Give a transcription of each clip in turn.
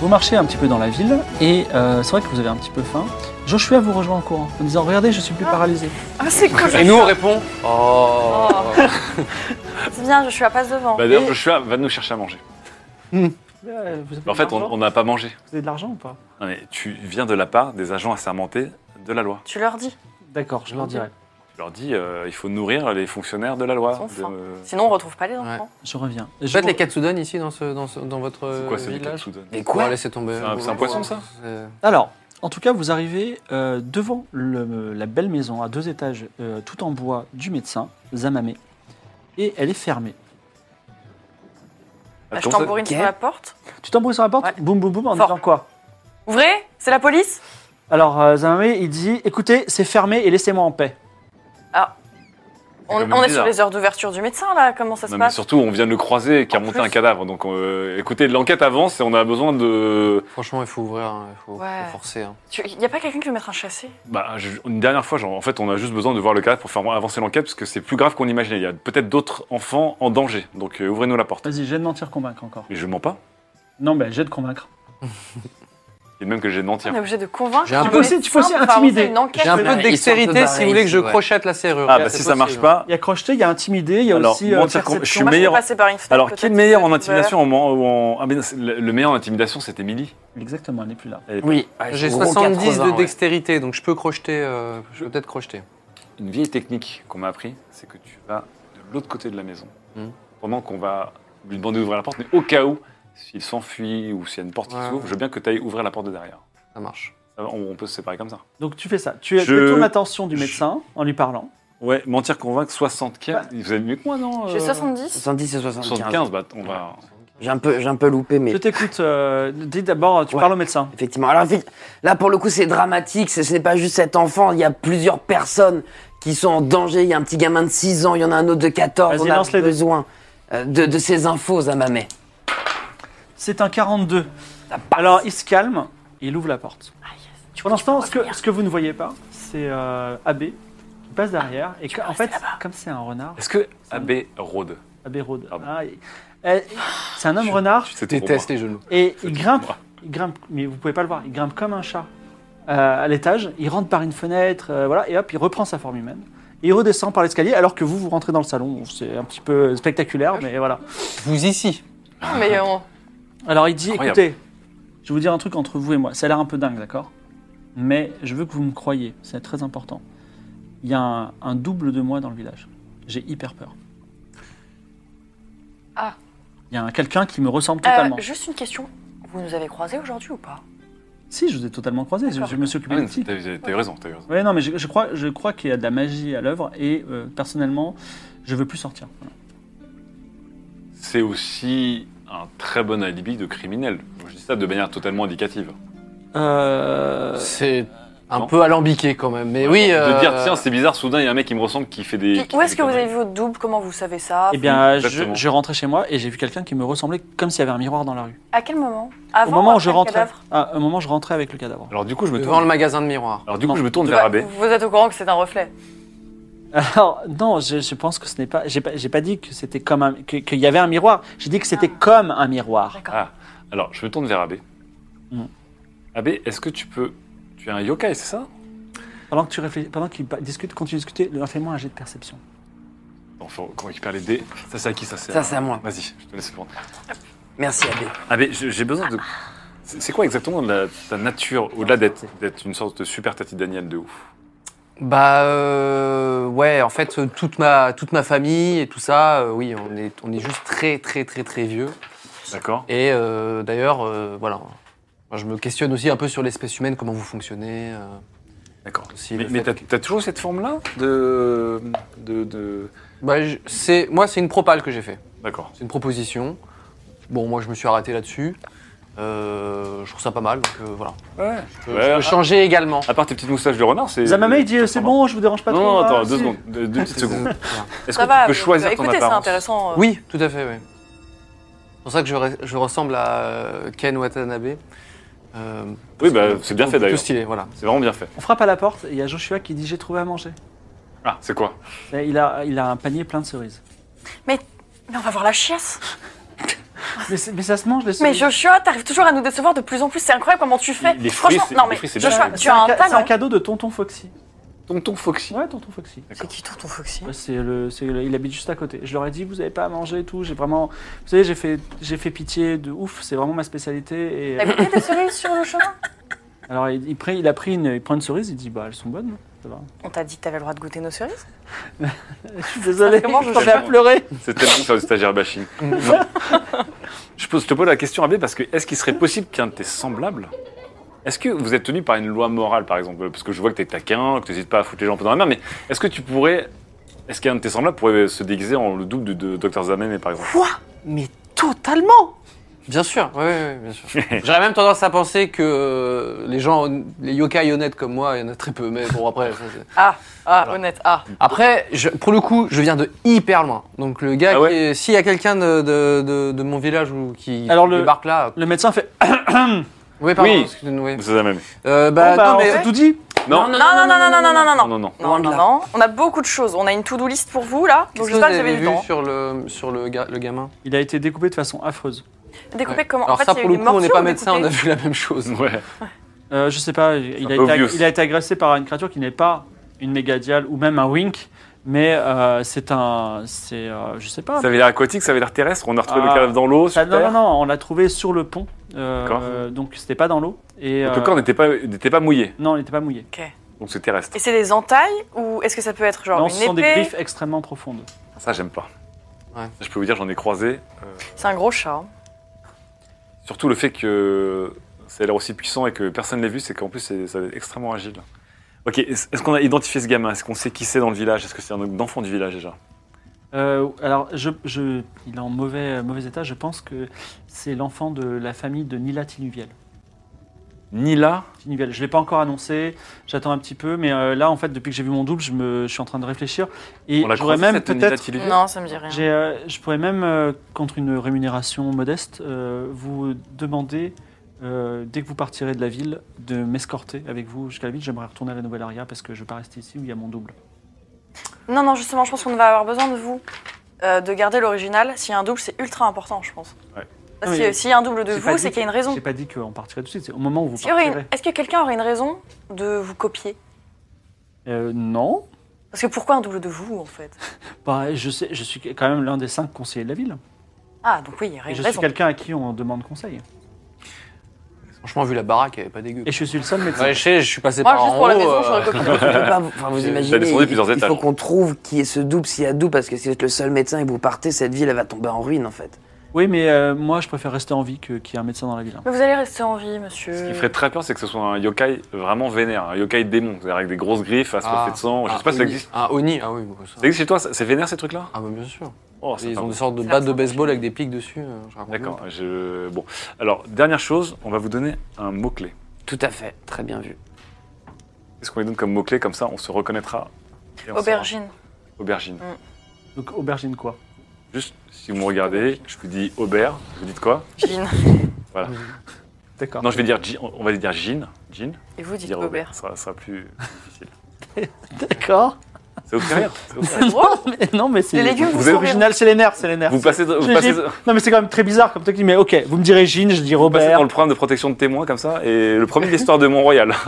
Vous marchez un petit peu dans la ville et euh, c'est vrai que vous avez un petit peu faim. Joshua vous rejoint en courant en disant Regardez, je suis plus paralysé. Ah, c'est cool. Et nous on répond Oh, C'est bien, je suis à passe devant. Bah, D'ailleurs, Joshua va nous chercher à manger. Euh, vous avez Mais en fait, de l'argent on on n'a pas mangé. Vous avez de l'argent ou pas Non, mais tu viens de la part des agents assermentés de la loi. Tu leur dis. D'accord, je leur dirai. Tu leur dis euh, il faut nourrir les fonctionnaires de la Ils loi. Euh, sont De- fins. Sinon, on retrouve pas les enfants. Je reviens. Je Vous êtes vous- les Katsudon ici dans, ce, dans, ce- dans votre C'est quoi euh, ce village Nikatsudan Mais quoi Laissez tomber. C'est un- c'est un poisson, ça C'est- Alors, en tout cas, vous arrivez euh, devant le- euh, la belle maison à deux étages, euh, tout en bois, du médecin, Zamame, et elle est fermée. Bah, Attends, je ça- tambourine sur la porte. Tu t'embrouilles sur la porte Ouais. Boum, boum, boum, en Fort. disant quoi Ouvrez C'est la police Alors, euh, Zamame, il dit Écoutez, c'est fermé et laissez-moi en paix. On, quand même on est sur bizarre. les heures d'ouverture du médecin, là. Comment ça se Non, mais passe surtout, on vient de le croiser qui a En monté plus. un cadavre. Donc, euh, écoutez, l'enquête avance et on a besoin de. Franchement, il faut ouvrir, hein, il faut, faut Ouais. forcer. hein. Il n'y a pas quelqu'un qui veut mettre un chassé Bah, je- une dernière fois, genre, en fait, on a juste besoin de voir le cadavre pour faire avancer l'enquête parce que c'est plus grave qu'on imaginait. Il y a peut-être d'autres enfants en danger. Donc, euh, ouvrez-nous la porte. Vas-y, j'ai de mentir, convaincre encore. Mais je mens pas. Non, mais j'ai de convaincre. Et même que j'ai de mentir. On est obligé de convaincre. J'ai un un peu- médecin tu peux aussi pour faire intimider. avancer Une enquête. J'ai un Ouais, peu de ils de dextérité sont si vous voulez que je barrés, ouais. crochette la serrure. Ah, Ouais, bah, c'est si ça marche possible. pas. Il y a crocheté, il y a intimider, il y a Alors, aussi. euh, mentir, con- je perception. suis Moi, je peux meilleur- passer par une fenêtre, Alors, qui est peut-être, euh, le meilleur si en vous avez- intimidation en men- ou en- ah, mais non, c'est- le, le meilleur en intimidation, c'était Milly. Exactement, elle n'est plus là. Oui, J'ai Ah, gros 70 80, de ouais. dextérité, donc je peux crocheter. euh, je peux peut-être crocheter. Une vieille technique qu'on m'a appris, c'est que tu vas de l'autre côté de la maison Hmm. pendant qu'on va lui demander d'ouvrir la porte. Mais au cas où, s'il s'enfuit ou s'il y a une porte qui Ouais. s'ouvre, je veux bien que tu ailles ouvrir la porte de derrière. Ça marche. Ça va, On on peut se séparer comme ça. Donc, tu fais ça. Tu Je- détournes l'attention du je- médecin en lui parlant. Ouais, mentir, convaincre, 75. Vous avez mieux que moi, non J'ai euh, 70. 70 et 75. 75, bah, on va. J'ai un peu, j'ai un peu loupé, mais Je t'écoute. euh, dis d'abord, tu Ouais. parles au médecin. effectivement. Alors fi- là, pour le coup, c'est dramatique. Ce ce n'est pas juste cet enfant. Il y a plusieurs personnes qui sont en danger. Il y a un petit gamin de 6 ans. Il y en a un autre de 14. Vas-y, On a lance les dés. besoin euh, de, de ces infos, Zamamé. C'est un 42. Alors, il se calme et il ouvre la porte. Pendant ce temps, ce que, ce que vous ne voyez pas, c'est euh, AB qui passe derrière. Et que- en fait, comme c'est un renard, Est-ce que AB Rode AB rôde. Pardon. Ah, il- euh, c'est un homme renard Je Déteste les genoux. et il c'est grimpe, pour moi. il grimpe, mais vous pouvez pas le voir, il grimpe comme un chat euh, à l'étage. Il rentre par une fenêtre, euh, voilà, et hop, il reprend sa forme humaine. Et il redescend par l'escalier alors que vous, vous rentrez dans le salon. C'est un petit peu Ah, spectaculaire, mais voilà. Vous ici. Ah. Non, mais on- Alors il dit, Incroyable. écoutez, je vais vous dire un truc entre vous et moi. Ça a l'air un peu dingue, d'accord Mais je veux que vous me croyez, c'est très important. Il y a un, un double de moi dans le village. J'ai hyper peur. Ah. Il y a un- quelqu'un qui me ressemble Euh, totalement. Juste une question. Vous nous avez croisés aujourd'hui ou pas Si, je vous ai totalement croisé, je, D'accord. je me suis occupé Ah, de t'as- petit. T'as t'as eu raison, t'as eu raison. Ouais, non, mais je, je crois, je crois qu'il y a de la magie à l'œuvre et euh, personnellement, je veux plus sortir. Voilà. C'est aussi un très bon alibi de criminel. Moi, Je dis ça de manière totalement indicative. Euh, C'est un non. peu alambiqué quand même. Mais oui. De euh, dire, tiens, c'est bizarre, soudain, il y a un mec qui me ressemble qui fait des. Puis, qui Où fait est-ce des que vous conneries. avez vu votre double Comment vous savez ça eh bien, je, Exactement. je rentrais chez moi et j'ai vu quelqu'un qui me ressemblait comme s'il y avait un miroir dans la rue. À quel moment Avant Au moment ou où je après le rentrais, cadavre ah, au moment où je rentrais avec le cadavre. Alors, du coup, je me Devant tourne, le magasin de miroirs. Alors, du coup, Non. je me tourne vers Ouais, Abbé. Vous êtes au courant que c'est un reflet Alors non, je, je pense que ce n'est pas. J'ai pas, j'ai pas dit que c'était comme un, que- qu'il y avait un miroir. J'ai dit que c'était comme un miroir. Ah. D'accord. Ah, alors, je me tourne vers Abbé. Mm. Abbé, est-ce que tu peux. Tu es un yokai, c'est ça Pendant que tu réfléchis, pendant qu'il pa- discute, continue de discuter, le- fais-moi un jet de perception. Bon, faut qu'on récupère les dés. Ça, c'est à qui ça sert Ça, c'est à moi. Vas-y, je te laisse le prendre. Merci, Abbé. Abbé, je- j'ai besoin de. C'est c'est quoi exactement la- ta nature, au-delà d'être d'être une sorte de super Tati Daniel de ouf Bah euh, ouais, en fait euh, toute ma toute ma famille et tout ça, euh, oui, on est on est juste très très très très vieux. D'accord. Et euh, d'ailleurs, euh, voilà, Moi, je me questionne aussi un peu sur l'espèce humaine, comment vous fonctionnez. euh, D'accord. aussi, Mais, le mais fait t'as que- t'as toujours cette forme-là de, de, de- Bah, je- c'est moi, c'est une propale que j'ai fait. D'accord. C'est une proposition. Bon, moi je me suis arrêté là-dessus. Euh, je trouve ça pas mal, donc euh, voilà. Ouais. Je, je peux changer également. À part tes petites moustaches de renard, c'est. Zamame, il dit euh, c'est bon, je vous dérange pas Euh, Non, trop. non, attends, ah, deux si. secondes, deux, deux petites Euh, secondes. Est-ce Ça que va. tu peux vous- choisir ton Écoutez, c'est apparence intéressant. euh, Oui, tout à fait, oui. C'est pour ça que je, re- je ressemble à euh, Ken Watanabe. Euh, Oui, bah, c'est bien fait plutôt d'ailleurs. stylé, voilà. C'est vraiment bien fait. On frappe à la porte et il y a Joshua qui dit j'ai trouvé à manger. Ah, c'est quoi Et Il a, il a un panier plein de cerises. Mais on va voir la chiasse. Mais, c'est- mais ça se mange les Mais cerises. Joshua, t'arrives toujours à nous décevoir de plus en plus. C'est incroyable comment tu fais. Les fruits, Franchement, c'est- non les mais fruits, c'est Joshua, bien. C'est tu as un, un ca- c'est un talent. cadeau de tonton Foxy. Tonton Foxy. Ouais, tonton Foxy. C'est qui ton Foxy Ouais, C'est le, c'est le- il habite juste à côté. Je leur ai dit, vous avez pas à manger et tout. J'ai vraiment, vous savez, j'ai fait, j'ai fait pitié de ouf. C'est vraiment ma spécialité. Et euh, T'as goûté des cerises sur le chemin alors, il, il, prend- il a pris une, il prend une cerise. Il dit, bah, elles sont bonnes. Ça va. On t'a dit que t'avais le droit de goûter nos cerises Je suis désolé. Comment je je vais à pleurer. C'est tellement faire du stagiaire bashing. je, pose, je te pose la question, Abbé, parce que est-ce qu'il serait possible qu'un de tes semblables. Est-ce que vous êtes tenu par une loi morale, par exemple Parce que je vois que t'es taquin, que t'hésites pas à foutre les gens un peu dans la mer, mais est-ce que tu pourrais. Est-ce qu'un de tes semblables pourrait se déguiser en le double de, de Dr Zamene, par exemple Mais totalement Bien sûr, oui, oui, oui, bien sûr. J'aurais même tendance à penser que euh, les gens, les yokai honnêtes comme moi, il y en a très peu, mais bon, après... ça, c'est- Ah, ah, Voilà. honnête, ah. Après, je- pour le coup, je viens de hyper loin. Donc le gars, Ah qui ouais est- s'il y a quelqu'un de, de- de- de mon village ou qui Alors, le- débarque là... Le médecin fait. Oui, pardon, Oui. excusez-nous, oui. Dr Zamene. Euh, bah, Bon, bah, non, on mais- s'est tout dit. Non, Non, non, non, non, non, non, non, non. non, non. Non, non, non. On a beaucoup de choses. On a une to-do list pour vous, là. Donc Qu'est-ce que j'espère que vous vous avez avez du vu temps. sur le, sur le, ga- le gamin Il a été découpé de façon affreuse. Découper Ouais. comment Alors En fait, ça, il y a pour eu le des coup, on n'est morceaux pas ou médecin, on découpés a vu la même chose. Ouais. Euh, je sais pas. Il a, un peu été, ag- obvious. il a été agressé par une créature qui n'est pas une mégadiale ou même un wink, mais euh, c'est un, c'est, euh, je sais pas. Ça avait l'air aquatique, ça avait l'air terrestre. On a retrouvé Ah. le cadavre dans l'eau. Ça- Super. non, non, non, on l'a trouvé sur le pont. Euh, D'accord. euh, donc c'était pas dans l'eau. Et Donc euh, le corps n'était pas, n'était pas mouillé, non, il n'était pas mouillé. donc c'est terrestre. Et c'est des entailles ou est-ce que ça peut être genre non, une ce épée sont des griffes extrêmement profondes. Ça, j'aime pas. Ouais. Je peux vous dire, j'en ai croisé. euh, C'est un gros chat. hein. surtout le fait que ça a l'air aussi puissant et que personne ne l'ait vu, c'est qu'en plus, c'est, ça est extrêmement agile. Ok, est-ce est-ce qu'on a identifié ce gamin Est-ce qu'on sait qui c'est dans le village Est-ce que c'est un enfant du village déjà Euh, alors, je, je- il est en mauvais, mauvais état. Je pense que c'est l'enfant de la famille de Nila Tinuviel. Nila Tinuviel. Je ne l'ai pas encore annoncé. J'attends un petit peu. Mais euh, là, en fait, depuis que j'ai vu mon double, je, me, je suis en train de réfléchir. Et On l'a j'aurais croisé même cette Nila peut-être. Tilly Non, ça me dit rien. j'ai, euh, je pourrais même, euh, contre une rémunération modeste, euh, vous demander, euh, dès que vous partirez de la ville, de m'escorter avec vous jusqu'à la ville. J'aimerais retourner à la Nouvelle-Aria parce que je ne veux pas rester ici où il y a mon double. Non, non, justement, je pense qu'on va avoir besoin de vous. euh, de garder l'original. S'il y a un double, c'est ultra important, je pense. Ouais. Parce Non, que mais- S'il y a un double de J'ai pas vous, dit c'est qu'il y a une que- raison. J'ai pas dit qu'on partirait tout de suite. C'est au moment où vous S'il y aurait une- partirez. Est-ce que quelqu'un aurait une raison de vous copier Euh, non. Parce que pourquoi un double de vous, en fait Bah, je, sais, je suis quand même l'un des cinq conseillers de la ville. Ah, donc oui, il y a Et une je suis raison. quelqu'un à qui on demande conseil. Franchement, vu la baraque, elle est pas dégueu. Et je suis le seul médecin. Ouais, je sais, je suis passé Moi, par juste en pour la haut, maison, euh, j'aurais copié. On peut pas vous- Enfin, vous T'as imaginez, descendu il, plusieurs il faut étages. qu'on trouve qui est ce double, s'il y a double, parce que si vous êtes le seul médecin et que vous partez, cette ville, elle va tomber en ruine, en fait. Oui, mais euh, moi, je préfère rester en vie que qu'il y ait un médecin dans la ville. hein. Mais vous allez rester en vie, Ce monsieur. qui ferait très peur, c'est que ce soit un yokai vraiment vénère, un yokai démon, c'est-à-dire avec des grosses griffes, à se Ah. de sang. Je un sais pas si ça Oni. existe. Un Oni, ah oui, bon, ça. Ça existe chez toi ça- C'est vénère ces trucs-là Ah bah bien sûr. Oh, Ils pas ont des sortes de C'est battes de absent. baseball avec des pics dessus. euh, je raconte D'accord. même Je... Bon. Alors, dernière chose, on va vous donner un mot-clé. Tout à fait, très bien vu. Qu'est-ce qu'on lui donne comme mot-clé Comme ça, on se reconnaîtra. et on Aubergine. saura. Aubergine. Donc, aubergine quoi Juste, si vous me regardez, je vous dis auberge, vous dites quoi Jean. D'accord. Non, je vais dire jean, on va dire jean. Jean. Et vous dites Dire Aubert. auberge. Ça sera- ça sera plus difficile. D'accord. Ça vous fait rire Ça vous fait rire C'est drôle. Mais non, mais c'est Les légumes vous c'est sont original, c'est les nerfs, c'est les nerfs. Vous passez, vous, J'ai- passez, j'ai- vous Non, mais c'est quand même très bizarre comme technique. Mais ok, vous me direz Jean, je dis passez Robert. dans le programme de protection de témoins comme ça, et le premier de l'histoire de Mont-Royal.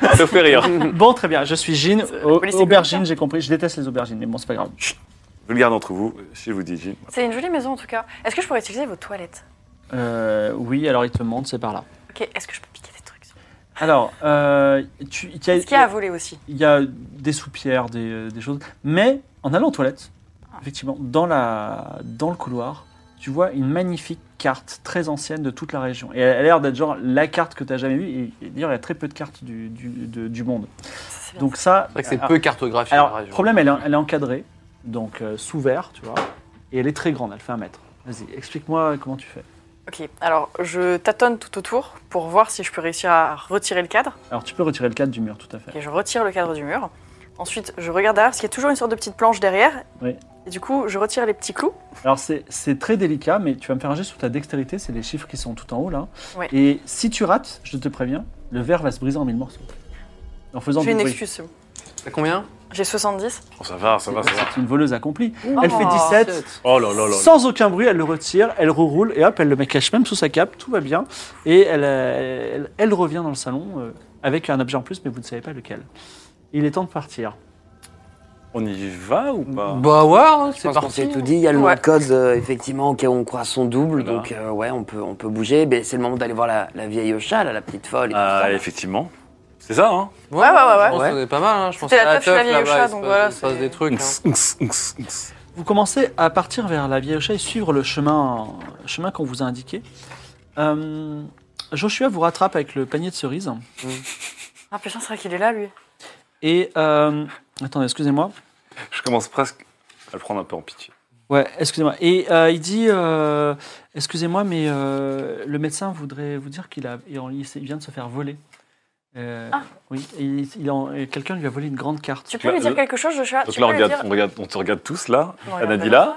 ça vous fait rire. Bon, très bien, je suis Jean. C'est la Au- police aubergine, écologique. j'ai compris. Je déteste les aubergines, mais bon, c'est pas grave. Je le garde entre vous, si je vous dis jean. C'est une jolie maison en tout cas. Est-ce que je pourrais utiliser vos toilettes Euh, oui, alors il te montre, c'est par là. Ok, est-ce que je peux piquer des trucs sur- Alors, euh, tu, il y a- Est-ce qu'il y a à voler aussi il y a des soupières, des, des choses. Mais en allant aux toilettes, effectivement, dans, la, dans le couloir, tu vois une magnifique carte très ancienne de toute la région. Et elle a l'air d'être genre la carte que tu n'as jamais vue. Et, et d'ailleurs, il y a très peu de cartes du, du, de- du monde. Ça, c'est bien. Donc ça... ah, C'est vrai que c'est alors- peu cartographié. la Alors, région. problème, elle est, elle est encadrée, donc euh, sous verre, tu vois. Et elle est très grande, elle fait un mètre. Vas-y, explique-moi comment tu fais. Ok, alors je tâtonne tout autour pour voir si je peux réussir à retirer le cadre. Alors, tu peux retirer le cadre du mur, tout à fait. Et je retire le cadre du mur. Ensuite, je regarde derrière, parce qu'il y a toujours une sorte de petite planche derrière. Oui. Et du coup, je retire les petits clous. Alors c'est- c'est très délicat, mais tu vas me faire un geste sous ta dextérité, c'est les chiffres qui sont tout en haut là. Ouais. Et si tu rates, je te préviens, le verre va se briser en mille morceaux. En faisant J'ai du une bruit. excuse. c'est bon. T'as combien J'ai 70. Oh, ça va, ça va, ça va. C'est une voleuse accomplie. Elle fait Oh. 17, Oh là là là. sans aucun bruit, elle le retire, elle reroule et hop, elle le met cache même sous sa cape, tout va bien. Et elle, euh, elle, elle revient dans le salon euh, avec un objet en plus, mais vous ne savez pas lequel. Il est temps de partir. On y va ou pas Bah ouais, hein, Je c'est pense qu'on s'est parti. tout dit. Il y a le Ouais. mot code, euh, effectivement, au cas où on croise son double. Voilà. Donc, euh, ouais, on peut, on peut bouger. Mais c'est le moment d'aller voir la, la vieille Ocha, là, la petite folle. et tout Ah, ça. effectivement. C'est ça, hein Ouais, ouais, ouais, Je pense ouais. qu'on est pas mal, hein. Je pense C'était que la teuf et la vieille là-bas, au chat, il se donc passe- voilà, Il se passe c'est- des trucs. hein. Vous commencez à partir vers la Vieille Ocha et suivre le chemin, chemin qu'on vous a indiqué. Euh, Joshua vous rattrape avec le panier de cerises. Ah putain, c'est vrai qu'il est là, lui. Et. euh, attendez, excusez-moi. Je commence presque à le prendre un peu en pitié. Ouais, excusez-moi. Et euh, il dit euh, Excusez-moi, mais euh, le médecin voudrait vous dire qu'il a, il en- il s'est- il vient de se faire voler. Euh, Oui, et il- il en- et quelqu'un lui a volé une grande carte. Tu peux lui Là, dire quelque chose, Joshua Donc Ah, Tu là, on, peux lui regarde, dire- on, regarde, on te regarde tous, là. On regarde Anabila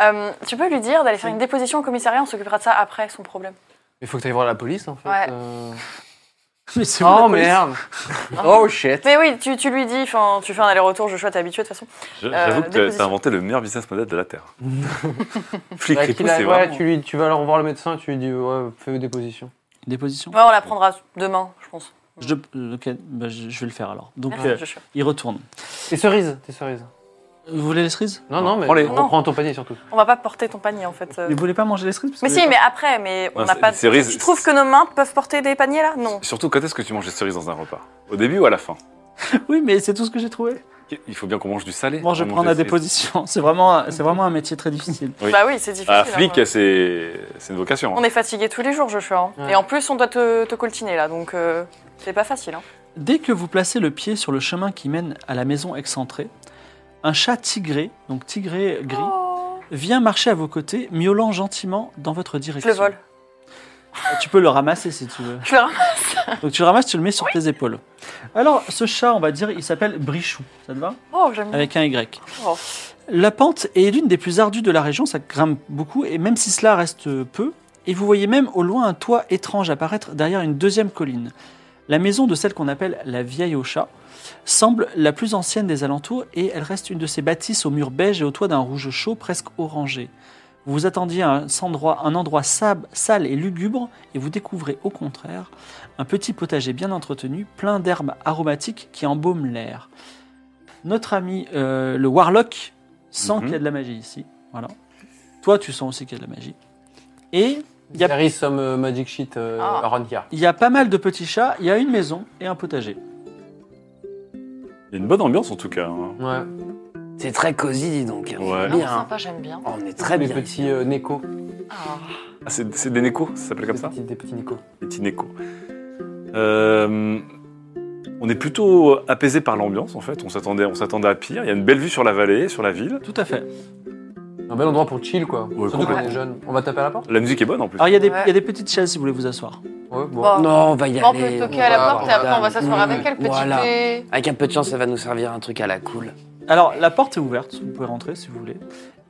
Euh, tu peux lui dire d'aller faire une déposition au commissariat, on s'occupera de ça après, son problème. Il faut que t'ailles voir la police, en fait. Ouais. euh. Mais c'est vous, la Oh police. merde Oh shit Mais oui, tu, tu lui dis, enfin, tu fais un aller-retour, Joshua, t'es habitué de toute façon. Je- J'avoue que t'as- déposition. t'as inventé le meilleur business model de la Terre. Flic Bah, Ouais, Ripou, qu'il a- ouais, c'est vraiment... tu, lui, tu vas aller revoir le médecin, tu lui dis ouais, fais des positions. Déposition Ouais, on la prendra demain, je pense. je, euh, Ok, bah, je, je vais le faire alors. Donc, Merci, euh, Joshua. il retourne. Tes cerises, tes cerises. Vous voulez les cerises Non, non, mais Prends-les. on reprend ton panier surtout. On va pas porter ton panier en fait. euh. Mais vous voulez pas manger les cerises parce que Mais vous avez si, mais après, mais on Non, n'a c'est- pas. les cerises- Tu trouves que nos mains peuvent porter des paniers là Non. Surtout, quand est-ce que tu manges des cerises dans un repas Au début ou à la fin pas- Oui, mais c'est tout ce que j'ai trouvé. Il faut bien qu'on mange du salé. Moi, je On mange prends des la cerises. déposition. C'est vraiment, c'est vraiment un métier très difficile. Oui. Bah oui, c'est difficile. Ah, hein. flic, c'est c'est une vocation. hein. On est fatigué tous les jours, Joshua. hein. Ouais. Et en plus, on doit te, te coltiner là, donc euh, c'est pas facile. Hein. Dès que vous placez le pied sur le chemin qui mène à la maison excentrée, un chat tigré, donc tigré gris, Oh, vient marcher à vos côtés, miaulant gentiment dans votre Je direction. Euh, le vole. Tu peux le ramasser si tu veux. Je le ramasse. Donc tu le ramasses, tu le mets sur tes épaules. Alors ce chat, on va dire, il s'appelle Brichou, ça te va Oh, j'aime bien. Avec un Y. Oh. La pente est l'une des plus ardues de la région, ça grimpe beaucoup, et même si cela reste peu, et vous voyez même au loin un toit étrange apparaître derrière une deuxième colline. La maison de celle qu'on appelle la vieille au chat semble la plus ancienne des alentours et elle reste une de ces bâtisses au mur beige et au toit d'un rouge chaud presque orangé. Vous vous attendiez à un endroit, un endroit sab- sale et lugubre et vous découvrez au contraire un petit potager bien entretenu, plein d'herbes aromatiques qui embaument l'air. Notre ami euh, le warlock sent Mhm. qu'il y a de la magie ici. Voilà. Toi, tu sens aussi qu'il y a de la magie. Et Tes Y a- Cerises some euh, magic shit, euh, Ah. Aaron Carr. il y a pas mal de petits chats, il y a une maison et un potager. Il y a une bonne ambiance en tout cas. hein. Ouais. C'est très cosy, dis donc. On Ouais. est bien. hein. j'aime bien. Oh, on est très Des bien. petits euh, nécos. Ah, c'est c'est des nécos, ça s'appelle comme des ça petits, Des petits nécos. Des petits nécos. Euh, on est plutôt apaisé par l'ambiance en fait. On s'attendait on s'attendait à pire. Il y a une belle vue sur la vallée, sur la ville. Tout à fait. Un bel endroit pour chill quoi. Ouais, Surtout qu'on complètement. est jeune. On va taper à la porte La musique est bonne en plus. Alors il y, a des- Ouais. il y a des petites chaises si vous voulez vous asseoir. Ouais, bon. Bon. Non, on va y On aller. peut toquer on à la va- porte et après on va s'asseoir Mmh, avec elle, petit Voilà. thé. Avec un peu de chance, elle va nous servir un truc à la cool. Alors la porte est ouverte, vous pouvez rentrer si vous voulez.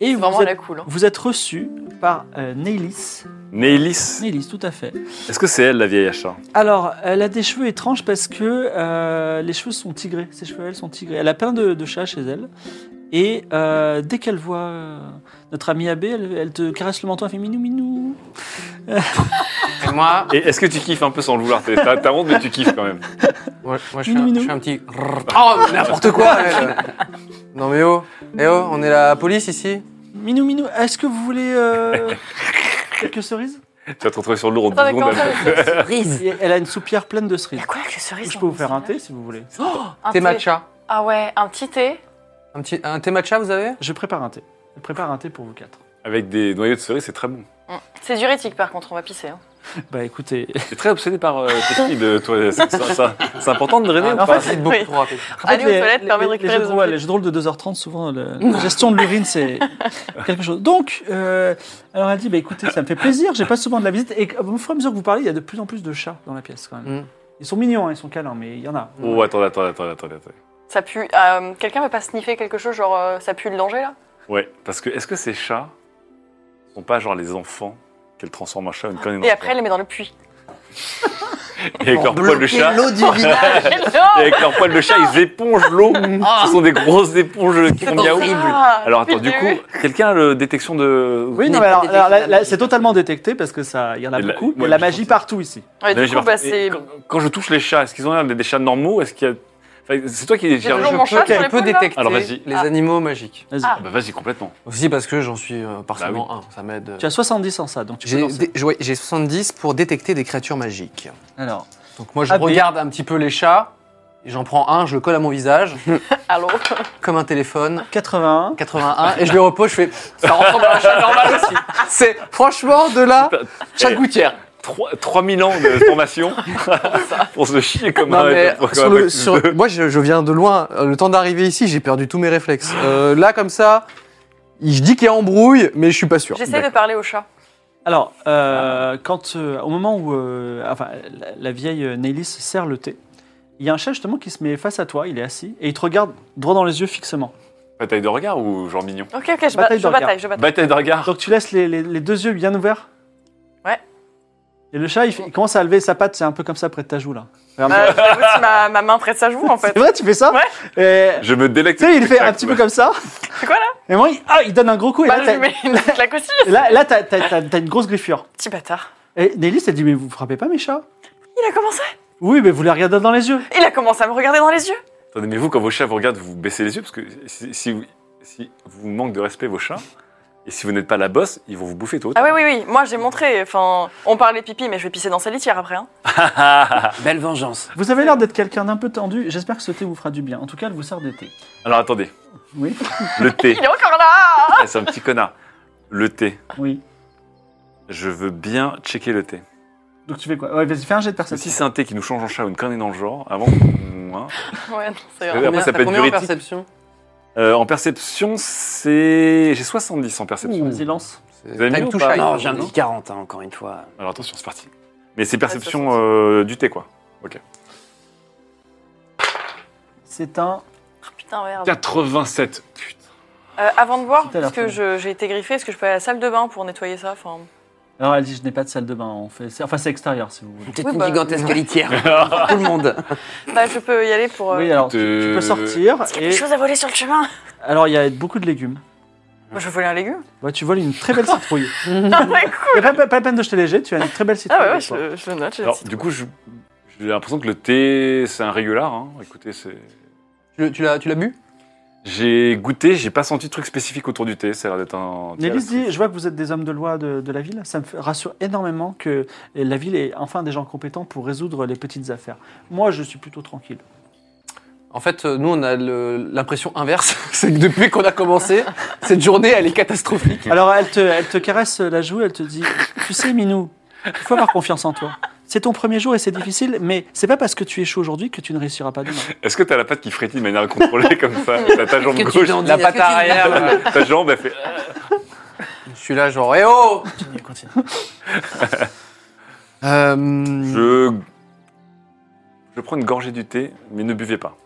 Et vous Vraiment êtes, la cool. hein. vous êtes reçu par euh, Neilis. Nélis, Neilis, tout à fait. est-ce que c'est elle la vieille achat Alors, elle a des cheveux étranges parce que euh, les cheveux sont tigrés. Ses cheveux, elles, sont tigrés. Elle a plein de, de chats chez elle. Et euh, dès qu'elle voit euh, notre amie Abbé, elle, elle te caresse le menton, elle fait minou minou. Et moi, Et est-ce que tu kiffes un peu sans le vouloir T'es- T'as t'as honte mais tu kiffes quand même. moi, moi, je, fais Minou, un, minou. je fais un petit. Oh, n'importe quoi elle. Non mais oh, eh oh, on est la police ici Minou minou, est-ce que vous voulez euh, quelques cerises Tu vas te retrouver sur le lourd en Attends, mais deux comment secondes. ça après. Euh. Cerise. Et elle a une soupière pleine de cerises. Y'a quoi avec le cerise Je dans peux vous le faire un dessert thé si vous voulez. Un Thé thé matcha. hein, Ah ouais, un petit thé. Un, petit, un thé matcha, vous avez Je prépare un thé. Je prépare un thé pour vous quatre. Avec des noyaux de cerise, c'est très bon. Mm. C'est diurétique par contre, on va pisser. hein. Bah écoutez, T'es très obsédé par euh, tes filles, de- toi. C'est- C'est ça- c'est important de drainer Ah, ou en pas C'est beaucoup Oui. trop rapide. Aller aux toilettes permet de les, récupérer jeux des de rôle, objets. les jeux de rôle de 2h30, souvent, le- la gestion de l'urine, c'est quelque chose. Donc, euh, alors elle dit, bah, écoutez, ça me fait plaisir, j'ai pas souvent de la visite. Et au fur et à mesure que vous parlez, il y a de plus en plus de chats dans la pièce quand même. Mm. Ils sont mignons, hein, ils sont câlins, mais il y en a. Oh, attends, attends, attends, attends, attends. Ça pue. euh, Quelqu'un veut pas sniffer quelque chose, genre euh, ça pue le danger là Ouais, parce que est-ce que ces chats sont pas genre les enfants qu'elles transforment en chat une connerie Et après, elle les met dans le puits. Et avec leur poil de Bloquer chat, l'eau du village. et avec leur poil de chat, ils épongent l'eau. Ce sont des grosses éponges qui font miaou. Ah, Alors attends, du coup, quelqu'un a le détection de. Oui, non, mais n'êtes pas alors, détecté, alors, là, là, madame. c'est totalement détecté parce que ça, il y en a Et la- beaucoup. mais ouais, la je magie pense- partout ici. Ouais, Mais du j'ai coup, marqué- bah, c'est. Et quand, quand je touche les chats, est-ce qu'ils ont l'air d'être des chats normaux Est-ce qu'il y a. Enfin, c'est toi qui les J'ai gères le toujours jeu. mon chat sur Je peux l'épaule, là détecter Alors, vas-y. les Ah. animaux magiques. Vas-y. Ah. Ah Bah vas-y, complètement. Aussi parce que j'en suis Bah euh, partiellement un, ça m'aide. euh. Tu as 70 en ça, donc tu peux J'ai lancer. dé- ouais, j'ai 70 pour détecter des créatures magiques. Alors, Donc moi je Ah, mais- regarde un petit peu les chats, et j'en prends un, je le colle à mon visage, Allô comme un téléphone, 81. 81, et je le repose, je fais ça ressemble à un chat normal aussi. C'est franchement de là, chat de Eh, gouttière. trois- 3000 ans de formation pour se chier comme Non, un. mais comme sur un le- Bacchus sur- deux. moi je, je viens de loin, Euh, le temps d'arriver ici j'ai perdu tous mes réflexes. Euh, là comme ça, je dis qu'il y a embrouille, mais je suis pas sûr. J'essaie de parler au chat. Alors, euh, quand, euh, au moment où euh, enfin, la, la vieille euh, Nélis sert le thé, il y a un chat justement qui se met face à toi, il est assis, et il te regarde droit dans les yeux fixement. Bataille de regard ou genre mignon Ok, ok, je, Bataille bataille, de je regard. bataille, je bataille. Bataille de regard. Donc tu laisses les, les- les deux yeux bien ouverts Ouais. Et le chat, il, fait- il commence à lever sa patte, c'est un peu comme ça près de ta joue là. Regarde. Bah, j'avoue, si ma, ma main prête sa joue en fait. C'est vrai, tu fais ça Et, Je me délecte. Tu sais, il fait un petit peu comme ça. C'est quoi là Et moi, il, ah, il donne un gros coup. Et Bah, là, je lui t'as- mets une claque aussi. là, là, t'as t'as- t'as- t'as une grosse griffure. Petit bâtard. Et Nélis, elle dit Mais vous frappez pas mes chats Il a commencé Oui, mais vous les regardez dans les yeux. Il a commencé à me regarder dans les yeux. Attendez, mais vous, quand vos chats vous regardent, vous baissez les yeux parce que si, si vous, si vous manquez de respect vos chats et si vous n'êtes pas la bosse, ils vont vous bouffer tout. Ah oui, oui, oui. Moi, j'ai montré. Enfin, on parlait pipi, mais je vais pisser dans sa litière après. Hein. Belle vengeance. Vous avez l'air d'être quelqu'un d'un peu tendu. J'espère que ce thé vous fera du bien. En tout cas, elle vous sert des thés. Alors attendez, Oui, le thé. Il est encore là Ah, C'est un petit connard. Le thé. oui. Je veux bien checker le thé. Donc tu fais quoi Ouais, vas-y, fais un jet de Parce que si perception. c'est un thé qui nous change en chat ou une connerie dans le genre, avant. Moins. Ouais, non, c'est vrai. Après, ça peut être combien en diurétique. perception Euh, en perception, c'est. J'ai 70 en perception. Vas-y, lance. Vous avez mis ou pas Ah Non, j'ai un petit 40, hein, encore une fois. Alors attention, c'est parti. Mais c'est perception 70. euh, du thé, quoi. C'est un. Euh. Putain, merde. 87. Putain. Euh, avant de Si boire, t'as parce l'air que fou. je- j'ai été griffée, est-ce que je peux aller à la salle de bain pour nettoyer ça enfin... Alors elle dit Je n'ai pas de salle de bain. On fait... c'est- Enfin, c'est extérieur si vous voulez. Peut-être Oui, une bah, gigantesque litière. pour tout le monde. Bah, je peux y aller pour. euh, Oui, alors tu, euh, tu peux sortir. Est-ce qu'il y a Et... des choses à voler sur le chemin Alors il y a beaucoup de légumes. Moi, je veux voler un légume. Ouais, tu voles une très belle citrouille. Ah ouais, cool. Il n'y a pas, pas la peine de jeter léger, tu as une très belle citrouille. Ah ouais, ouais, avec je, toi. le- je le note. je le Alors, cite. du coup, je- j'ai l'impression que le thé, c'est un régular. Hein. Écoutez, c'est. Tu, tu l'as tu l'as bu J'ai goûté, j'ai pas senti de truc spécifique autour du thé. Ça a l'air d'être un. thé à la Nélis dit, cerise. je vois que vous êtes des hommes de loi de, de la ville. Ça me fait- rassure énormément que la ville ait enfin des gens compétents pour résoudre les petites affaires. Moi, je suis plutôt tranquille. En fait, euh, nous, on a le- l'impression inverse. C'est que depuis qu'on a commencé, cette journée, elle est catastrophique. Alors, elle te, elle te caresse la joue, elle te dit, tu sais, Minou, il faut avoir confiance en toi. C'est ton premier jour et c'est difficile, mais c'est pas parce que tu es chaud aujourd'hui que tu ne réussiras pas demain. Est-ce que t'as la patte qui frétille de manière incontrôlée comme ça T'as ta jambe Que tu gauche. danses. La patte arrière. là. Ta jambe, elle fait. Je suis là, genre, eh oh Euh, Je. Je prends une gorgée du thé, mais ne buvez pas.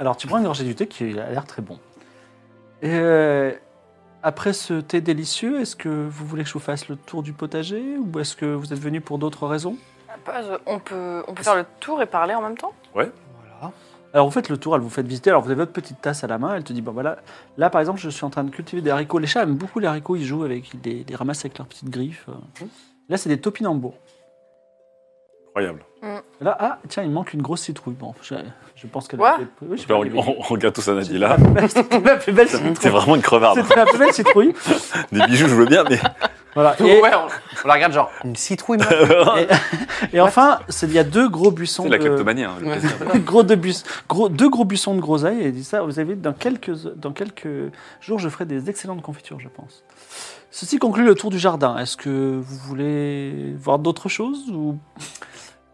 Alors, tu prends une gorgée du thé qui a l'air très bon. Et, euh, après ce thé délicieux, est-ce que vous voulez que je vous fasse le tour du potager ou est-ce que vous êtes venu pour d'autres raisons Bah, je- on, peut, on peut faire le tour et parler en même temps Voilà. Alors vous faites le tour, elle vous fait visiter, alors vous avez votre petite tasse à la main, elle te dit, bon voilà, là par exemple je suis en train de cultiver des haricots, les chats aiment beaucoup les haricots, ils jouent avec, ils les, les ramassent avec leurs petites griffes. Là c'est des topinambours. Incroyable. Et Là, ah tiens, il manque une grosse citrouille. Bon, je, je pense qu'elle Quoi oui, je sais Là, pas, on, il y avait- on, on regarde tous Anadi là. la plus belle C'est citrouille. vraiment une crevarde. C'était la plus belle citrouille. Des bijoux, je veux bien, mais Voilà. Et... Et, Ouais, on, on la regarde genre, une citrouille, meuf. et enfin, c'est- il y a deux gros buissons. C'est la de- kleptomanie. hein, le Ouais. plaisir. gros deux, bus- gros- deux gros buissons de groseilles. Et il dit ça, vous avez dans quelques, dans quelques jours, je ferai des excellentes confitures, je pense. Ceci conclut le tour du jardin. Est-ce que vous voulez voir d'autres choses ou...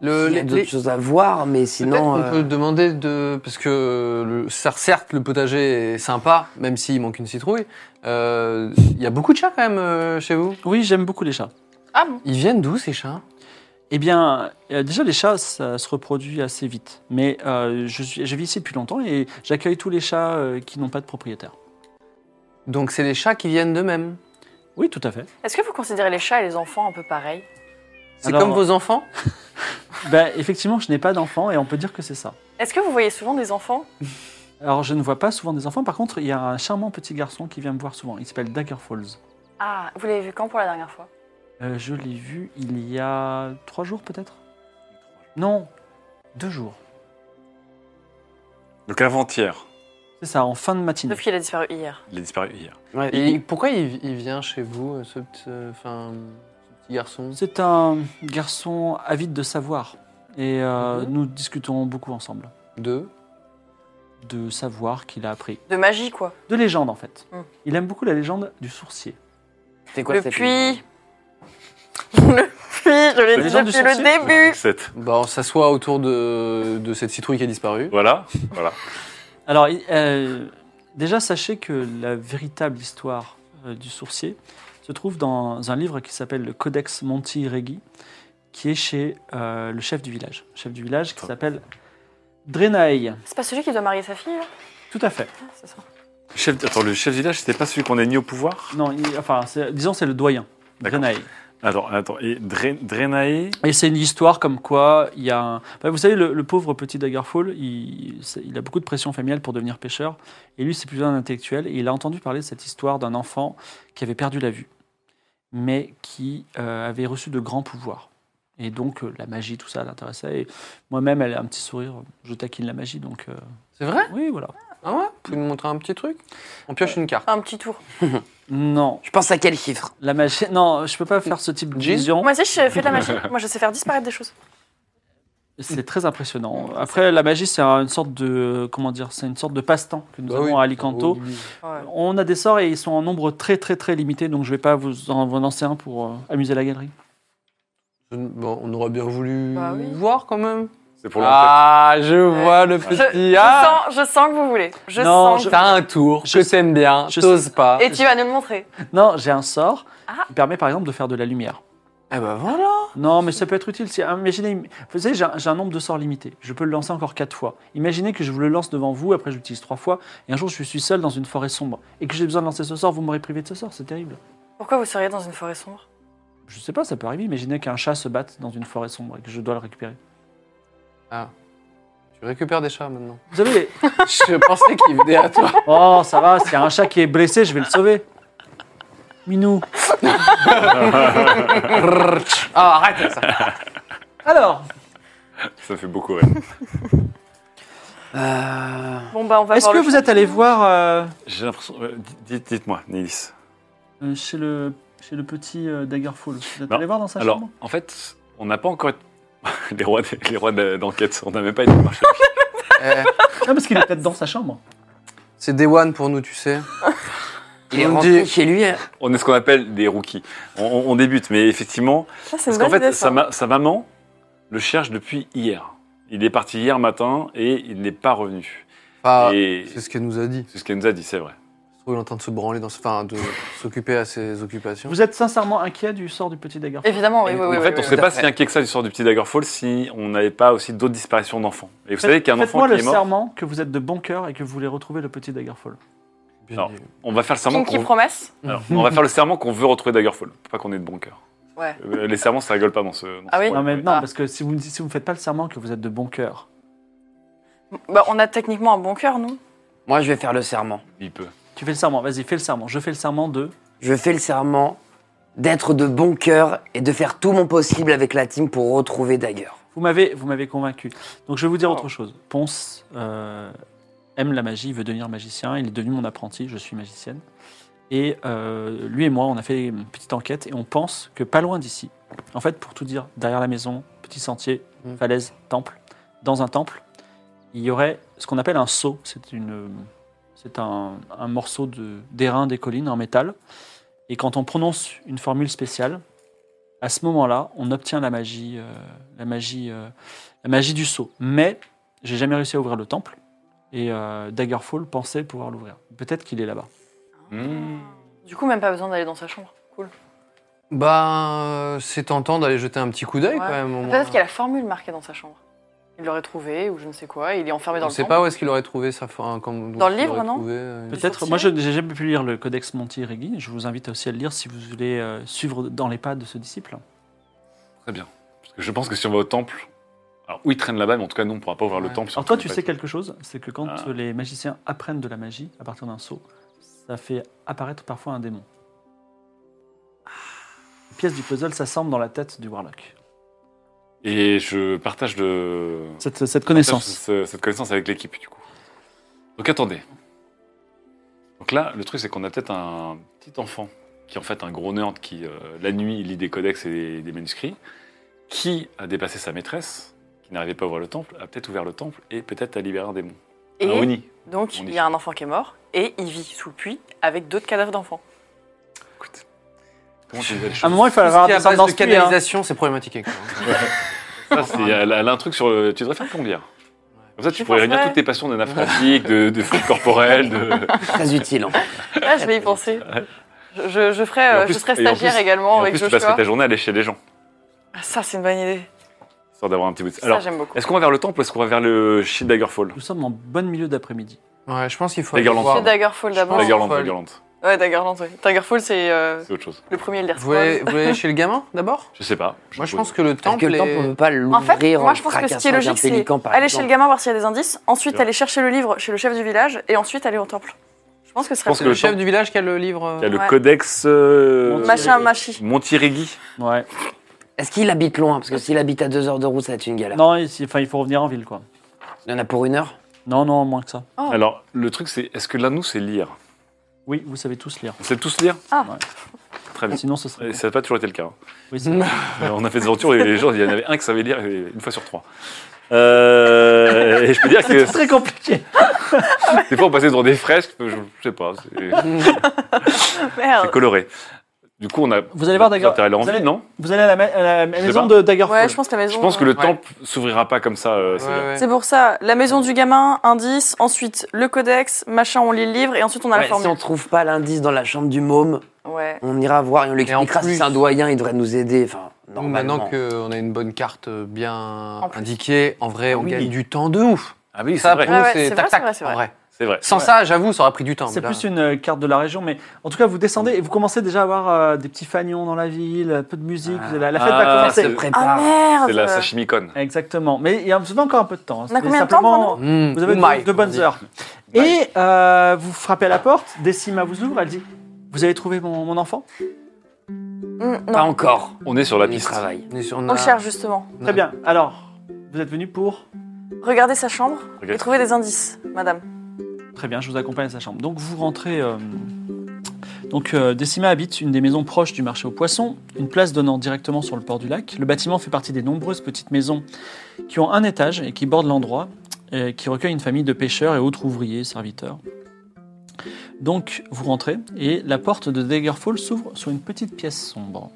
Le- Il y les- a d'autres les- choses à voir, mais sinon. Peut-être qu'on euh, peut demander de... Parce que, le... cer- certes, le potager est sympa, même s'il manque une citrouille. Euh, Il y a beaucoup de chats, quand même, euh, chez vous. Oui, j'aime beaucoup les chats. Ah bon Ils viennent d'où, ces chats Eh bien, euh, déjà, les chats, ça se reproduit assez vite. Mais euh, je, suis- je vis ici depuis longtemps et j'accueille tous les chats euh, qui n'ont pas de propriétaire. Donc, c'est les chats qui viennent d'eux-mêmes. Oui, tout à fait. Est-ce que vous considérez les chats et les enfants un peu pareils C'est Alors- comme vos enfants Ben, effectivement, je n'ai pas d'enfant et on peut dire que c'est ça. Est-ce que vous voyez souvent des enfants Alors, je ne vois pas souvent des enfants. Par contre, il y a un charmant petit garçon qui vient me voir souvent. Il s'appelle Dagger Falls. Ah, vous l'avez vu quand pour la dernière fois Euh, je l'ai vu il y a trois jours, peut-être Non, deux jours. Donc avant-hier, C'est ça, en fin de matinée. Sauf qu'il a disparu hier. il a disparu hier. ouais, Et il- pourquoi il, il vient chez vous, euh, ce petit, euh, enfin, ce petit garçon C'est un garçon avide de savoir. Et Mhm. euh, nous discutons beaucoup ensemble de de savoir qu'il a appris. De magie, quoi. De légende, en fait. Mm. Il aime beaucoup la légende du sourcier. c'est quoi le cette- puits Le puits, je l'ai Les dit gens du depuis le sorcier début Sept. Bah, on s'assoit autour de, de cette citrouille qui a disparu. Voilà, voilà. Alors, il- euh, déjà, sachez que la véritable histoire euh, du sourcier se trouve dans un livre qui s'appelle le Codex Monti Regi, qui est chez euh, le chef du village. Le chef du village qui s'appelle Drenaï. C'est pas celui qui doit marier sa fille, là Tout à fait. Ah, c'est ça. Chef, attends, le chef village, c'était pas celui qu'on a mis au pouvoir Non, il- enfin, c'est- disons, c'est le doyen. D'accord. Drenaï. Attends, attends. Et Dre- Drenae Et c'est une histoire comme quoi il y a un... Bah, vous savez, le, le pauvre petit Daggerfall, il, c'est- il a beaucoup de pression familiale pour devenir pêcheur. Et lui, c'est plutôt un intellectuel. Et il a entendu parler de cette histoire d'un enfant qui avait perdu la vue, mais qui euh, avait reçu de grands pouvoirs. Et donc, euh, la magie, tout ça l'intéressait. Et moi-même, elle a un petit sourire. Je taquine la magie, donc... euh, C'est vrai Oui, voilà. Ah ouais Vous pouvez nous montrer un petit truc On pioche une carte. Un petit tour. Non, Je pense à quel chiffre la magie... Non, je peux pas faire ce type de Jeez. vision. Moi aussi, je fais de la magie. Moi, je sais faire disparaître des choses. C'est très impressionnant. Après, la magie, c'est une sorte de... Comment dire C'est une sorte de passe-temps que nous Bah avons oui. à Alicanto. Oh, oui. Ouais. On a des sorts et ils sont en nombre très très très limité, donc je vais pas vous en vous lancer un pour euh, amuser la galerie. Je- Bon, on aurait bien voulu Bah oui. voir quand même. C'est pour l'enquête. ah, je vois le Je, petit. je ah sens, je sens que vous voulez. Je Non, sens. je- que- T'as un tour Je que t'aimes bien, je t'oses pas. Et tu vas nous le montrer. Non, j'ai un sort Ah. qui permet par exemple de faire de la lumière. Eh bah voilà Non, mais ça peut être utile. Si, imaginez, vous savez, j'ai un, j'ai un nombre de sorts limité. Je peux le lancer encore quatre fois. Imaginez que je vous le lance devant vous, après je l'utilise trois fois, et un jour je suis seul dans une forêt sombre et que j'ai besoin de lancer ce sort, vous m'aurez privé de ce sort, c'est terrible. Pourquoi vous seriez dans une forêt sombre Je sais pas, ça peut arriver. Imaginez qu'un chat se batte dans une forêt sombre et que je dois le récupérer. Tu récupères des chats maintenant. Vous savez, je pensais qu'il venait à toi. oh ça va, s'il y a un chat qui est blessé, je vais le sauver. Minou. Ah, arrête avec ça. Alors, Ça fait beaucoup rire. Euh, Bon, bah, on va Est-ce voir que le vous êtes allé voir euh, J'ai l'impression. euh, di- di- Dites-moi, Nilis. euh, chez, le, chez le petit euh, Daggerfall Vous êtes Non. allé voir dans sa Alors, chambre en fait, on n'a pas encore. été- Les rois, de- les rois de- d'enquête, on n'a même pas été marcher. Eh, Non, parce qu'il est peut-être dans sa chambre. c'est Day One pour nous, tu sais. il est On rentré dit- chez lui. hein. On est ce qu'on appelle des rookies. On, on- on débute, mais effectivement, Ça, c'est parce une qu'en bonne fait, idée, sa, ça. ma- sa maman le cherche depuis hier. Il est parti hier matin et il n'est pas revenu. Enfin, et c'est ce qu'elle nous a dit. Ah. c'est ce qu'elle nous a dit, c'est vrai. Je trouve qu'il est en train de se branler, dans ce... enfin, de s'occuper à ses occupations. Vous êtes sincèrement inquiet du sort du petit Daggerfall Évidemment, oui, oui, En oui. oui, en fait, on oui, ne oui, serait pas tout à si fait. inquiet que ça du sort du petit Daggerfall si on n'avait pas aussi d'autres disparitions d'enfants. Et vous savez Faites- qu'un enfant Faites-moi qui le est mort, serment que vous êtes de bon cœur et que vous voulez retrouver le petit Daggerfall. Bien Alors, dit. on va faire le serment Pinky qu'on promesse Alors, on va faire le serment qu'on veut retrouver Daggerfall. Faut Pas qu'on ait de bon cœur. Ouais. Euh, Les serments, ça rigole pas dans ce. dans Ah ce oui royaume, non, mais ouais. non, Ah. parce que si vous ne si vous ne faites pas le serment que vous êtes de bon cœur, Bah, on a techniquement un bon cœur, non Moi, je vais faire le serment. Il peut. tu fais le serment, vas-y, fais le serment. Je fais le serment de. Je fais le serment d'être de bon cœur et de faire tout mon possible avec la team pour retrouver Dagger. Vous m'avez vous m'avez convaincu. Donc, je vais vous dire Oh. autre chose. Ponce euh, aime la magie, veut devenir magicien. Il est devenu mon apprenti, je suis magicienne. Et euh, lui et moi, on a fait une petite enquête et on pense que pas loin d'ici, en fait, pour tout dire, derrière la maison, petit sentier, Mm. falaise, temple, dans un temple, il y aurait ce qu'on appelle un seau. C'est une, c'est un, un morceau de d'airain des collines en métal. Et quand on prononce une formule spéciale, à ce moment-là, on obtient la magie, euh, la magie, euh, la magie du seau. Mais j'ai jamais réussi à ouvrir le temple. Et euh, Daggerfall pensait pouvoir l'ouvrir. Peut-être qu'il est là-bas. Mmh. Du coup, même pas besoin d'aller dans sa chambre. Cool. Bah, c'est tentant d'aller jeter un petit coup d'œil Ouais. quand même. au moins. Peut-être qu'il y a la formule marquée dans sa chambre. Il l'aurait trouvée ou je ne sais quoi. Il est enfermé dans On le sait temple. pas où est-ce qu'il aurait trouvé ça. enfin, quand- Dans le où est-ce qu'il livre, aurait non trouvé, euh, Peut-être. sorcier. Moi, je n'ai jamais pu lire le Codex Monti Régui. Je vous invite aussi à le lire si vous voulez euh, suivre dans les pas de ce disciple. Très bien. Parce que je pense que si on va au temple, alors où il traîne là-bas, mais en tout cas, nous, on pourra pas ouvrir le Ouais. temple. si on Alors toi, connaît tu pas sais tout. quelque chose, c'est que quand Ah. les magiciens apprennent de la magie à partir d'un sceau, ça fait apparaître parfois un démon. Les pièces du puzzle s'assemblent dans la tête du warlock. Et je partage de. Cette, cette partage connaissance. ce- cette connaissance avec l'équipe, du coup. Donc attendez. Donc là, le truc, c'est qu'on a peut-être un petit enfant, qui est en fait un gros nerd qui, euh, la nuit, lit des codex et des, des manuscrits, qui a dépassé sa maîtresse, qui n'arrivait pas à ouvrir le temple, a peut-être ouvert le temple et peut-être a libéré un démon. Et Un Oni. donc, On il dit. y a un enfant qui est mort et il vit sous le puits avec d'autres cadavres d'enfants. Écoute. Comment tu disais les À un choses moment, il Tout faudra ce qui est à rater ça base dans de ce puits, hein. canalisation, c'est problématique. avec moi. Ça, c'est- euh, Ah. elle a- elle a un truc sur le. Tu devrais faire combien Comme ça, tu Je pourrais réunir penserais. toutes tes passions d'anaphrasique, de, de foot corporel, de. Très utile. hein. en fait. Ah, je vais y penser. Je, je, je ferai, Et en euh, plus- je serai et en plus- stagiaire Et également en avec plus, tu passerais Joshua. ta journée à aller chez les gens, Ah, ça, c'est une bonne idée. histoire d'avoir un petit bout de. Ça, Alors, j'aime beaucoup. est-ce qu'on va vers le temple ou est-ce qu'on va vers le Shield Daggerfall hein. Nous sommes en bonne milieu d'après-midi. Ouais, je pense qu'il faut Les aller guirlandes. voir. C'est Daggerfall d'abord. pense- Daggerland, Fall. Daggerland, Ouais, Daggerland, oui. Daggerfall, c'est euh, c'est autre chose. le premier Elder Vous voulez, Scrolls. vous voulez aller chez le gamin d'abord Je sais pas. Moi, je suppose. pense que le Parce temple, que le temple, on ne peut est... pas En fait, l'ouvrir moi en je pense que ce qui fracassant est avec un logique, c'est pélican, par aller chez exemple. le gamin voir s'il y a des indices, ensuite Sûr. aller chercher le livre chez le chef du village et ensuite aller au temple. Je pense que ce serait pense c'est que le le chef temple- du village qui a le livre. Il y a le Ouais. codex. euh, Machin, machi. Montirigui. Ouais. Est-ce qu'il habite loin Parce que s'il habite à deux heures de route, ça va être une galère. Non, il, enfin, il faut revenir en ville, quoi. Il y en a pour une heure Non, non, moins que ça. Oh. Alors, le truc, c'est est-ce que l'un de nous sait lire Oui, vous savez tous lire. On sait tous lire Ah. Ouais. Très bien. Sinon, ce serait. Et Ça n'a pas toujours été le cas. hein. Oui, c'est- Euh, On a fait des aventures et les gens, il y en avait un qui savait lire et une fois sur trois. Euh, et je peux dire que C'est très compliqué. des fois on passait devant des fresques, je, je sais pas, c'est c'est Merde. coloré. Du coup, on a. Vous allez voir, on a Dagger- intérêt à aller en vous allez- ville, non Vous allez à la, ma- à la Je sais maison pas. de Daggerfall. Ouais, je pense que la maison. euh, Je pense que le Ouais. temple s'ouvrira pas comme ça. euh, Ouais, c'est bien. ouais. C'est pour ça, la maison du gamin, indice, ensuite le codex, machin, on lit le livre et ensuite on a la Ouais, Si on formule. trouve pas l'indice dans la chambre du môme, Ouais. on ira voir et on lui Et en expliquera si plus- c'est un doyen, il devrait nous aider. Enfin, Nous, normalement. Maintenant qu'on a une bonne carte euh, bien En plus. indiquée, en vrai, on Oui. gagne du temps de ouf. Ah oui, c'est Ça, vrai. pour nous, Ouais, ouais, c'est c'est vrai, c'est vrai, tac-tac, c'est en vrai. vrai. C'est vrai. Sans ça, j'avoue, ça aurait pris du temps. C'est mais là- plus une euh, carte de la région, mais en tout cas, vous descendez et vous commencez déjà à avoir euh, des petits fanions dans la ville, un peu de musique, vous allez- la, fête Ah, va Ça se commencer. Ah prépare. merde C'est la sashimicon. Exactement, mais il y a vous avez encore un peu de temps. hein. On a C'est combien de temps, simplement, Mmh, Vous avez oh de, my, de on bonnes dit. heures. Et euh, vous frappez à la porte, Décima vous ouvre, elle dit Vous avez trouvé mon, mon enfant Mm, pas Non, encore. On est sur la On y piste. travaille. On est sur- on on a- cherche justement. on a- Très bien, alors, vous êtes venu pour Regardez sa chambre et Regarde. trouvez des indices, madame. Très bien, je vous accompagne à sa chambre. Donc vous rentrez. euh, Donc euh, Décima habite une des maisons proches du marché aux poissons, une place donnant directement sur le port du lac. Le bâtiment fait partie des nombreuses petites maisons qui ont un étage et qui bordent l'endroit, euh, qui recueille une famille de pêcheurs et autres ouvriers, serviteurs. Donc vous rentrez et la porte de Daggerfall s'ouvre sur une petite pièce sombre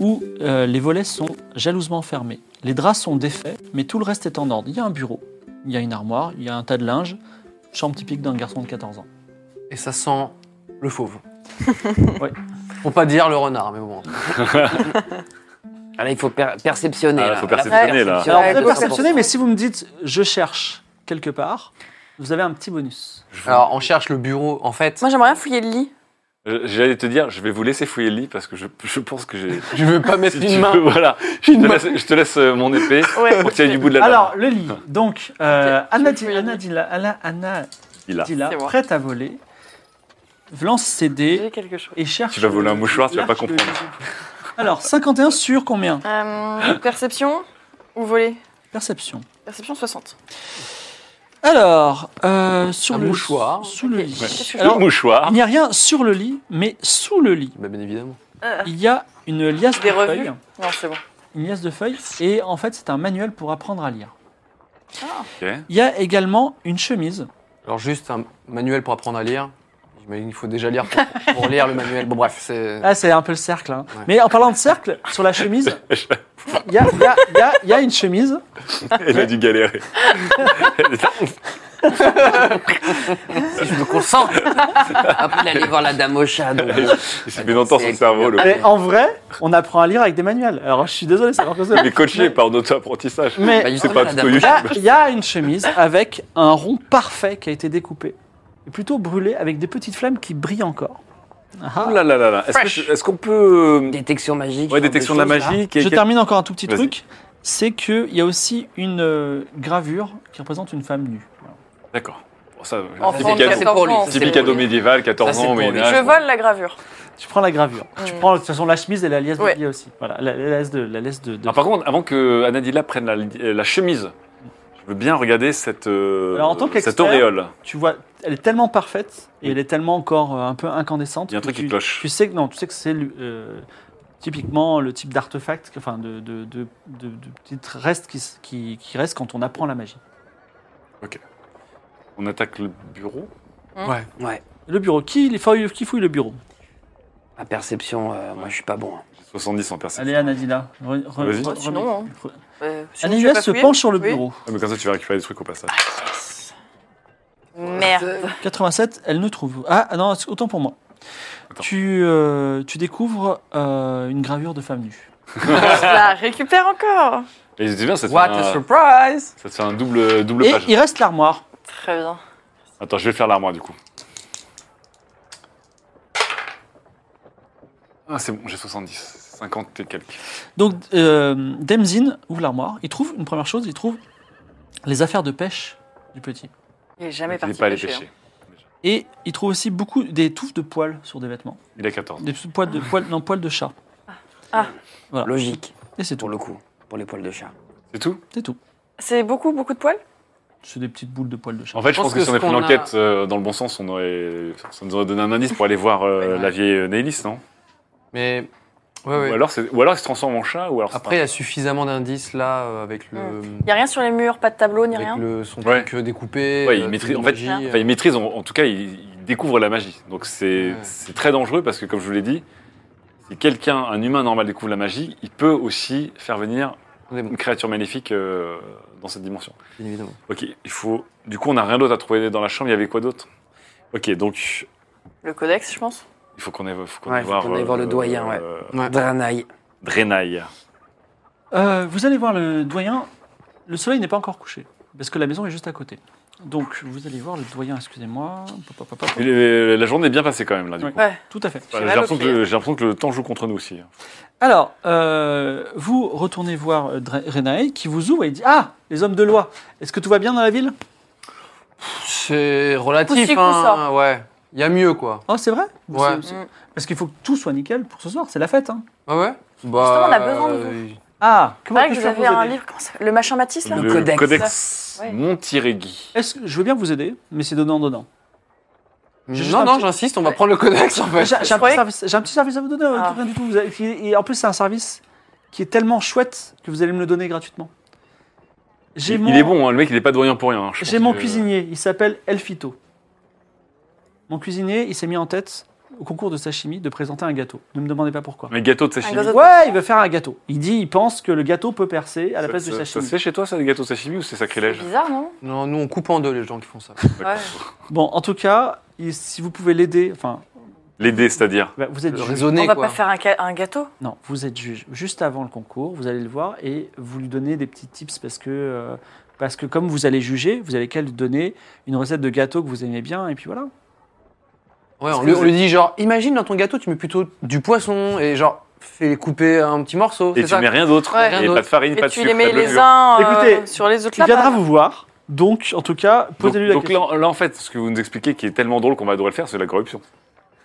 où euh, les volets sont jalousement fermés. Les draps sont défaits, mais tout le reste est en ordre. Il y a un bureau, il y a une armoire, il y a un tas de linge, Chambre typique d'un garçon de 14 ans. Et ça sent le fauve. Ouais. Pour pas dire le renard, mais bon. Ah, là, il faut per- perceptionner. Ah, là. faut perceptionner, là. Alors, vous Ouais, avez d'accord. perceptionné, mais si vous me dites je cherche quelque part, vous avez un petit bonus. Alors, on cherche le bureau, en fait. Moi j'aimerais bien fouiller le lit. Je- Euh, J'allais te dire, je vais vous laisser fouiller le lit parce que je, je pense que j'ai. Je veux pas mettre Si une tu main. veux, voilà. Je te, laisse, je te laisse, euh, mon épée Ouais. pour tirer du bout de la lame. Alors, le lit. Donc, euh, Anna, tu Di- peux y Anna aller. Dila- Anna- Anna il a. Dila, C'est moi. prête à voler, lance ses dés J'ai quelque chose. et cherche. Tu vas voler un le- mouchoir, tu vas pas l'arche de- comprendre. Alors, 51 sur combien Euh, perception ou voler Perception. Perception 60. Alors, euh, sur Un le mouchoir. sous le lit. Ouais. Alors, le mouchoir. il n'y a rien sur le lit, mais sous le lit, Bah, bien évidemment. Euh, il y a une liasse Des de revues feuilles. non, c'est bon. Une liasse de feuilles. Et en fait, c'est un manuel pour apprendre à lire. Ok. Il y a également une chemise. Alors, juste un manuel pour apprendre à lire. J'imagine qu'il faut déjà lire pour, pour lire le manuel. Bon, bref, c'est. Ah, c'est un peu le cercle. hein. Ouais. Mais en parlant de cercle, sur la chemise, il y a, il y a- il y a- il y a une chemise. Elle a dû galérer. Si je me concentre. Après, il allait voir la dame au chat. donc, euh, Il s'est mis longtemps son cerveau. Le... Mais en vrai, on apprend à lire avec des manuels. Alors, je suis désolé, c'est pas possible. Il est coaché par un auto-apprentissage. Mais- bah, C'est justement, pas la un dame tuto au Il y YouTube. a- Il y a une chemise avec un rond parfait qui a été découpé et plutôt brûlé avec des petites flammes qui brillent encore. Ah ah. Oh là là là là. Est-ce que je- Est-ce qu'on peut. euh, Détection magique. Ouais, genre détection de la choses, là. magie. qui est- Je termine encore un tout petit Vas-y. truc. C'est qu'il y a aussi une euh, gravure qui représente une femme nue. D'accord. Bon, ça, Enfant typique de ado- c'est pour lui, typique ado médiéval, 14 Ça, c'est ans, pour mais lui. là, Je vole la gravure. Tu prends la gravure. Tu Mm. prends de toute façon la chemise et la liasse de Ouais. billet aussi. Voilà, la, la liasse de la laisse de. de- Ah, par contre, avant que Anadila prenne la, la chemise, je veux bien regarder cette, euh, Alors, en tant cette qu'expert- auréole. Tu vois, elle est tellement parfaite et elle est tellement encore euh, un peu incandescente. Il y a un que truc qui tu- cloche. Tu sais que non, tu sais que c'est euh, typiquement le type d'artefact, que- enfin de, de, de, de, de petits restes qui, s- qui, qui restent quand on apprend la magie. On attaque le bureau. Ouais. Le bureau, qui, les fouille, qui fouille le bureau Ma perception, euh, moi, je suis pas bon. hein. J'ai 70 en personne. Allez, Anadila. Re, Vas-y. Toi, tu non, hein. re- Euh, sinon, tu veux Anadila pas se fouiller penche sur le Oui. bureau. Ah, mais comme ça, tu vas récupérer des trucs au passage. Merde. 87, elle ne trouve. Ah ah non, c'est- autant pour moi. Attends. Tu, euh, tu découvres euh, une gravure de femme nue. Je la récupère encore. Et c'est bien, ça te, fait What a un, surprise! ça te fait un double, double Et page. il reste l'armoire. Très bien. Attends, je vais faire l'armoire du coup. Ah, c'est bon, j'ai 70. 50 et quelques. Donc, euh, Demzin ouvre l'armoire. Il trouve une première chose il trouve les affaires de pêche du petit. Il est jamais il n'est parti. pas allé pêcher, pêcher. Et il trouve aussi beaucoup des touffes de poils sur des vêtements. Il a 14. Des sous- poils de, poils, non, poils de chat. Logique, Et c'est tout. pour le coup, pour les poils de chat. C'est tout C'est tout. hein. C'est beaucoup, beaucoup de poils C'est des petites boules de poils de chat. En fait, je, Je pense pense que, que si on ce avait pris qu'on a- l'enquête euh, dans le bon sens, on aurait... ça nous aurait donné un indice pour aller voir euh, Ouais. la vieille Nélis, non Mais. Ouais, ouais. Ou, alors, c'est- ou alors il se transforme en chat, ou alors c'est Après, il y a suffisamment d'indices là euh, avec le. Il y a rien sur les murs, pas de tableau ni avec rien. le, son Ouais. truc euh, découpé. Ouais, il euh, maîtrise- toute en fait, magie, pas- enfin, il maîtrise, en, en tout cas, il, il découvre la magie. Donc c'est Ouais. c'est très dangereux parce que, comme je vous l'ai dit, si quelqu'un, un humain normal, découvre la magie, il peut aussi faire venir On est bon, une créature maléfique euh, dans cette dimension. bien évidemment. Ok, il faut. Du coup, on n'a rien d'autre à trouver dans la chambre. Il y avait quoi d'autre Ok, donc Le codex, je pense. il faut qu'on aille, faut qu'on Ouais, aille faut voir. qu'on aille voir le doyen, ouais. euh, Ouais. Dranaï. Drenaï. Euh, vous allez voir le doyen. Le soleil n'est pas encore couché, parce que la maison est juste à côté. Donc, vous allez voir le doyen, excusez-moi. Pop, pop, pop, pop. Mais, euh, La journée est bien passée quand même là. du Ouais. coup. Ouais. Tout à fait. Enfin, J'ai j'ai mal au l'impression pied. que, j'ai l'impression que le temps joue contre nous aussi. Alors, euh, vous retournez voir euh, Dre- Renae qui vous ouvre et il dit Ah, les hommes de loi, est-ce que tout va bien dans la ville C'est Coup-ci, relatif, coup, hein. ça. Ouais. Il y a mieux, quoi. Oh, c'est vrai Vous- Ouais. c'est- Mm. c'est- Parce qu'il faut que tout soit nickel pour ce soir, c'est la fête. hein. Ah ouais Justement, on a besoin de euh, Ah, C'est comment vrai est-ce que que je vous peux vous avez un aider livre, comment ça- le machin Matisse, là Le codex. Ouais. Montiregui. Est-ce que- Je veux bien vous aider, mais c'est donnant, donnant. J'ai juste Non, un non, petit- j'insiste, on va prendre le codex, en fait. J'ai j'ai un, petit croyais- service- j'ai un petit service à vous donner, euh, Ah. rien du tout. vous avez- et en plus, c'est un service qui est tellement chouette que vous allez me le donner gratuitement. J'ai Il, mon- il est bon, hein, le mec, il n'est pas doyen pour rien. hein, je J'ai pense mon que- cuisinier, il s'appelle Elfito. Mon cuisinier, il s'est mis en tête au concours de sashimi de présenter un gâteau. Ne me demandez pas pourquoi. Mais gâteau de sashimi. Un gâteau Ouais, il veut faire un gâteau. Il dit, il pense que le gâteau peut percer à la Ça- place du ça- Ça sashimi. se fait chez toi, ça, des gâteaux sashimi ou c'est C'est sacrilège bizarre, non Non, nous, on coupe en deux les gens qui font ça. Ouais. Bon, en tout cas, il- si vous pouvez l'aider, enfin, Les dés, c'est-à-dire. bah, vous êtes Le juge. raisonner, On va quoi. pas faire un, ca- un gâteau. Non, vous êtes juge. Juste avant le concours, vous allez le voir et vous lui donnez des petits tips parce que, euh, parce que comme vous allez juger, vous allez qu'à lui donner une recette de gâteau que vous aimez bien et puis voilà. Ouais, on, lui, on lui dit genre, imagine dans ton gâteau, tu mets plutôt du poisson et genre, fais couper un petit morceau. Et c'est tu ça mets rien d'autre. Ouais. Il Rien n'y a pas d'autre. de farine, Et pas de tu sucre. les pas mets de les levure. uns euh, Écoutez, sur les autres Il là. viendra pas- vous voir. Donc, en tout cas, posez-lui la donc question. là, là, en fait, ce que vous nous expliquez qui est tellement drôle qu'on va devoir le faire, c'est la corruption.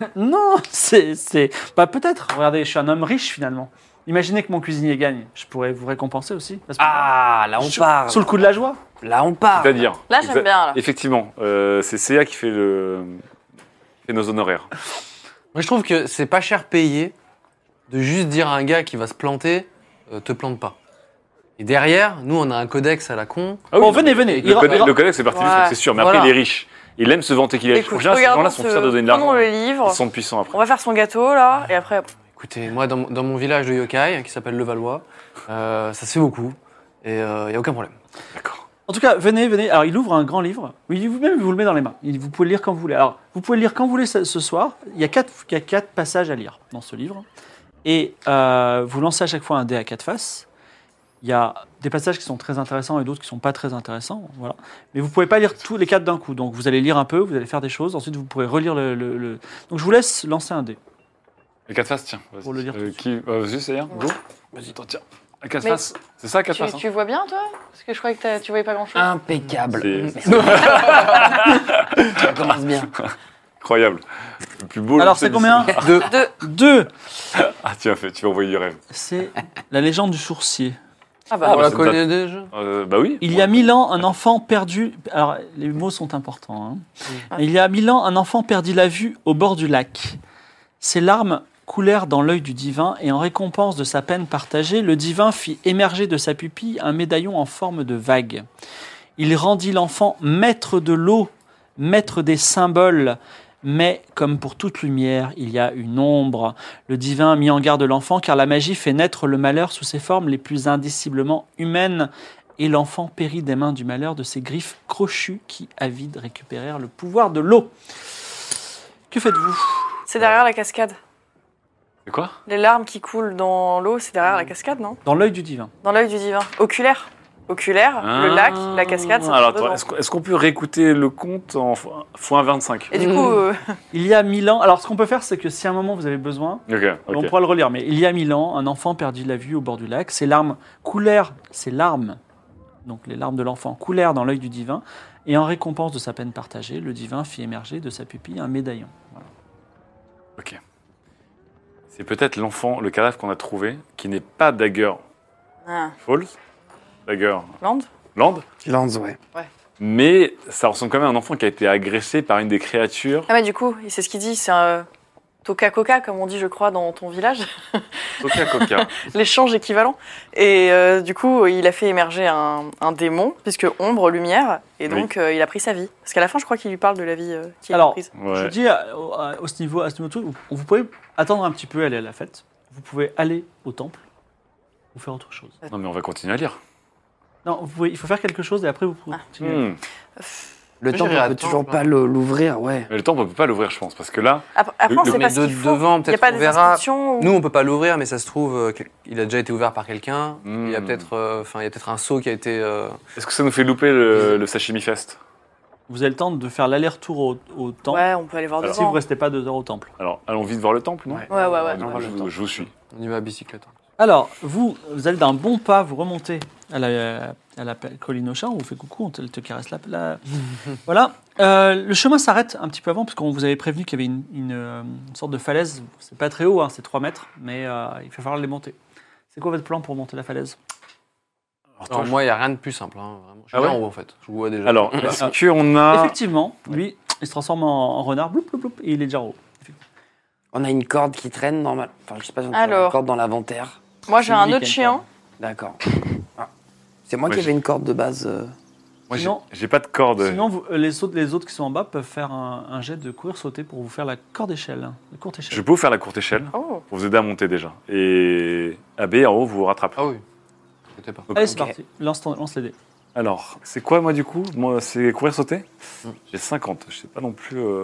Non, c'est. c'est- Bah, peut-être. Regardez, je suis un homme riche finalement. Imaginez que mon cuisinier gagne. Je pourrais vous récompenser aussi. à ce Ah, là on Sous- part. Sous le coup de la joie Là on part. C'est-à-dire. Ah. Là, j'aime exa- bien, là. Effectivement, euh, c'est Céa qui fait, le... fait nos honoraires. Moi, je trouve que c'est pas cher payé de juste dire à un gars qui va se planter, euh, te plante pas. Et derrière, nous, on a un codex à la con. Ah oui, Bon, non, venez, mais venez. Le, Il- codex- il- le codex, c'est parti du Ouais. truc, c'est sûr. Mais Voilà. après, il est riche. Il aime se vanter qu'il est riche. En Écoute, général, ces regardons gens-là sont ce- fiers de donner de prenons l'argent. le livre. Ils sont puissants après. On va faire son gâteau, là, et après... Écoutez, moi, dans, mon- dans mon village de yokai, qui s'appelle Levallois, euh, ça se fait beaucoup. Et il n'y a aucun problème. D'accord. En tout cas, venez, venez. Alors, il ouvre un grand livre. Oui, vous-même, il vous le met dans les mains. Il- Vous pouvez le lire quand vous voulez. Alors, vous pouvez le lire quand vous voulez ce ce soir. Il y a quatre, il y a quatre passages à lire dans ce livre. Et euh, vous lancez à chaque fois un dé à quatre faces. Il y a des passages qui sont très intéressants et d'autres qui ne sont pas très intéressants. Voilà. Mais vous ne pouvez pas lire tous les quatre d'un coup. Donc, vous allez lire un peu, vous allez faire des choses. Ensuite, vous pourrez relire le. le- le- Donc, je vous laisse lancer un dé. Le 4 faces, tiens. vas-y. Pour le lire Euh, tout de qui... euh, Vas-y, Céa, go. Vas-y, toi, tiens. Le 4 Mais- faces. C'est ça, 4 Tu, faces. hein. tu vois bien, toi Parce que je croyais que t'as- tu voyais pas grand-chose. Impeccable. C'est c'est Ça commence bien. incroyable. Le plus beau. Alors, lancer c'est du- combien Deux. Deux Ah, tiens, fais, tu vas envoyer du rêve. C'est la légende du sourcier. Ah bah, On la c'est connaît déjà. Euh, bah oui. Il y a mille ans, un enfant perdu. Alors, les mots sont importants. hein. Il y a mille ans, un enfant perdit la vue au bord du lac. Ses larmes coulèrent dans l'œil du divin, et en récompense de sa peine partagée, le divin fit émerger de sa pupille un médaillon en forme de vague. Il rendit l'enfant maître de l'eau, maître des symboles. Mais, comme pour toute lumière, il y a une ombre. Le divin mit en garde l'enfant, car la magie fait naître le malheur sous ses formes les plus indéciblement humaines et l'enfant périt des mains du malheur de ses griffes crochues qui, avides, récupérèrent le pouvoir de l'eau. Que faites-vous c'est derrière la cascade. C'est quoi Les larmes qui coulent dans l'eau, c'est derrière la cascade, non Dans l'œil du divin. Dans l'œil du divin. Oculaire. Oculaire, le lac, la cascade, ça Ah. Hein Alors, part dedans. attends, est-ce qu'on- est-ce qu'on peut réécouter le compte en x 25 Et du coup, euh, Il y a mille ans, alors ce qu'on peut faire, c'est que si à un moment vous avez besoin, Ok, ok. on pourra le relire, mais il y a mille ans, un enfant perdit la vue au bord du lac, ses larmes coulèrent, ses larmes, donc les larmes de l'enfant, coulèrent dans l'œil du divin, et en récompense de sa peine partagée, le divin fit émerger de sa pupille un médaillon. Voilà. C'est peut-être l'enfant, le cadavre qu'on a trouvé, qui n'est pas Dagger ah, Falls, Dagger Land Land, Lance, ouais. mais ça ressemble quand même à un enfant qui a été agressé par une des créatures. Ah mais du coup, c'est ce qu'il dit, c'est un toca coca comme on dit je crois dans ton village, Coca Coca. l'échange équivalent. Et euh, du coup, il a fait émerger un, un démon, puisque ombre, lumière, et Oui. donc euh, il a pris sa vie. Parce qu'à la fin, je crois qu'il lui parle de la vie euh, qui est Alors, prise. Je Ouais. dis à, au- à- au- ce niveau, à ce niveau de truc, vous, vous pouvez attendre un petit peu, aller à la fête. Vous pouvez aller au temple ou faire autre chose. Non, mais on va continuer à lire. Non, vous pouvez- il faut faire quelque chose et après vous pouvez continuer. Hmm. Le Moi, temple, j'irai on à peut la toujours temple, pas hein. le- l'ouvrir, ouais. Mais le temple, on peut pas l'ouvrir, je pense, parce que là, Après, après, on le- sait mais pas Mais ce de, qu'il faut. devant, Il n'y a peut-être pas qu'on des verra. inscriptions ou... Nous, on peut pas l'ouvrir, mais ça se trouve, euh, quel- il a déjà été ouvert par quelqu'un. Hmm. Il y a peut-être, euh, enfin, il y a peut-être un seau qui a été. euh, est-ce que ça nous fait louper le, le Sashimi Fest Vous avez le temps de faire l'aller-retour au, au temple Ouais, on peut aller voir Alors, si vous devant. restez pas deux heures au temple. Alors, allons vite voir le temple, non Ouais. Ouais, ouais, Ah, ouais. Ouais, non, le je, vous- temple. je vous suis. On y va à bicyclette. Alors, vous, vous allez d'un bon pas, vous remontez à la, à la pe- colline au chat, on vous fait coucou, on te, te caresse la... la- voilà. Euh, le chemin s'arrête un petit peu avant, parce qu'on vous avait prévenu qu'il y avait une, une, euh, une sorte de falaise. C'est pas très haut, hein, c'est 3 mètres, mais euh, il va falloir les monter. C'est quoi votre plan pour monter la falaise Alors, toi, Alors, moi, il n'y a rien de plus simple. hein, vraiment. Je suis Ah bien ouais en haut, en fait. Je vous vois je- déjà. alors, est-ce qu'on a. Effectivement, lui, il se transforme en, en renard, bloup, bloup, bloup, et il est déjà en haut. On a une corde qui traîne normal. Enfin, je sais pas si on a une Alors. corde dans l'inventaire. Moi, j'ai C'est un lui autre qui aime chien. D'accord. Ah. C'est moi Ouais, qui j'ai- avais une corde de base. euh. Moi, j'ai- Sinon- j'ai pas de corde. Sinon, vous- euh, les, autres, les autres qui sont en bas peuvent faire un, un jet de courir sauter pour vous faire la corde échelle. hein, La courte échelle. Je peux vous faire la courte échelle Oh. pour vous aider à monter déjà. Et AB en haut vous rattrape. Ah oui. C'était pas. Allez, c'est Ok. parti. Lance, ton- lance les dés. Alors, c'est quoi moi du coup Moi, c'est courir sauter J'ai 50. Je sais pas non plus. euh,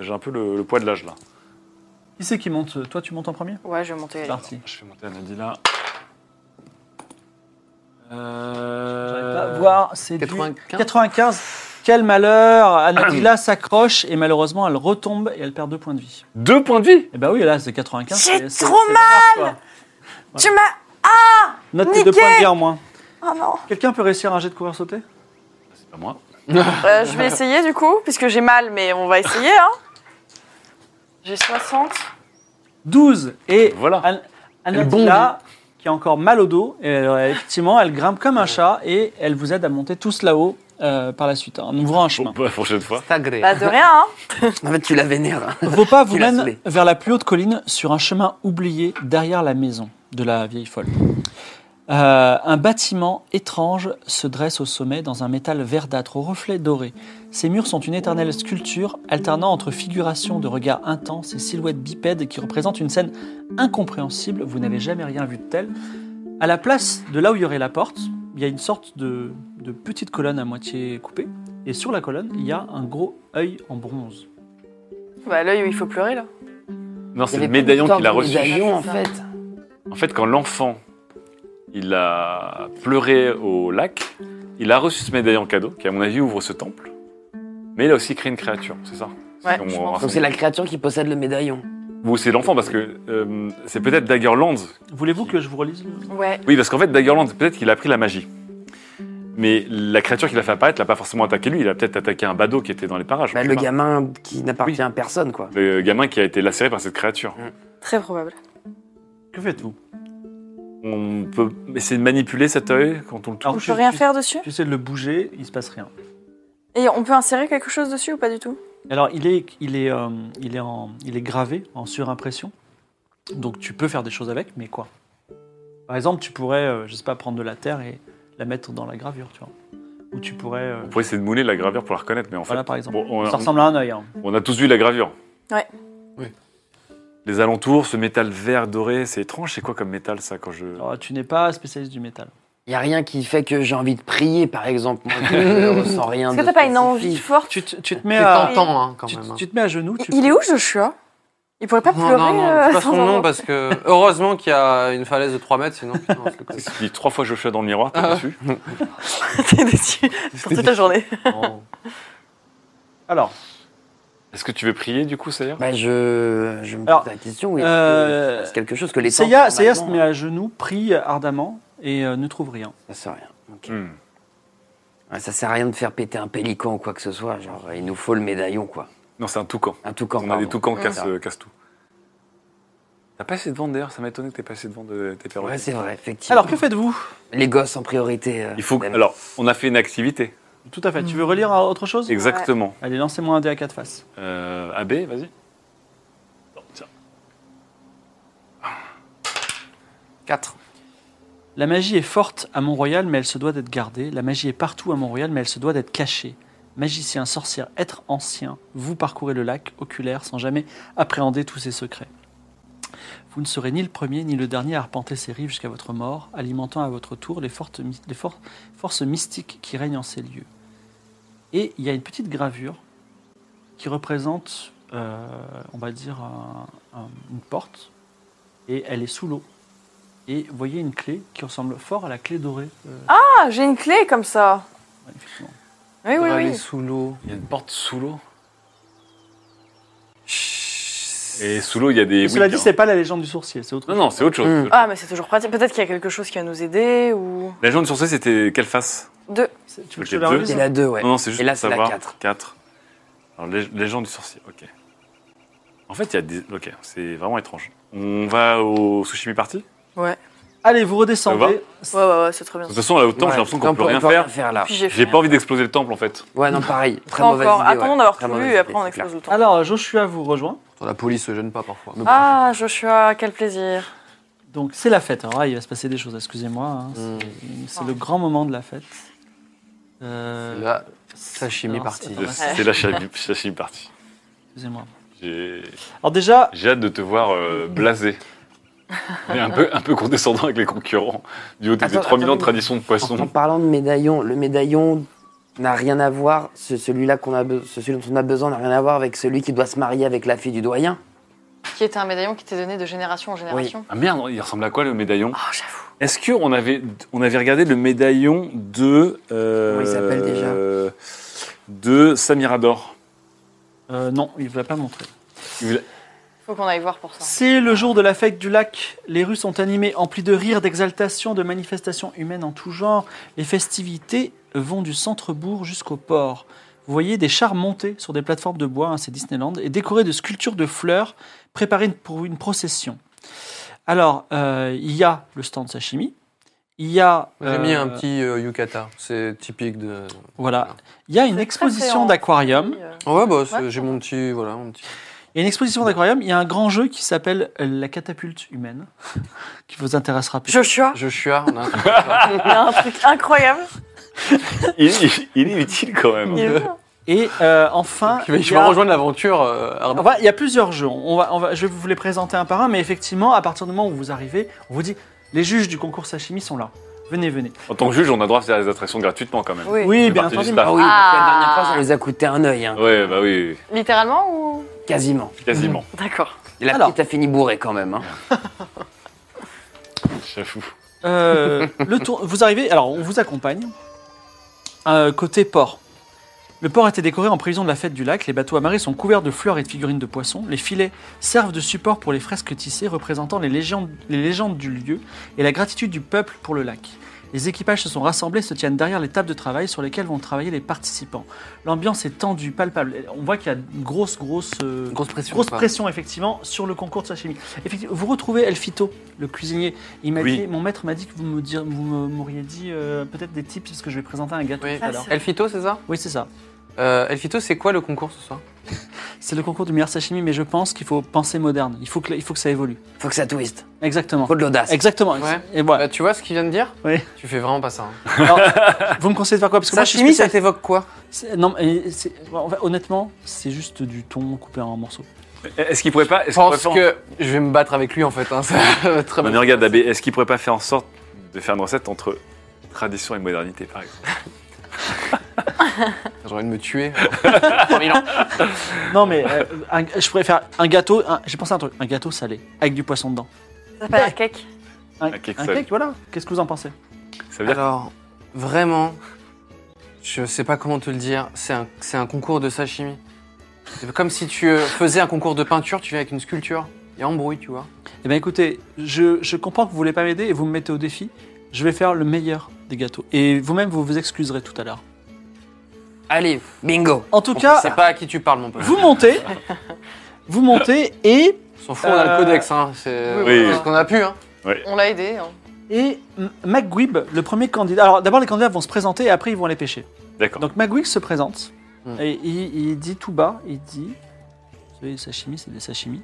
J'ai un peu le, le poids de l'âge là. Qui c'est qui monte Toi, tu montes en premier Ouais, je vais monter. C'est parti. Je fais monter Anadi là. J'arrive Euh... pas à voir, c'est du- 95. 95. Quel malheur Anadila s'accroche et malheureusement, elle retombe et elle perd deux points de vie. Deux points de vie Et bah oui, là, c'est 95. J'ai c'est- c'est- trop c'est pas grave, quoi. Tu m'as... Note tes deux Nickel points de vie en moins. Oh non Quelqu'un peut réussir un jet de courir sauter C'est pas moi. Euh, je vais essayer du coup, puisque j'ai mal, mais on va essayer. Hein. J'ai 60. 12 et Voilà. An- Anna Tila, qui a encore mal au dos, et elle- effectivement, elle grimpe comme un chat et elle vous aide à monter tous là-haut euh, par la suite, hein, en ouvrant un chemin. Bon, bah, prochaine fois. C'est agré. Bah, de rien, hein. En fait, tu la vénères. Vos pas vous Tu l'as mènent saoulé. vers la plus haute colline sur un chemin oublié derrière la maison de la vieille folle. Euh, un bâtiment étrange se dresse au sommet dans un métal verdâtre aux reflets dorés. Ses murs sont une éternelle sculpture alternant entre figuration de regards intenses et silhouettes bipèdes qui représentent une scène incompréhensible. Vous n'avez jamais rien vu de tel. À la place de là où il y aurait la porte, il y a une sorte de, de petite colonne à moitié coupée. Et sur la colonne, il y a un gros œil en bronze. Bah, l'œil où il faut pleurer, là. Non, c'est le médaillon qu'il a reçu. médaillon, en fait. En fait, quand l'enfant il a pleuré au lac, il a reçu ce médaillon cadeau, qui à mon avis ouvre ce temple. Mais il a aussi créé une créature, c'est ça Ouais, Comme je on pense. Donc rassemble. c'est la créature qui possède le médaillon. Ou c'est l'enfant, parce que euh, c'est peut-être Daggerland. Voulez-vous que je vous relise le- Ouais. Oui, parce qu'en fait, Daggerland, peut-être qu'il a appris la magie. Mais la créature qu'il a fait apparaître l'a pas forcément attaqué lui, il a peut-être attaqué un badaud qui était dans les parages. Bah, je le sais pas. gamin qui n'appartient à personne, quoi. Le gamin qui a été lacéré par cette créature. Très probable. Que faites-vous On peut essayer de manipuler cet œil quand on le touche. Oh, Alors, On tu- peut rien tu- faire dessus Tu essaies de le bouger, il se passe rien. Et on peut insérer quelque chose dessus ou pas du tout Alors il est, il est, euh, il est, en, il est gravé en surimpression, donc tu peux faire des choses avec, mais quoi Par exemple, tu pourrais, euh, je sais pas, prendre de la terre et la mettre dans la gravure, tu vois. Ou tu pourrais, euh, On pourrait essayer de mouler la gravure pour la reconnaître, mais en fait, voilà par exemple. bon, on, Ça ressemble à un œil. hein. on a tous vu la gravure. Ouais. Oui. Les alentours, ce métal vert doré, c'est étrange. C'est quoi comme métal ça quand je Alors, tu n'es pas spécialiste du métal. Il n'y a rien qui fait que j'ai envie de prier, par exemple. Moi, je ressens rien. Est-ce que de t'as pas une envie spécifique. forte Tu te, tu te mets C'est à, tentant, hein, quand tu, même. hein. tu te mets à genoux. Tu, Il est où, Joshua Il pourrait pas pleurer Non, non, non, euh, c'est pas sans son nom endroit. parce que heureusement qu'il y a une falaise de 3 mètres, sinon putain, on se le connaît. Je dis trois fois Joshua dans le miroir, t'as Ah. dessus T'es déçu pour toute la journée. Alors, Est-ce que tu veux prier du coup, Sayer Bah, je, je me Alors, pose la question. Oui. euh, C'est quelque chose que les Seiya, tantes, Seiya se normalement, met à genoux, prie ardemment et euh, ne trouve rien. hein. Ça sert à rien. Ok. Hmm. Ouais, ça sert à rien de faire péter un pélican ou quoi que ce soit. Genre, il nous faut le médaillon, quoi. Non, c'est un toucan. Un toucan. on a pardon. des toucans Ouais. casse, euh, casse tout. T'as pas essayé de vendre d'ailleurs, ça m'a étonné que t'aies pas essayé de vendre euh, tes perroquets. Ouais, c'est vrai, effectivement. Alors que faites-vous Les gosses en priorité. euh, Il faut. que- même. Alors, on a fait une activité. Tout à fait. Tu Hmm. veux relire euh, autre chose Exactement. Allez, lancez-moi un dé à quatre faces. Euh, AB, vas-y. Non, tiens. 4. La magie est forte à Mont-Royal, mais elle se doit d'être gardée. La magie est partout à Mont-Royal, mais elle se doit d'être cachée. Magicien, sorcière, être ancien, vous parcourez le lac oculaire sans jamais appréhender tous ses secrets. Vous ne serez ni le premier ni le dernier à arpenter ces rives jusqu'à votre mort, alimentant à votre tour les, fortes my- les for- forces mystiques qui règnent en ces lieux. Et il y a une petite gravure qui représente, euh, on va dire, un- un- une porte, et elle est sous l'eau et vous voyez une clé qui ressemble fort à la clé dorée. euh, Ah, j'ai une clé comme ça. ouais, effectivement. Eh Oui, oui, aller oui. sous l'eau. Il y a une porte sous l'eau. Et sous l'eau, il y a des. Et cela oui, dit, hein. c'est pas la légende du sorcier, c'est autre Non, non, c'est autre chose. Hmm. Ah, mais c'est toujours pratique. Peut-être qu'il y a quelque chose qui va nous aider ou. La jaune sur ça, c'était quelle face Deux. chose. Tu veux que je J'ai te la deux. relise C'est la 2, ouais. Non, non, c'est juste Et là, pour c'est la savoir. quatre. Quatre. Alors, lég- légende du sorcier, ok. En fait, il y a des. Ok, c'est vraiment étrange. On va au Sushimi Party Allez, vous Ça va redescendez. Ouais, ouais, ouais, c'est très bien. De toute façon, là, autant, Ouais. j'ai l'impression Non, qu'on peut on rien faire. là. Puis j'ai J'ai fait- pas envie d'exploser le temple, en fait. Ouais, non, pareil. Très Pas mauvaise encore. idée. Attendons ouais. d'avoir Très tout mauvaise lu et idée, après on c'est clair. explose le temps. Alors, Joshua vous rejoint. Attends, la police se gêne pas parfois. Mais bon. Ah, Joshua, quel plaisir. Donc, c'est la fête. Alors là, il va se passer des choses, excusez-moi. hein. Hmm. C'est- C'est le grand moment de la fête. Euh, Là, sashimi alors, parti. attends, attends, C'est la Shami- Sashimi Party. Excusez-moi. J'ai Alors, déjà, j'ai hâte de te voir euh, blasé. Et un peu, un peu condescendant avec les concurrents. Du haut de tes Attends, 3000 ans de attends. tradition de En, en poisson. parlant de médaillon, le médaillon n'a rien à voir, ce- celui-là qu'on a, be- ce- celui dont on a besoin n'a rien à voir avec celui qui doit se marier avec la fille du doyen. Qui était un médaillon qui était donné de génération en génération. Ah merde, il ressemble à quoi le médaillon Oh, j'avoue. Est-ce qu'on avait, on avait regardé le médaillon de. euh, Comment il s'appelle déjà euh, De Samirador. euh, non, il ne va pas montrer. Faut qu'on aille voir pour ça. C'est le jour de la fête du lac. Les rues sont animées, emplies de rires, d'exaltation, de manifestations humaines en tout genre. Les festivités vont du centre-bourg jusqu'au port. Vous voyez des chars montés sur des plateformes de bois, hein, c'est Disneyland, et décorés de sculptures de fleurs préparées pour une procession. Alors, euh, il y a le stand sashimi. Il y a. J'ai euh, mis un petit euh, yukata. C'est typique de. Voilà. Il y a une C'est très, exposition très d'aquarium. Euh, Ouais, bah, c'est- Ouais. j'ai mon petit. Voilà, mon petit. Il y a une exposition d'aquarium. Il y a un grand jeu qui s'appelle euh, La catapulte humaine, qui vous intéressera peut-être. Joshua, Joshua, on a un truc. il y a un truc incroyable. Il, il- il est utile quand même. Il est Euh, bien. Et euh, enfin. qui va- il qui y va a- rejoindre l'aventure. euh, On ardente. va- il y a plusieurs jeux. On va, on va- je vais vous les présenter un par un, mais effectivement, à partir du moment où vous arrivez, on vous dit les juges du concours sashimi sont là. Venez, venez. En tant que juge, on a droit à faire des attractions gratuitement quand même. Oui. Oui, C'est bien parti du entendu. staff. Ah oui, parce que la dernière fois, Ah. ça nous a coûté un œil, hein, Ouais, bah oui, Littéralement ou quasiment. quasiment. D'accord. Et la Alors. petite a fini bourrée quand même. hein. J'avoue. Euh, le tour, vous arrivez, alors on vous accompagne. Euh, côté port. Le port était décoré en prévision de la fête du lac. Les bateaux amarrés sont couverts de fleurs et de figurines de poissons. Les filets servent de support pour les fresques tissées représentant les légendes, les légendes du lieu et la gratitude du peuple pour le lac. Les équipages se sont rassemblés et se tiennent derrière les tables de travail sur lesquelles vont travailler les participants. L'ambiance est tendue, palpable. On voit qu'il y a une grosse, grosse, euh, Grosse pression. Grosse quoi. pression, effectivement, sur le concours de sashimi. Effectivement, vous retrouvez Elfito, le cuisinier. Il m'a Oui. dit, mon maître m'a dit que vous me dire- vous me- m'auriez dit euh, peut-être des tips parce que je vais présenter un gâteau Oui. tout à l'heure. Elfito, Ah, c'est ça Oui, c'est ça. euh, Elfito, c'est quoi le concours ce soir C'est le concours du meilleur sashimi, mais je pense qu'il faut penser moderne. Il faut que, il faut que ça évolue. Faut que ça twist. Exactement. Faut de l'audace. Exactement. Ouais. Et voilà. Bah, tu vois ce qu'il vient de dire Oui. Tu fais vraiment pas ça. hein. Vous me conseillez de faire quoi Parce que moi, je suis Sashimi, ça spécial- t'évoque quoi c'est- Non, mais c'est- en fait, honnêtement, c'est juste du thon coupé en morceaux. Est-ce qu'il pourrait pas. Je Est-ce qu'il pourrait pense pas en- que je vais me battre avec lui en fait. Hein. Ça va être Très Non, bien. mais regarde, Abbé, est-ce qu'il pourrait pas faire en sorte de faire une recette entre tradition et modernité, par exemple J'ai envie de me tuer. Trois mille ans. Non, mais euh, un- je préfère un gâteau. un- J'ai pensé à un truc, un gâteau salé avec du poisson dedans. Ça s'appelle un cake. Un, Un cake un salé. cake, voilà. Qu'est-ce que vous en pensez Ça veut dire Alors, vraiment, je sais pas comment te le dire, c'est un, c'est un concours de sashimi. C'est comme si tu euh, faisais un concours de peinture, tu viens avec une sculpture. Il y a embrouille, tu vois. Eh bien écoutez, je, je comprends que vous voulez pas m'aider et vous me mettez au défi. Je vais faire le meilleur des gâteaux. Et vous-même, vous vous excuserez tout à l'heure. Allez, bingo. En tout On cas, sait pas à qui tu parles, mon pote. vous montez. vous montez et... On s'en fout, on a Euh, le codex, hein. C'est Oui. c'est ce qu'on a pu, hein. On l'a aidé. hein. Et M- McGuib, le premier candidat... Alors d'abord, les candidats vont se présenter et après, ils vont les pêcher. D'accord. Donc McGuib se présente. Hmm. Et il, il dit tout bas, il dit... Vous savez, les sashimi, c'est des sashimi.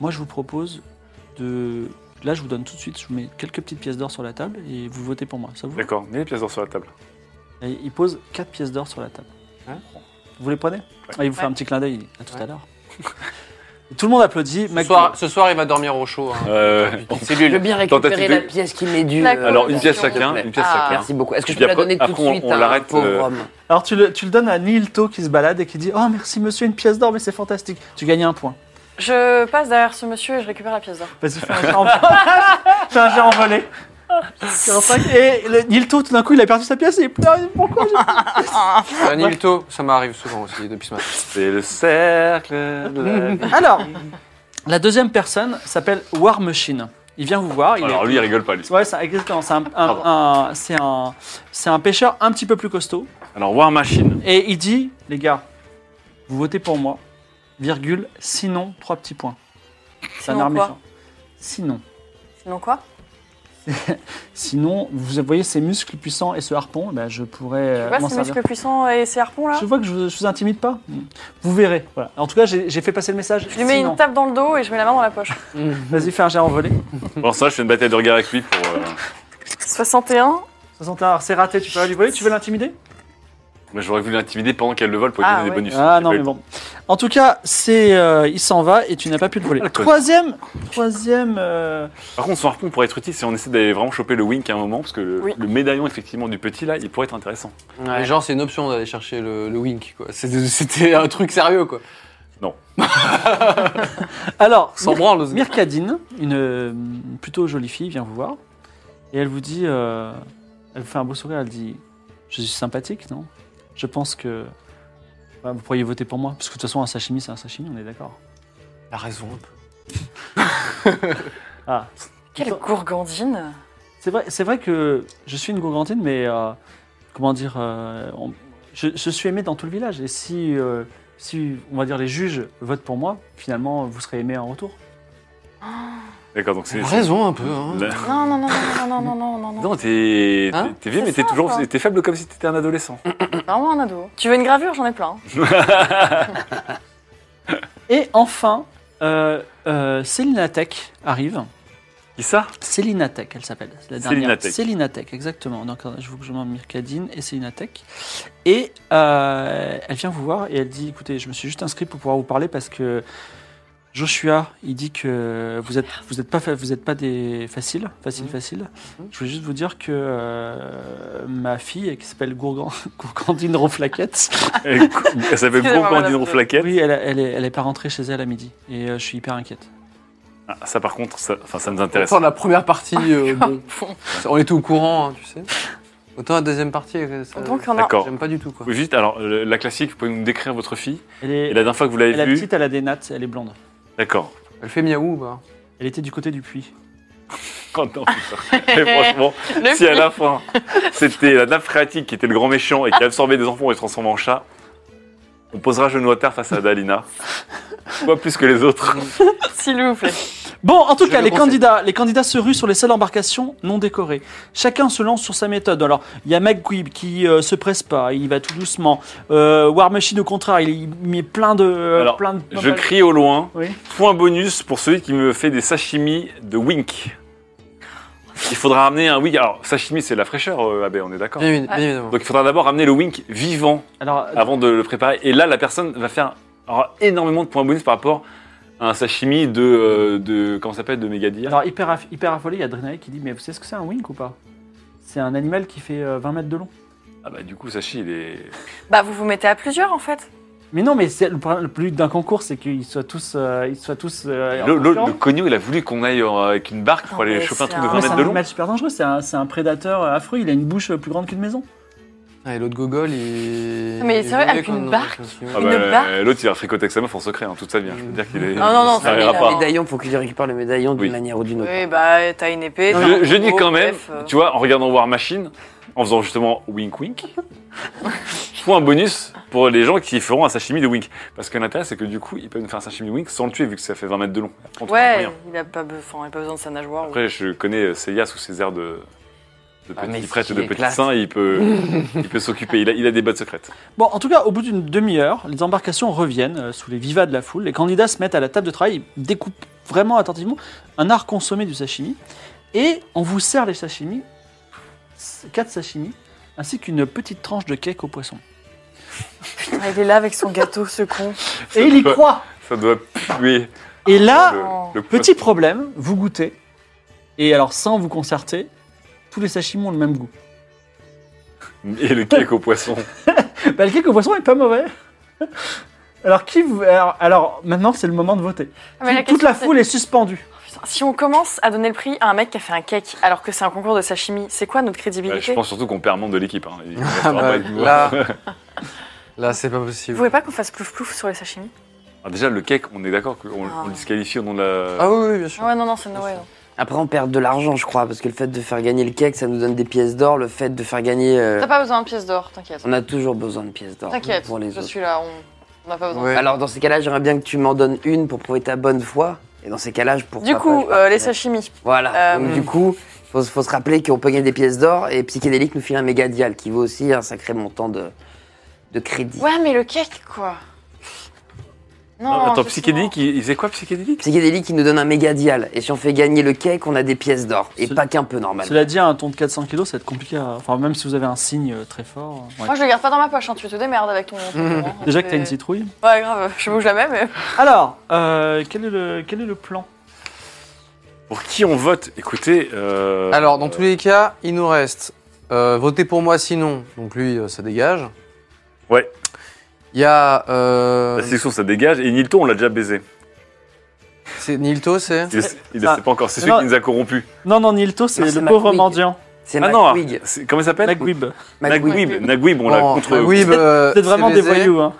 Moi, je vous propose de... Là, je vous donne tout de suite, je vous mets quelques petites pièces d'or sur la table et vous votez pour moi. Ça vous va D'accord, mets les pièces d'or sur la table. Et il pose 4 pièces d'or sur la table. Hein vous les prenez Ah, Il vous fait Ouais. un petit clin d'œil à tout à Ouais. l'heure. Et tout le monde applaudit. Ce Mac- soir, ce soir, il va dormir au chaud. Hein. Euh, Je veux bien récupérer Tentative la de- pièce qui m'est due. D'accord. euh, alors, une pièce s'il te chacun, plaît. une pièce Ah. chacun. Merci beaucoup. Est-ce que Et tu puis peux la après- donner tout de après, on- suite on à un l'arrête, pauvre euh, homme Alors tu le, tu le donnes à Nilto qui se balade et qui dit Oh merci monsieur, une pièce d'or, mais c'est fantastique. Tu gagnes un point. Je passe derrière ce monsieur et je récupère la pièce d'or. Vas-y, fais un jet en Fais un jet en volée. 45. Et le- Nilto, tout d'un coup, il a perdu sa pièce et il pleure. Il dit, Pourquoi j'ai- Euh, Nilto, ça m'arrive souvent aussi depuis ce matin. C'est le cercle. de la- Alors, la deuxième personne s'appelle War Machine. Il vient vous voir. Il est- Alors lui, il rigole pas, lui. Ouais, c'est exactement. C'est un, un- un- c'est un- c'est un pêcheur un petit peu plus costaud. Alors, War Machine. Et il dit, les gars, vous votez pour moi, virgule, sinon, trois petits points. C'est un Euh, Sinon air quoi méchant. Sinon. Sinon quoi Sinon, vous voyez ces muscles puissants et ce harpon, eh ben, je pourrais Tu euh, vois m'en ces servir. muscles puissants et ces harpons là Je vois que je vous, je vous intimide pas. Vous verrez. Voilà. En tout cas, j'ai j'ai fait passer le message. Je lui mets Sinon. une tape dans le dos et je mets la main dans la poche. Vas-y, fais un jet en volée. Bon, ça, je fais une bataille de regard avec lui pour. euh, 61 61, c'est raté, tu peux aller lui voler, tu veux l'intimider Moi, j'aurais voulu l'intimider pendant qu'elle le vole pour lui Ah, ouais. donner des bonus. Ah J'ai non, pas eu mais bon. En tout cas, c'est euh, il s'en va et tu n'as pas pu le voler. Ah, cool. Troisième, troisième euh, Par contre, son harpon pourrait être utile si on essaie d'aller vraiment choper le wink à un moment, parce que le, Oui. le médaillon, effectivement, du petit, là, il pourrait être intéressant. Mais genre, c'est une option d'aller chercher le, le wink, quoi. C'est- C'était un truc sérieux, quoi. Alors, Sans branle, le- Mirkadine, une euh, plutôt jolie fille, vient vous voir. Et elle vous dit. euh, elle vous fait un beau sourire, elle dit Je suis sympathique, non Je pense que. bah, vous pourriez voter pour moi. Parce que de toute façon, un sashimi, c'est un sashimi, on est d'accord. La raison. un peu. Ah, Quelle gourgandine c'est vrai, c'est vrai que je suis une gourgandine, mais. euh, comment dire euh, on- je, je suis aimé dans tout le village. Et si. euh, si, on va dire, les juges votent pour moi, finalement, vous serez aimé en retour. D'accord, donc c'est. T'as raison un peu. Hein. c'est- Non, non, non, non, non, non, non, non, non, non. Non, t'es Hein t'es- t'es vieux, mais t'es toujours quoi. t'es faible comme si t'étais un adolescent. Vraiment un ado. Tu veux une gravure J'en ai plein. Et enfin, euh, euh, Célina Tech arrive. Qui ça Célina Tech, elle s'appelle. c'est La Célina dernière. Tech. Célina Tech, exactement. Donc, euh, je veux que je m'en Mirkadine et Célina Tech. Et euh, elle vient vous voir et elle dit écoutez, je me suis juste inscrit pour pouvoir vous parler parce que Joshua, il dit que vous êtes, vous êtes pas, fa- vous êtes pas des faciles, facile, Mhm. facile. Je voulais juste vous dire que euh, ma fille, qui s'appelle Gourgan- Gourgandine Ronflaquette, Elle elle s'appelle Excusez-moi, madame. Gourgandine Ronflaquette. oui, elle, elle, est, elle est pas rentrée chez elle à midi et euh, je suis hyper inquiète. Ah, ça, par contre, ça, enfin, ça nous intéresse. Autant la première partie, euh, bon, on est tout au courant, hein, tu sais. Autant la deuxième partie, euh, ça, Donc, on a. D'accord. j'aime pas du tout. Quoi. Oui, Juste, alors, euh, la classique, vous pouvez nous décrire votre fille Elle est, Et la dernière fois que vous l'avez et la vue petite, elle a des nattes, elle est blonde. D'accord. Elle fait miaou, bah. Elle était du côté du puits. Oh non, putain. Mais franchement, si à la fin, c'était la nappe phréatique qui était le grand méchant et qui absorbait des enfants et les transformait en chat, on posera genou à terre face à Dalina. Quoi plus que les autres S'il vous plaît. Bon, en tout Je cas, le les conseille. candidats, les candidats se ruent sur les seules embarcations non décorées. Chacun se lance sur sa méthode. Alors, il y a McQuib qui euh, se presse pas, il y va tout doucement. Euh, War Machine, au contraire, il y met plein de. euh, Alors, plein de Je crie au loin, Oui. point bonus pour celui qui me fait des sashimi de Wink. Il faudra amener un Wink. Alors, sashimi, c'est la fraîcheur, euh, Abbé, on est d'accord Bien, évi- bien évidemment. Donc il faudra d'abord amener le Wink vivant Alors, euh, avant de le préparer. Et là, la personne va faire aura énormément de points bonus par rapport à un sashimi de. euh, de comment ça s'appelle De Megadir. alors, hyper, aff- hyper affolé, il y a Drenay qui dit Mais vous savez ce que c'est un wink ou pas C'est un animal qui fait euh, 20 mètres de long. Ah bah du coup, Sashi, il est. Bah, vous vous mettez à plusieurs en fait. Mais non, mais c'est- le problème- le plus d'un concours, c'est qu'ils soient tous. euh, ils soient tous euh, en Le, le, concurrence. le cognon, il a voulu qu'on aille euh, avec une barque pour Non, aller mais choper un c'est truc de un- 20 Ouais, c'est mètres un de long. animal super dangereux, c'est un, c'est un prédateur euh, affreux, il a une bouche euh, plus grande qu'une maison. Ah, et l'autre gogole, il. Mais c'est vrai, il est avec quand une même, barque. je sais pas. Ah Une bah, barque euh, L'autre, il va fricoter avec sa meuf en secret, hein, toute sa vie. hein. Je peux dire qu'il est. Non, non, non, ça ça, ira il a- pas. Les médaillons, faut qu'il récupère les médaillons d'une Oui. manière ou d'une autre. Oui, bah, t'as une épée. t'as un Je, je dis couteau, quand même, bref, euh, tu vois, en regardant War Machine, en faisant justement wink wink, point bonus pour les gens qui feront un sashimi de wink. Parce que l'intérêt, c'est que du coup, ils peuvent nous faire un sashimi de wink sans le tuer, vu que ça fait 20 mètres de long. Par contre, on Ouais, comprend rien. il a pas, be- enfin, il a pas besoin de sa nageoire. Après, je connais euh, Seiya sous ses airs de, de Ah, mais petit prêtre, s'il de est petit classe. saint, il peut, il peut s'occuper. Il a, il a des bottes secrètes. Bon, en tout cas, au bout d'une demi-heure, les embarcations reviennent euh, sous les vivas de la foule. Les candidats se mettent à la table de travail, ils découpent vraiment attentivement un art consommé du sashimi. Et on vous sert les sashimi, quatre sashimi, ainsi qu'une petite tranche de cake au poisson. Putain, il est là avec son gâteau, ce con. Et il y doit- croit Ça doit puer. Et là, le, le poisson. petit problème, vous goûtez. Et alors, sans vous concerter, tous les sashimi ont le même goût. Et le cake au poisson. Bah, le cake au poisson est pas mauvais alors, qui vous... alors, alors, maintenant, c'est le moment de voter. Ah, mais la Toute- Toute la question, foule est suspendue. c'est- Putain, Si on commence à donner le prix à un mec qui a fait un cake alors que c'est un concours de sashimi, c'est quoi notre Bah, crédibilité je pense surtout qu'on perd un membre de l'équipe. Hein. Il restera Ah bah, pas avec nous. là, là c'est pas Vous possible. voulez pas qu'on fasse plouf plouf sur les sashimi Alors Ah, déjà, le cake, on est d'accord qu'on on le disqualifie au nom de la... Ah oui, oui, bien sûr. Ouais, non, non, c'est Noël. Après, on perd de l'argent, je crois, parce que le fait de faire gagner le cake, ça nous donne des pièces d'or. Le fait de faire gagner. euh, T'as pas besoin de pièces d'or, t'inquiète. on a toujours besoin de pièces d'or T'inquiète, pour les je autres. suis là, on on n'a pas besoin. Ouais. Alors, dans ces cas-là, j'aimerais bien que tu m'en donnes une pour prouver ta bonne foi. Et dans ces cas-là, je pourrais. Du coup, euh, les sashimi. Voilà. Euh, Donc, du coup, faut, se- faut se rappeler qu'on peut gagner des pièces d'or et Psychédélique nous file un méga dial qui vaut aussi un sacré montant de, de crédit. Ouais, mais le cake, quoi. Non, Attends, justement. psychédélique, il il faisait quoi psychédélique Psychédélique qui nous donne un méga dial. Et si on fait gagner le cake, on a des pièces d'or. Et Ce- pas qu'un peu, normalement. Cela dit, un ton de 400 kg, ça va être compliqué. à- Enfin, même si vous avez un signe euh, très fort. euh, ouais. Moi, je le garde pas dans ma poche, hein, tu te démerdes avec ton. ton- Mhm. ton- Déjà que t'as euh, une citrouille. Ouais, grave, je bouge la même. mais- Alors, euh, quel, est le, quel est le plan Pour qui on vote Écoutez... euh, Alors, dans tous les cas, il nous reste euh, voter pour moi sinon. Donc lui, euh, ça dégage. Ouais. Il Bah, y a. euh, La sélection, ça dégage. Et Nilton, on l'a déjà baisé. c'est Nilto, c'est. Il ne Ah. sait pas encore. C'est celui Non. qui nous a corrompus. Non, non, Nilto, c'est Non, c'est le ma pauvre couille. mendiant. C'est Ah non, McQuig. c'est- comment il s'appelle Nagwib. McQuig. Nagwib. Nagwib, on l'a Bon, contre... oui, bah, Vous êtes vraiment c'est des baisé. voyous. Hein.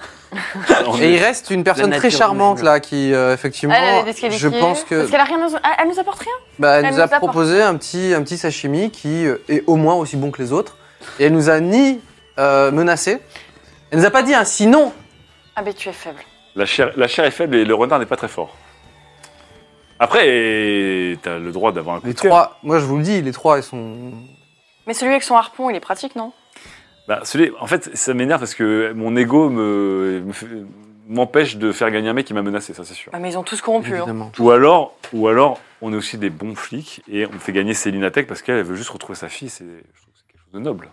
on- Et il reste une personne La très nature charmante humaine. là qui, euh, effectivement, Elle, elle est disqualifiée. je pense que Parce qu'elle a rien. Nous... Ah, Elle, elle nous apporte rien. bah, elle elle nous a nous apporte. proposé un petit, un petit sashimi qui euh, est au moins aussi bon que les autres. Et elle nous a ni euh, menacé. Elle nous a pas dit un sinon. Ah, mais tu es faible. La chair, la chair est faible et le renard n'est pas très fort. Après, t'as le droit d'avoir un coup Les de cœur. trois, moi je vous le dis, les trois, ils sont. Mais celui avec son harpon, il est pratique, non Bah, celui- en fait, ça m'énerve parce que mon ego me me fait- m'empêche de faire gagner un mec qui m'a menacé, ça c'est sûr. Ah, Mais ils ont tous corrompu. Hein. Évidemment. Ou alors, ou alors, on est aussi des bons flics et on fait gagner Céline Atec parce qu'elle elle veut juste retrouver sa fille. C'est, je trouve que c'est quelque chose de noble.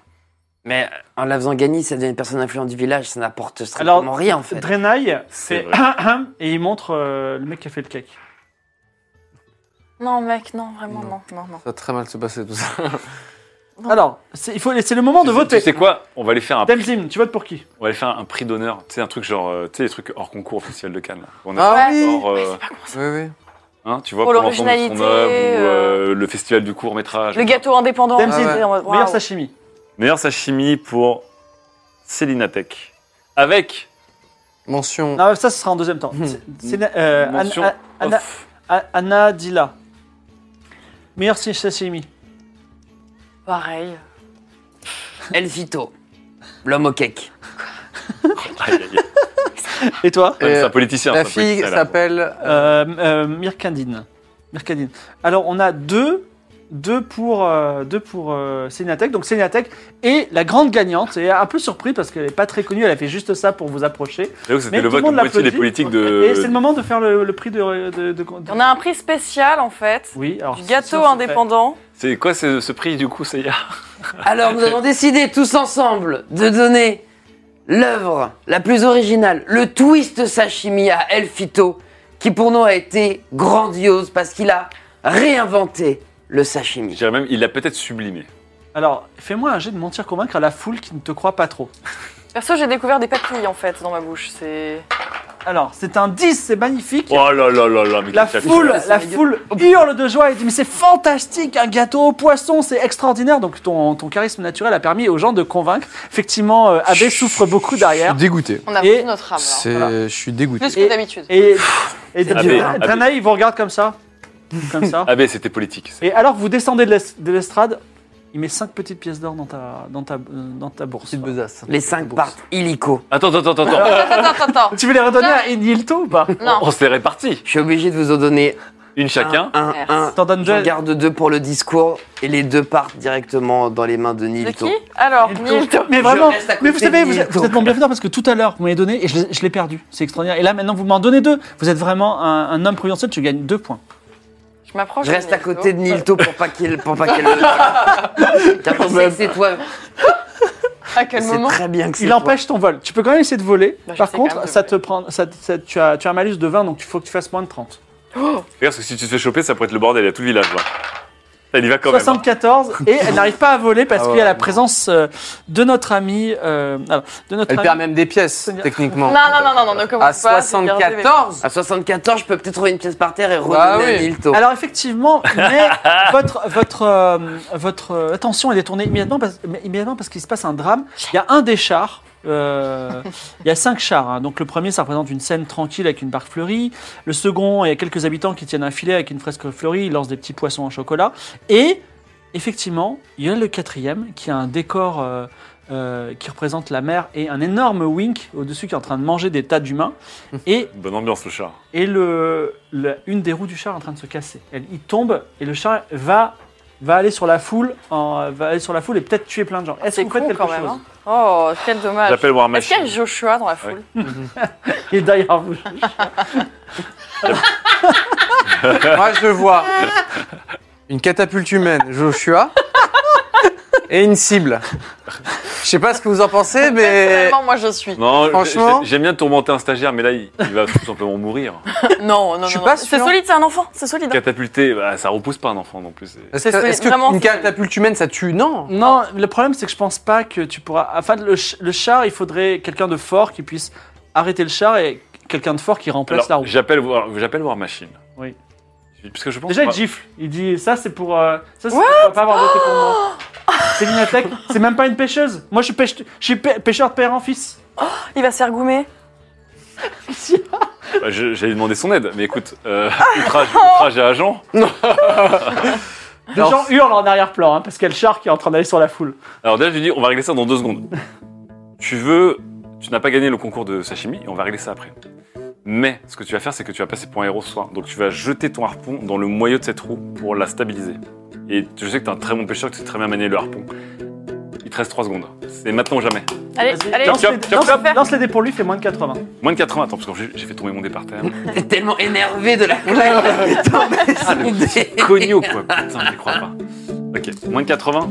Mais en la faisant gagner, ça devient une personne influente du village, ça n'apporte strictement Alors, rien en fait. Drenaille, c'est. C'est vrai. et il montre euh, le mec qui a fait le cake. Non, mec, non, vraiment, Non. non, Ah, non, non. Ça va très mal se passer tout ça. Alors, c'est il faut- c'est le moment de Tu sais- voter. Tu sais quoi On va les faire un, Delzim, tu votes pour qui on va les faire un prix d'honneur. Tu sais un truc genre, euh, tu sais les trucs hors concours officiel de Cannes. là. On a Ah fait oui hors, euh, Oui, oui. hein, tu vois Pour pour l'ensemble de son l'originalité, œuvre ou euh, le festival du court métrage. Le gâteau indépendant. Dempsey, c'est- ouais. waouh. Meilleur sashimi. Meilleur sashimi pour Céline Atec. Avec Mention. Non, ça, ce sera en deuxième temps. Hmm. C'est- c'est, euh, mention Anna- Anna- off. A- Anna Dila. Meilleur sa- sashimi. Pareil. El Vito, l'homme au cake. Aïe, aïe, aïe. Et toi Ouais, mais C'est un Euh, politicien. La c'est un fille politicien, là. s'appelle. euh, euh, Mirkandine. Mirkandine. Alors, on a deux, deux pour, euh, deux pour euh, Sénatec. Donc, Sénatec est la grande gagnante. Et un peu surpris parce qu'elle n'est pas très connue. Elle a fait juste ça pour vous approcher. J'avoue que Mais C'était le tout le vote de monde moitié des l'applaudit. politiques Et c'est le de. moment de faire le, le prix de. de- de- On a un prix spécial, en fait, Oui, Oh, alors. du c'est- gâteau c'est- indépendant. C'est quoi ce, ce prix du coup, Seiya Alors nous avons décidé tous ensemble de donner l'œuvre la plus originale, le twist sashimi à El Fito, qui pour nous a été grandiose parce qu'il a réinventé le Je sashimi. dirais même, il l'a peut-être sublimé. Alors, fais-moi un jet de mentir convaincre à la foule qui ne te croit pas trop. Perso, j'ai découvert des papilles, en fait, dans ma bouche. C'est. Alors, c'est un 10, c'est magnifique. Oh là là là là, mais La quel foule, capital. la foule hurle de joie et dit mais c'est fantastique, un gâteau au poisson, c'est extraordinaire. Donc ton, ton charisme naturel a permis aux gens de convaincre. Effectivement, euh, Abbé souffre beaucoup derrière. dégoûté. On a Et- vendu notre âme. Ah, bah, alors. C'est. Je suis dégoûté. Plus que Et- d'habitude. Et, et C'est Dana- dur. Dana- Danaï, il vous regarde comme ça, comme ça. Ah ben c'était politique. c'est- Et alors que vous descendez de l'es- de l'estrade, il met cinq petites pièces d'or dans ta dans ta euh, dans ta bourse. Petite besace. Les cinq partent illico. Attends, attends, attends, attends. Attends, attends, attends. Tu veux les redonner à Enilto ou pas Non. On s'est répartis. Je suis obligé de vous en donner Une chacun. un, un, un. T'en donnes J'en deux. garde deux pour le discours et les deux partent directement dans les mains de De Nilto. qui Alors, Milto. Mais vraiment, Je reste à mais vous côté savez, de vous êtes, Nilto. vous êtes mon bienfaiteur parce que tout à l'heure, vous m'avez donné et je, l'ai- je l'ai perdu. C'est extraordinaire. Et là, maintenant, vous m'en donnez deux. Vous êtes vraiment un, un homme providentiel, tu gagnes deux points. Je m'approche. Je reste de à côté de Nilto pour pas qu'il pour pas qu'elle. Car on sait que c'est toi. À quel C'est moment très bien que c'est Il toi. empêche ton vol. Tu peux quand même essayer de voler. Bah, je Par sais quand contre, même ça te prend, ça, ça- tu, as, tu as un malus de 20, donc il faut que tu fasses moins de 30. Ah. D'ailleurs, parce que si tu te fais choper, ça pourrait être le bordel à tout le village. Là. Elle y va quand même. hein. 74 et elle n'arrive pas à voler parce Ah qu'il y a ouais, la non. présence euh, de notre ami. euh, alors, de notre Elle ami- perd même des pièces, Seigneur. techniquement. Non, non, non, non, non, ne commence À pas. c'est gardé, mais- 74 À 74, je peux peut-être trouver une pièce par terre et redonner Bah à oui. Nilto. Alors effectivement, mais votre votre euh, votre euh, attention elle est tournée immédiatement parce, mais immédiatement parce qu'il se passe un drame. Il y a un des chars. euh, il y a cinq chars. hein. Donc le premier, ça représente une scène tranquille avec une barque fleurie. Le second, il y a quelques habitants qui tiennent un filet avec une fresque fleurie. Ils lancent des petits poissons en chocolat. Et effectivement, il y a le quatrième qui a un décor euh, euh, qui représente la mer et un énorme wink au-dessus qui est en train de manger des tas d'humains. Et Bonne ambiance le chat. et le, le- une des roues du char est en train de se casser. Elle, il tombe et le char va, va aller sur la foule, en- va aller sur la foule et peut-être tuer plein de gens. Est-ce que C'est vous faites con quelque quand chose même. hein. Oh, quel Ah. dommage. J'appelle War Est-ce Machine. qu'il y a Joshua dans la foule hein. Il est derrière vous. Moi, je vois une catapulte humaine, Joshua, et une cible. Je sais pas ce que vous en pensez, Eh, mais Personnellement, moi je suis. Non, Franchement- j'ai- j'aime bien tourmenter un stagiaire, mais là, il, il va tout simplement mourir. Non, non, non. je suis non. pas C'est sûr. solide, c'est un enfant, c'est solide. hein. Catapulté, bah, ça repousse pas un enfant non plus. c'est- Est-ce que, C'est- est-ce que vraiment, une c'est- catapulte humaine, ça tue Non. Non, le problème c'est que je pense pas que tu pourras. Enfin, le, ch- le char, il faudrait quelqu'un de fort qui puisse arrêter le char et quelqu'un de fort qui remplace la Alors, roue. j'appelle War, j'appelle War Machine. Oui. Parce que je pense. Déjà, il pas- gifle. Il dit ça, c'est pour. euh, ça, c'est tu vas pas avoir voté pour moi. Oh C'est Linatech. C'est même pas une pêcheuse. Moi, je suis, pêche- je suis pê- pêcheur de père en fils. Il va se faire goumer. Bah, je- J'allais demander son aide, mais écoute, euh, Ah. outrage, outrage à agent. Les gens hurlent en arrière-plan hein, parce qu'il y a le char qui est en train d'aller sur la foule. Alors déjà, je lui dis, on va régler ça dans deux secondes. Tu veux, tu n'as pas gagné le concours de sashimi, et on va régler ça après. Mais ce que tu vas faire, c'est que tu vas passer pour un héros ce soir. Donc tu vas jeter ton harpon dans le moyeu de cette roue pour la stabiliser. Et je sais que t'es un très bon pêcheur, que tu sais très bien manier le harpon. Il te reste 3 secondes. C'est maintenant ou jamais. Allez, Vas-y, allez, lance, tiens, les, tiens, lance- tiens. lance les dés pour lui, fait moins de 80. Moins de 80, attends, parce que j'ai j'ai fait tomber mon dé par terre. T'es tellement énervé de la plaque. Tombé Ah, son le dé. Cogno quoi, putain, j'y crois pas. Ok, moins de 80.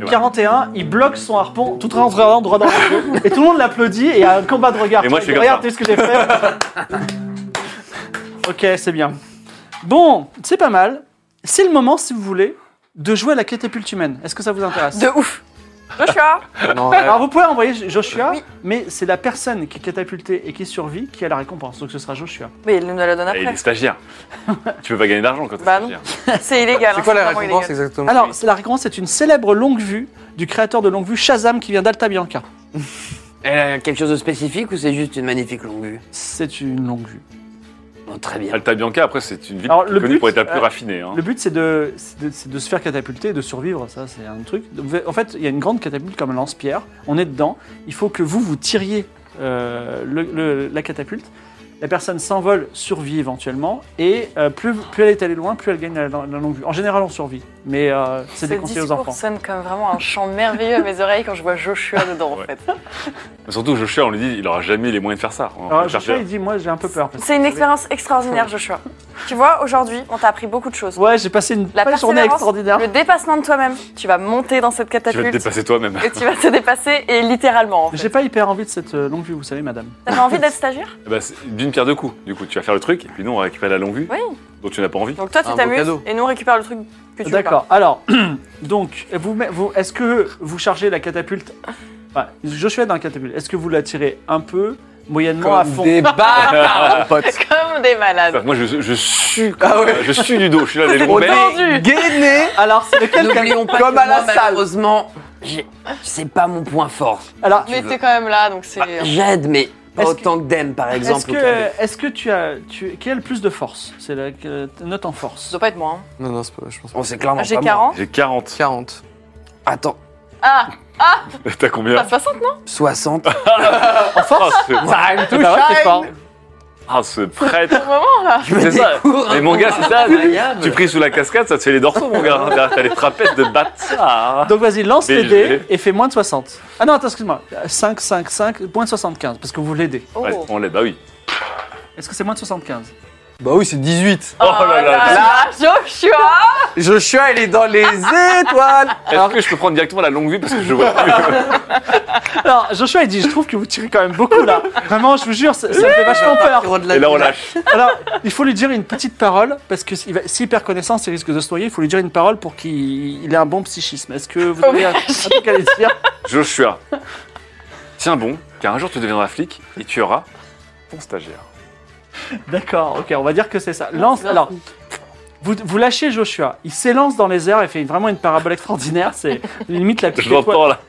Ouais. 41, il bloque son harpon, tout en regardant droit dans le dos. Et tout le monde l'applaudit et il y a un combat de regard. Et moi, je fais comme Regarde, ça. t'as vu ce que j'ai fait Ok, c'est bien. Bon, c'est pas mal. C'est le moment, si vous voulez, de jouer à la catapulte humaine. Est-ce que ça vous intéresse de ouf. Joshua, Non, ouais. Alors, vous pouvez envoyer Joshua, mais c'est la personne qui est catapultée et qui survit qui a la récompense. Donc, ce sera Joshua. mais il nous la donne Et il est après. stagiaire. tu peux pas gagner d'argent quand t'es Bah non. stagiaire. C'est illégal. C'est hein, quoi la vraiment récompense illégal. exactement Alors, c'est la récompense c'est une célèbre longue vue du créateur de longue vue Shazam qui vient d'Alta Bianca. Elle a quelque chose de spécifique ou c'est juste une magnifique longue vue C'est une longue vue. Bon, Très bien. Alta Bianca, après, c'est une ville Alors, qui est le connue but, pour être la plus euh, raffinée. hein. Le but, c'est de, c'est de, c'est de se faire catapulter et de survivre. Ça, c'est un truc. Donc, vous- En fait, il y a une grande catapulte comme un lance-pierre. On est dedans. Il faut que vous, vous tiriez euh, le- le- la catapulte. La personne s'envole, survit éventuellement. Et euh, plus, plus elle est allée loin, plus elle gagne la, la longue vue. En général, on survit. Mais euh, c'est Ce déconseillé aux discours enfants. sonne comme vraiment un chant merveilleux à mes oreilles quand je vois Joshua dedans, en Ouais. fait. Surtout, Joshua, on lui dit, il aura jamais les moyens de faire ça. On va Alors, le faire Joshua, faire. il dit Moi, j'ai un peu peur. parce que- C'est une expérience extraordinaire, Joshua. Tu vois, aujourd'hui, on t'a appris beaucoup de choses. Ouais, j'ai passé une La belle journée persévérance, extraordinaire. Le dépassement de toi-même. Tu vas monter dans cette Tu vas te catapulte dépasser toi-même. et tu vas te dépasser, et littéralement, en J'ai fait. pas hyper envie de cette euh, longue vue, vous savez, madame. T'avais envie d'être stagiaire Eh ben, c'est D'une pierre deux coups. Du coup, tu vas faire le truc, et puis nous, on va récupérer la longue vue Oui. dont tu n'as pas envie. Donc toi, tu Un beau t'amuses, cadeau. et nous, on récupère le truc que tu veux pas. D'accord. Alors, donc, vous, met- vous, est-ce que vous chargez la catapulte enfin, Joshua est dans la catapulte. Est-ce que vous la tirez un peu, moyennement, à fond des bâtards, mon pote. Comme des malades. Enfin, moi, je, je sue. quoi. Ah ouais. Je sue du dos. Je suis là, les On longs mecs. est gainés. Alors, c'est lequel qui a- N'oublions pas Comme que à la moi, salle. malheureusement, j'ai- c'est pas mon point fort. Alors, Mais veux. Ah, t'es quand même là, donc c'est... J'aide, mais pas Est-ce autant que, Dem, par exemple. est-ce au carré. que, est-ce que tu as, tu, qui a le plus de force C'est la euh, note en Ça force. doit pas être moi. hein. Ah, Non, non, c'est pas, je pense pas. On sait Oh, Ah, clairement J'ai pas moi. 40. J'ai 40. 40. Attends, Ah, T'as t'as Bah, combien Ah, 60 non 60. En force C'est pas vrai, t'es fort. Ah, ce prêtre Vraiment, là Je me C'est ça. découvre. Mais mon gars, c'est ça Incroyable. Tu pries sous la cascade, ça te fait les dorsaux, mon gars. T'as t'as les trapèzes de bâtard Donc vas-y, lance les BG. dés et fais moins de 60. Ah non, attends, excuse-moi. 5, 5, 5, moins de 75, parce que vous l'aidez. Oh. Ouais, On l'aide, bah oui. Est-ce que c'est moins de 75 Bah oui, c'est 18. Oh là là là, Ah, Joshua Joshua, il est dans les étoiles. Est-ce que je peux prendre directement la longue vue parce que je vois plus Alors, Joshua, il dit, je trouve que vous tirez quand même beaucoup, là. Vraiment, je vous jure, ça, ça me fait vachement peur. Héros de la Et là, on ville. lâche. Alors, il faut lui dire une petite parole, parce que s'il va- s'il perd connaissance, il risque de se noyer. Il faut lui dire une parole pour qu'il il ait un bon psychisme. Est-ce que vous avez un, un truc à lui dire Joshua, tiens bon, car un jour tu deviendras flic et tu auras ton stagiaire. D'accord, ok, on va dire que c'est ça. Lance, alors, vous, vous lâchez Joshua. Il s'élance dans les airs et fait vraiment une parabole extraordinaire. C'est limite la Je petite, étoile, l'entends là.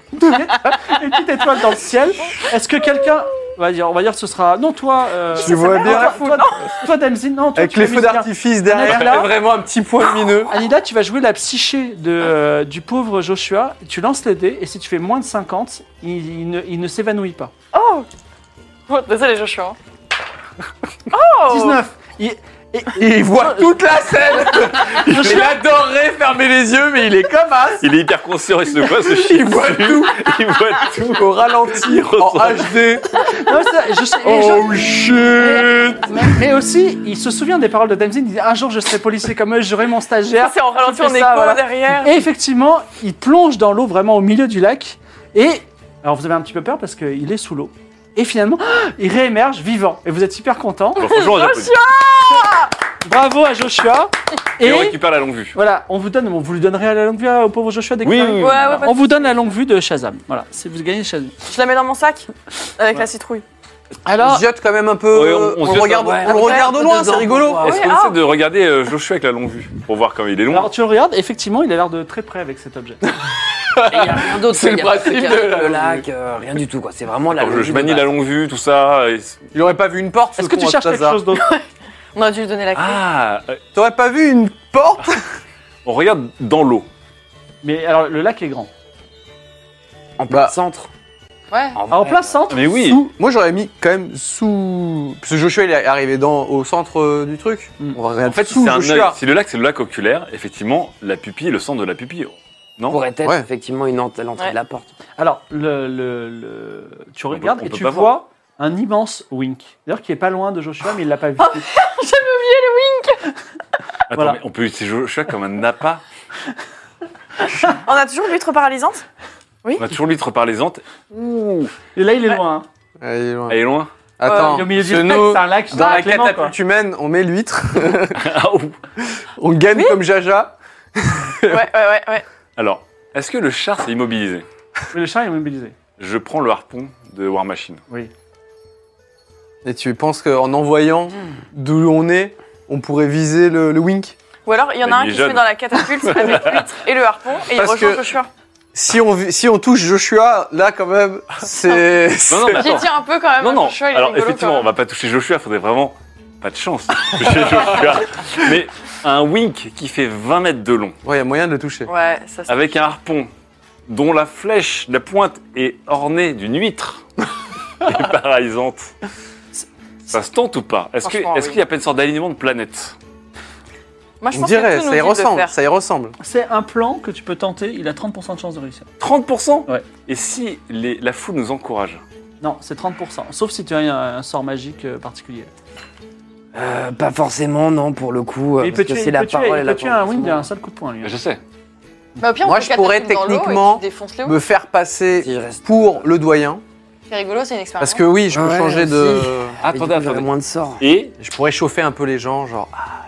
une petite étoile dans le ciel. Est-ce que quelqu'un... On va, dire, on va dire que ce sera... Non, toi... euh, Tu vois bien. toi, toi, toi, Damzin, non, toi, Avec tu les fais feux musicien. d'artifice Là, là. derrière. Vraiment un petit point lumineux. Anida, tu vas jouer la psyché Ah. de, euh, du pauvre Joshua. Tu lances les dés et si tu fais moins de 50, il, il ne, il ne s'évanouit pas. Oh Oh, Désolé, Joshua. Oh Oh. 19 il, Et il voit toute la scène. il adorerait fermer les yeux, mais il est comme as. Il est hyper conscient, il se voit ce chien. Il voit tout Il voit tout. au ralenti, en HD. Non, c'est- je sais- et je- Oh shit mais, mais aussi, il se souvient des paroles de Damsin. Il dit Un jour, je serai policier comme eux, j'aurai mon stagiaire. C'est en ralenti, on fais est ça, voilà. quoi derrière Et effectivement, il plonge dans l'eau, vraiment au milieu du lac. Et. Alors, vous avez un petit peu peur parce qu'il est sous l'eau. Et finalement, il réémerge vivant. Et vous êtes hyper content. Bon, franchement, on applaudit. Bravo à Joshua. Et Et. on récupère la longue vue. Voilà, on vous donne, on vous lui donnerez à la longue vue euh, au pauvre Joshua dès que Oui, vous arrivez. oui, Ouais, ouais, On vous donne la longue vue de Shazam. Voilà, c'est vous gagnez Shazam. Je la mets dans mon sac avec la citrouille. On Alors, ziote quand même un peu. Ouais, on- on euh, on, ziote le regarde, un- ouais. on le regarde au loin, Dedans, c'est rigolo. on voit. Est-ce oui, qu'on ah. essaie de regarder euh, Joshua avec la longue vue pour voir comme il est long alors tu le regardes, effectivement, il a l'air de très près avec cet objet. Il y a rien d'autre. C'est il y le a pas principe qu'il y a de le la- lac, euh, rien du tout, quoi. C'est vraiment la. Alors, je, je logique manie de la base. longue vue, tout ça. et- Il aurait pas vu une porte. Est-ce ce que con, tu à cherches cet quelque hasard. chose d'autre On aurait dû lui donner la clé. Ah euh, T'aurais pas vu une porte On regarde dans l'eau. Mais alors, le lac est grand. En plein Bah. centre. Ouais. En Ah, plein centre, Mais oui. sous- Ah. Moi j'aurais mis quand même sous. Parce que Joshua il est arrivé dans, au centre euh, du truc. Mm. On va regarder En fait, sous c'est un œil. Joshua. Si le lac, c'est le lac oculaire, effectivement, la pupille, le centre de la pupille. Non Pourrait être Ouais. effectivement une ent- l'entrée Ouais. de la porte. Alors, le, le- le- tu On peut- regardes on et peut tu pas vois voir. un immense wink. D'ailleurs, qui est pas loin de Joshua, mais il l'a pas vu. Attends, Voilà. mais on peut utiliser Joshua comme un appât. On a toujours l'huître paralysante On a toujours l'huître paralysante. Et là, il est loin. hein. Ouais, il est loin. Elle est loin. Attends, Il est au milieu du parce que steak, nous, c'est un lac. dans la Clément, quoi. catapulte humaine, on met l'huître, Ah, ouh. on gagne comme Jaja. Ouais, ouais, ouais. ouais. Alors, est-ce que le char s'est immobilisé Mais le char est immobilisé. Je prends le harpon de War Machine. Et tu penses qu'en envoyant d'où on est, on pourrait viser le, le wink Ou alors, il y en Bah, a un il est qui se met jeune. dans la catapulte avec l'huître et le harpon et il Parce rejoint que- Joshua. si on, vi- si on touche Joshua, là quand même, c'est. Non, non, mais J'y attends. tiens un peu quand même. Non, non. Joshua, ah, il est Alors, rigolo, effectivement, quand on va pas toucher Joshua. Faudrait vraiment pas de chance. de toucher Joshua. Mais un wink qui fait 20 mètres de long, Ouais, il y a moyen de le toucher. même. Ouais, ça se- avec un harpon dont la flèche, la pointe est ornée d'une huître et paralysante. Ça se tente ou pas Est-ce que- Franchement, est-ce oui. qu'il y a pas une sorte d'alignement de planète Moi, Ah, je On pense que dirait, tout nous ça y dit de ressemble, faire. ça y ressemble. C'est un plan que tu peux tenter. Il a 30% de chance de réussir. 30% Ouais. Et si les- la foule nous encourage Non, c'est 30%. Sauf si tu as un, un sort magique euh, particulier. Euh, pas forcément, non, pour le coup. euh, Mais il peut parce que tuer, c'est il la peut tuer, parole et il la peut tuer un wing pensée. d'un seul coup de poing. lui. Je sais. Bah, au pire, on Moi, fait je pourrais catapulte dans l'eau et techniquement tu défonces Léo. Me faire Si passer je reste- pour le doyen, C'est rigolo, c'est une Ah expérience. parce que oui, je peux Ouais, changer de. Ah, Mais du coup, Attendez, j'aurais attendez. moins de sorts. Et Je pourrais chauffer un peu les gens, genre. ah,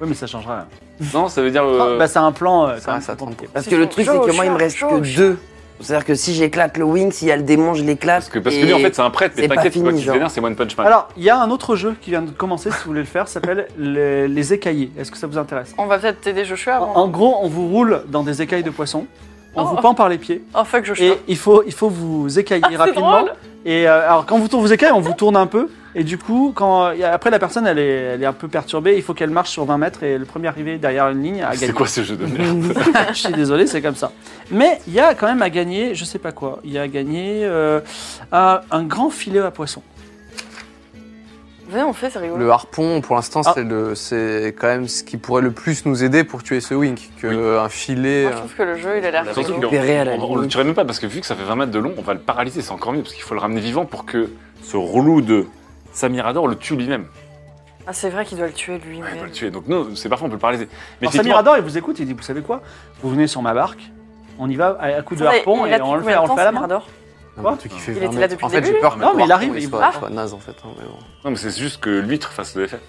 Oui, mais ça changera. Non, ça veut dire. euh, Bah, c'est un plan. euh, quand ça même reste à compliqué. 30%. Parce que le truc, c'est que moi, il me reste que deux. C'est-à-dire que si j'éclate le wing, s'il y a le démon, je l'éclate. parce que, parce que lui, en fait, c'est un prêtre, mais c'est pas t'inquiète, c'est pas fini, qu'il se genre. vénère, c'est One Punch Man. Alors, il y a un autre jeu qui vient de commencer, si vous voulez le faire, s'appelle les, les écaillés. Est-ce que ça vous intéresse On va peut-être t'aider Joshua en, avant. en gros, on vous roule dans des écailles de poisson, on Oh. vous pend par les pieds, Oh fuck Joshua. et il faut, il faut vous écailler Ah, c'est rapidement. drôle. Et euh, alors, quand vous tournez vous écaillez, on vous tourne un peu, et du coup, quand et après la personne, elle est, elle est un peu perturbée, il faut qu'elle marche sur 20 mètres, et le premier arrivé derrière une ligne a gagné. C'est quoi ce jeu de merde Je suis désolé, c'est comme ça. Mais il y a quand même à gagner, je sais pas quoi, il y a à gagner euh, un, un grand filet à poisson. Venez, on fait, c'est rigolo. Le harpon, pour l'instant, Ah. c'est le, c'est quand même ce qui pourrait le plus nous aider pour tuer ce wink que un filet. Moi, euh, Ah, je trouve que le jeu, il a l'air Surtout rigolo. qu'on- Opérer à la on- on le limite. tuerait même pas parce que vu que ça fait 20 mètres de long, on va le paralyser, c'est encore mieux parce qu'il faut le ramener vivant pour que ce relou de Samirador le tue lui-même. Ah, c'est vrai qu'il doit le tuer lui. Ouais, il mais- peut le tuer. Donc non, c'est parfait, on peut le paralyser. Mais Alors, effectivement, Samir Ador, il vous écoute, il dit Vous savez quoi Vous venez sur ma barque, on y va à à coup de Attendez, harpon il a et depuis on le fait, combien de on le temps, fait à la ce main. Mordor Quoi truc qui fait Il 20 était là mètres. depuis En le fait, début, Ah. j'ai peur que Non, mais il le arrive, harpon, il soit, part. soit naze en fait. hein, mais bon. non, mais c'est juste que l'huître fasse de l'effet.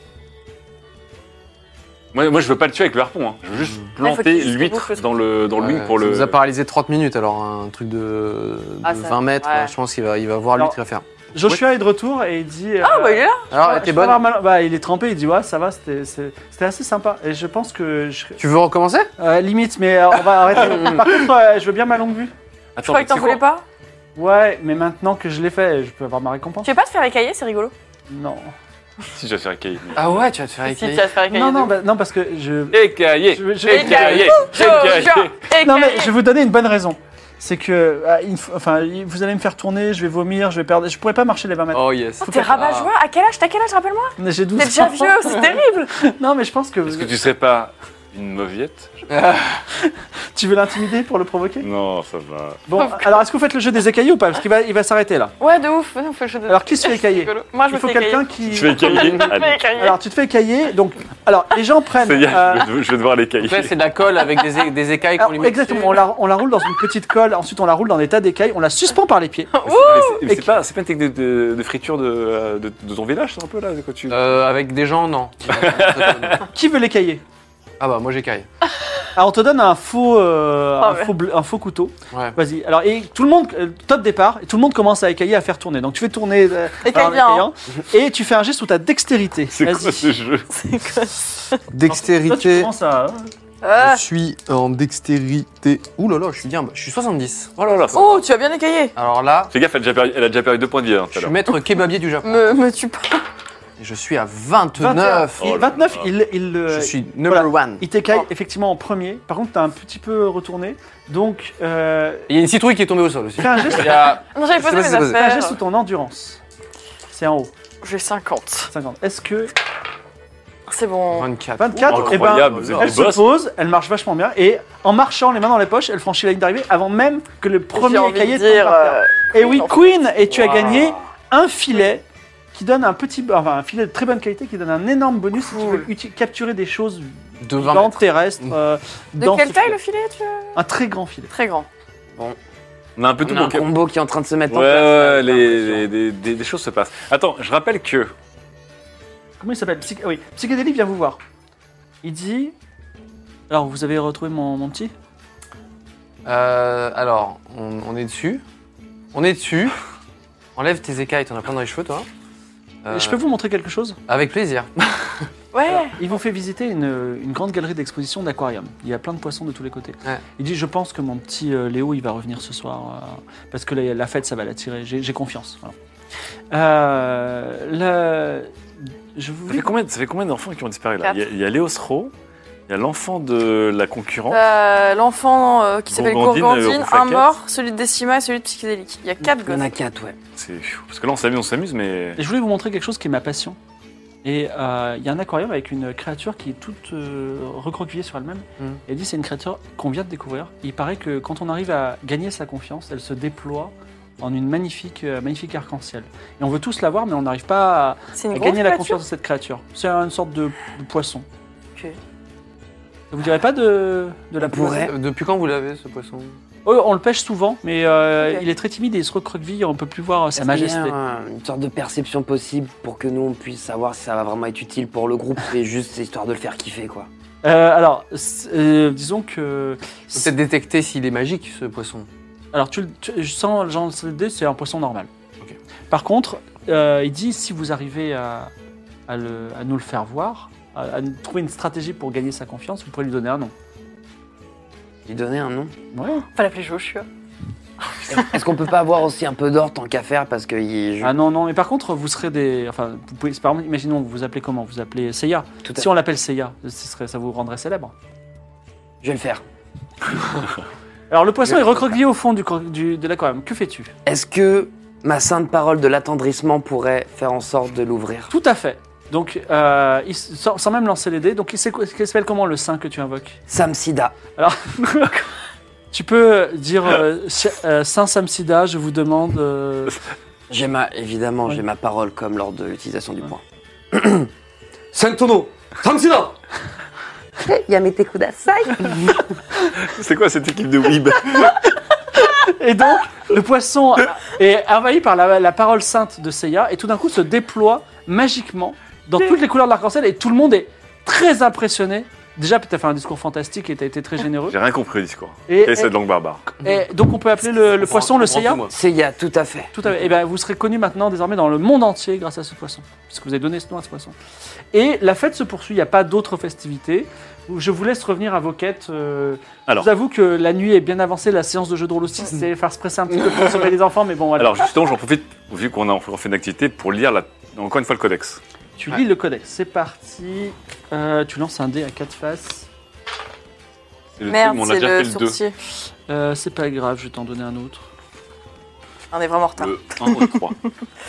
Moi, moi, je veux pas le tuer avec le harpon. hein. Je veux juste planter qu'il se bouffe le l'huître truc. dans le dans le wing Ouais, pour ça le. nous a paralysé 30 minutes, alors un truc de, de Ah, ça- 20 mètres, ouais. je pense qu'il va, il va voir lui Alors- qui va faire. Joshua est de retour et il dit euh, Ah bah il est là Alors, Je elle était peux bonne. avoir mal- bah, il est trempé, il dit ouais, ça va, c'était c'est- c'était assez sympa. Et je pense que je- Tu veux recommencer euh, limite, mais euh, on va arrêter. Par contre, euh, je veux bien ma longue vue. Je Attends, croyais que t'en c'est quoi voulais pas Ouais, mais maintenant que je l'ai fait, je peux avoir ma récompense. Tu veux pas te faire écailler, c'est rigolo Non. Si j'ai fait écailler. Ah ouais, tu vas te faire Si, tu vas te faire écailler. Non, non, de bah, non, parce que je. Écailler, je- je- écailler, ouf. Joshua écailler. écaillé. Non, mais je vais vous donner une bonne raison. C'est que, ah, il faut- enfin, il- vous allez me faire tourner, je vais vomir, je vais perdre. Je pourrais pas marcher les 20 mètres. Oh yes. T'es rabat-joie À quel âge T'as quel âge, rappelle-moi J'ai 12 T'es déjà ans. vieux, c'est terrible Non, mais je pense que, Est-ce que tu serais pas une mauviette tu veux l'intimider pour le provoquer. Non, ça va. Bon, alors est-ce que vous faites le jeu des écaillés ou pas Parce qu'il va, il va s'arrêter là. Ouais, de ouf Venez, on fait le jeu de... Alors qui se fait C'est écailler rigolo. Moi, je Il me faut fais quelqu'un écailler. qui. Tu fais écailler Je me fais Allez. écailler. Alors tu te fais écailler, donc. Alors les gens prennent. Ça y est, euh, je vais- je vais devoir En l'écailler. fait, c'est de la colle avec des, é- des écailles qu'on alors, lui met. Ah, exactement, on la, on la roule dans une petite colle, ensuite on la roule dans des tas d'écailles, on la suspend par les pieds. Mais c'est- mais Et c'est- C'est pas, c'est pas une technique de, de- de friture de, euh, de- de ton village, c'est un peu là de quoi tu... Euh, avec des gens, non. Qui veut l'écailler ah bah, moi j'écaille. Alors on te donne un faux, euh, Ah un, ouais. faux bl- un faux couteau. Ouais. Vas-y. Alors et tout le monde, euh, top départ, et tout le monde commence à écailler, à faire tourner. Donc tu fais tourner euh, par un Écaille bien, hein. écaillant, et tu fais un geste sous ta dextérité. C'est Vas-y. quoi ce jeu Toi, tu hein. Dextérité. commences à- Ah. Je suis en dextérité. Ouh là là, je suis bien. bas. Je suis 70. Oh là là ça- Oh, tu as bien écaillé Alors là, Fais gaffe, elle a déjà perdu, elle a déjà perdu deux points de vie hein, tout je à suis l'heure. maître kebabie du Japon. Me, me tue pas Et je suis à 29. 29, Oh là il, 29, là. il, il, euh, Je suis number one. il t'écaille effectivement en premier. Par contre, t'as un petit peu retourné. Donc, euh, Il y a une citrouille qui est tombée au sol aussi. fais un geste, Il y a- Non, j'avais C'est posé pas si mes c'est posé. fais un geste affaires. sous ton endurance. C'est en haut, J'ai 50. 50. Est-ce que C'est bon. 24. 24 eh ben, Incroyable, vous êtes Elle des se boss. pose, elle marche vachement bien et en marchant les mains dans les poches, elle franchit la ligne d'arrivée avant même que le J'ai premier envie de cahier dire, euh, Et Eh oui, en fait. Queen, et tu as Wow. gagné un filet qui donne un petit, enfin un filet de très bonne qualité qui donne un énorme bonus si tu veux uti- capturer des choses De 20 vivantes, mètres. terrestres. Mm. euh, De dans quelle ce taille filet. le filet, tu veux Un très grand filet. Très grand. On a un peu tout On a un manqué. combo qui est en train de se mettre Ouais, en ouais, place. là, j'ai les- l'impression. les- des- des des choses se passent. Attends, je rappelle que. Comment il s'appelle Psych- ah Oui, Psychédélie vient vous voir. Il dit. Alors, vous avez retrouvé mon, mon petit Euh, alors, on, on est dessus. On est dessus. Enlève tes écailles, t'en as plein dans les cheveux, toi. Euh, Je peux vous montrer quelque chose Avec plaisir. Ouais. Il vous fait visiter une, une grande galerie d'exposition d'aquarium. Il y a plein de poissons de tous les côtés. Ouais. Il dit Je pense que mon petit euh, Léo, il va revenir ce soir. euh, parce que la, la fête, ça va l'attirer. J'ai j'ai confiance. Voilà. Euh, la- Je vous Ça fait combien, ça fait combien d'enfants qui ont disparu là Il y a- Il y a Léo Sro, il y a l'enfant de la concurrente. Euh, L'enfant euh, qui s'appelle Gourgandine, Gourgandine, euh, un Roufaquette. mort, celui de Décima et celui de Psychédélique. Il y a quatre Il y en gosses. a quatre, ouais. C'est- pfiou, Parce que là, on s'amuse, on s'amuse, mais. Et je voulais vous montrer quelque chose qui est ma passion. Et euh, il y a un aquarium avec une créature qui est toute euh, recroquevillée sur elle-même. Mm. Hmm. Elle dit c'est une créature qu'on vient de découvrir. Il paraît que quand on arrive à gagner sa confiance, elle se déploie en une magnifique, euh, magnifique arc-en-ciel. Et on veut tous la voir, mais on n'arrive pas à, C'est une à grosse gagner la créature. confiance de cette créature. C'est une sorte de, de poisson. Ok. Ça vous dirait pas de, de la On pourrait. pourrait Ouais. Depuis quand vous l'avez, ce poisson On le pêche souvent, mais euh, Ok. il est très timide et il se recroqueville. On peut plus voir euh, sa Est-ce qu'il y a majesté. un- une sorte de perception possible pour que nous on puisse savoir si ça va vraiment être utile pour le groupe et juste c'est histoire de le faire kiffer quoi. Euh, alors, c'est- euh, disons que Faut Peut-être détecter s'il est magique, ce poisson. Alors, tu, le- tu, je sens Jean dé, c'est un poisson normal. Ok. Par contre, euh, il dit si vous arrivez à, à le- à nous le faire voir, à, à nous- trouver une stratégie pour gagner sa confiance, vous pourrez lui donner un nom. Lui donner un nom. Ouais. Faut l'appeler Joshua. Est-ce qu'on peut pas avoir aussi un peu d'or tant qu'à faire parce que il je- Ah non, non, mais par contre, vous serez des. Enfin, vous pouvez. Par exemple, imaginons, vous vous appelez comment Vous appelez Seiya. Tout à- Si on l'appelle Seiya, ce serait, ça vous rendrait célèbre. je vais le faire. Alors, le poisson est recroquevillé au fond du, cro- du- de l'aquarium. Que fais-tu Est-ce que ma sainte parole de l'attendrissement pourrait faire en sorte de l'ouvrir Tout à fait. Donc, euh, il s- sans, sans même lancer les dés, donc il sait quoi- qu'il s'appelle comment le saint que tu invoques Sam Sida. Alors, tu peux dire euh, Ch- euh, Saint Samsida, je vous demande. euh, J'ai ma évidemment, Ouais. j'ai ma parole comme lors de l'utilisation du point. Cinq tonneaux Cinq hein. sida C'est quoi cette équipe de Weeb Et donc, le poisson est envahi par la, la parole sainte de Seiya et tout d'un coup se déploie magiquement dans toutes les couleurs de l'arc-en-ciel et tout le monde est très impressionné. Déjà, tu as fait un discours fantastique et tu as été très généreux. J'ai rien compris au discours. Et, euh, Et cette langue barbare. et- et donc, on peut appeler le, le poisson le Seiya Seiya, tout à fait. Tout à fait. Et ben, vous serez connu maintenant désormais dans le monde entier grâce à ce poisson, puisque vous avez donné ce nom à ce poisson. Et la fête se poursuit, il n'y a pas d'autres festivités. Je vous laisse revenir à vos quêtes. euh, Alors. Je vous avoue que la nuit est bien avancée, la séance de jeu de rôle aussi, c'est faire se presser un petit peu pour sauver les enfants, mais bon, voilà. Alors, justement, j'en profite, vu qu'on a on fait une activité, pour lire la- encore une fois le codex. tu lis le codex, c'est parti. Euh, tu lances un dé à quatre faces. C'est le Merde, truc, mais on a c'est déjà le fait le 2. sourcier. Euh, c'est pas grave, je vais t'en donner un autre. On est vraiment en retard. Le 1 ou le 3.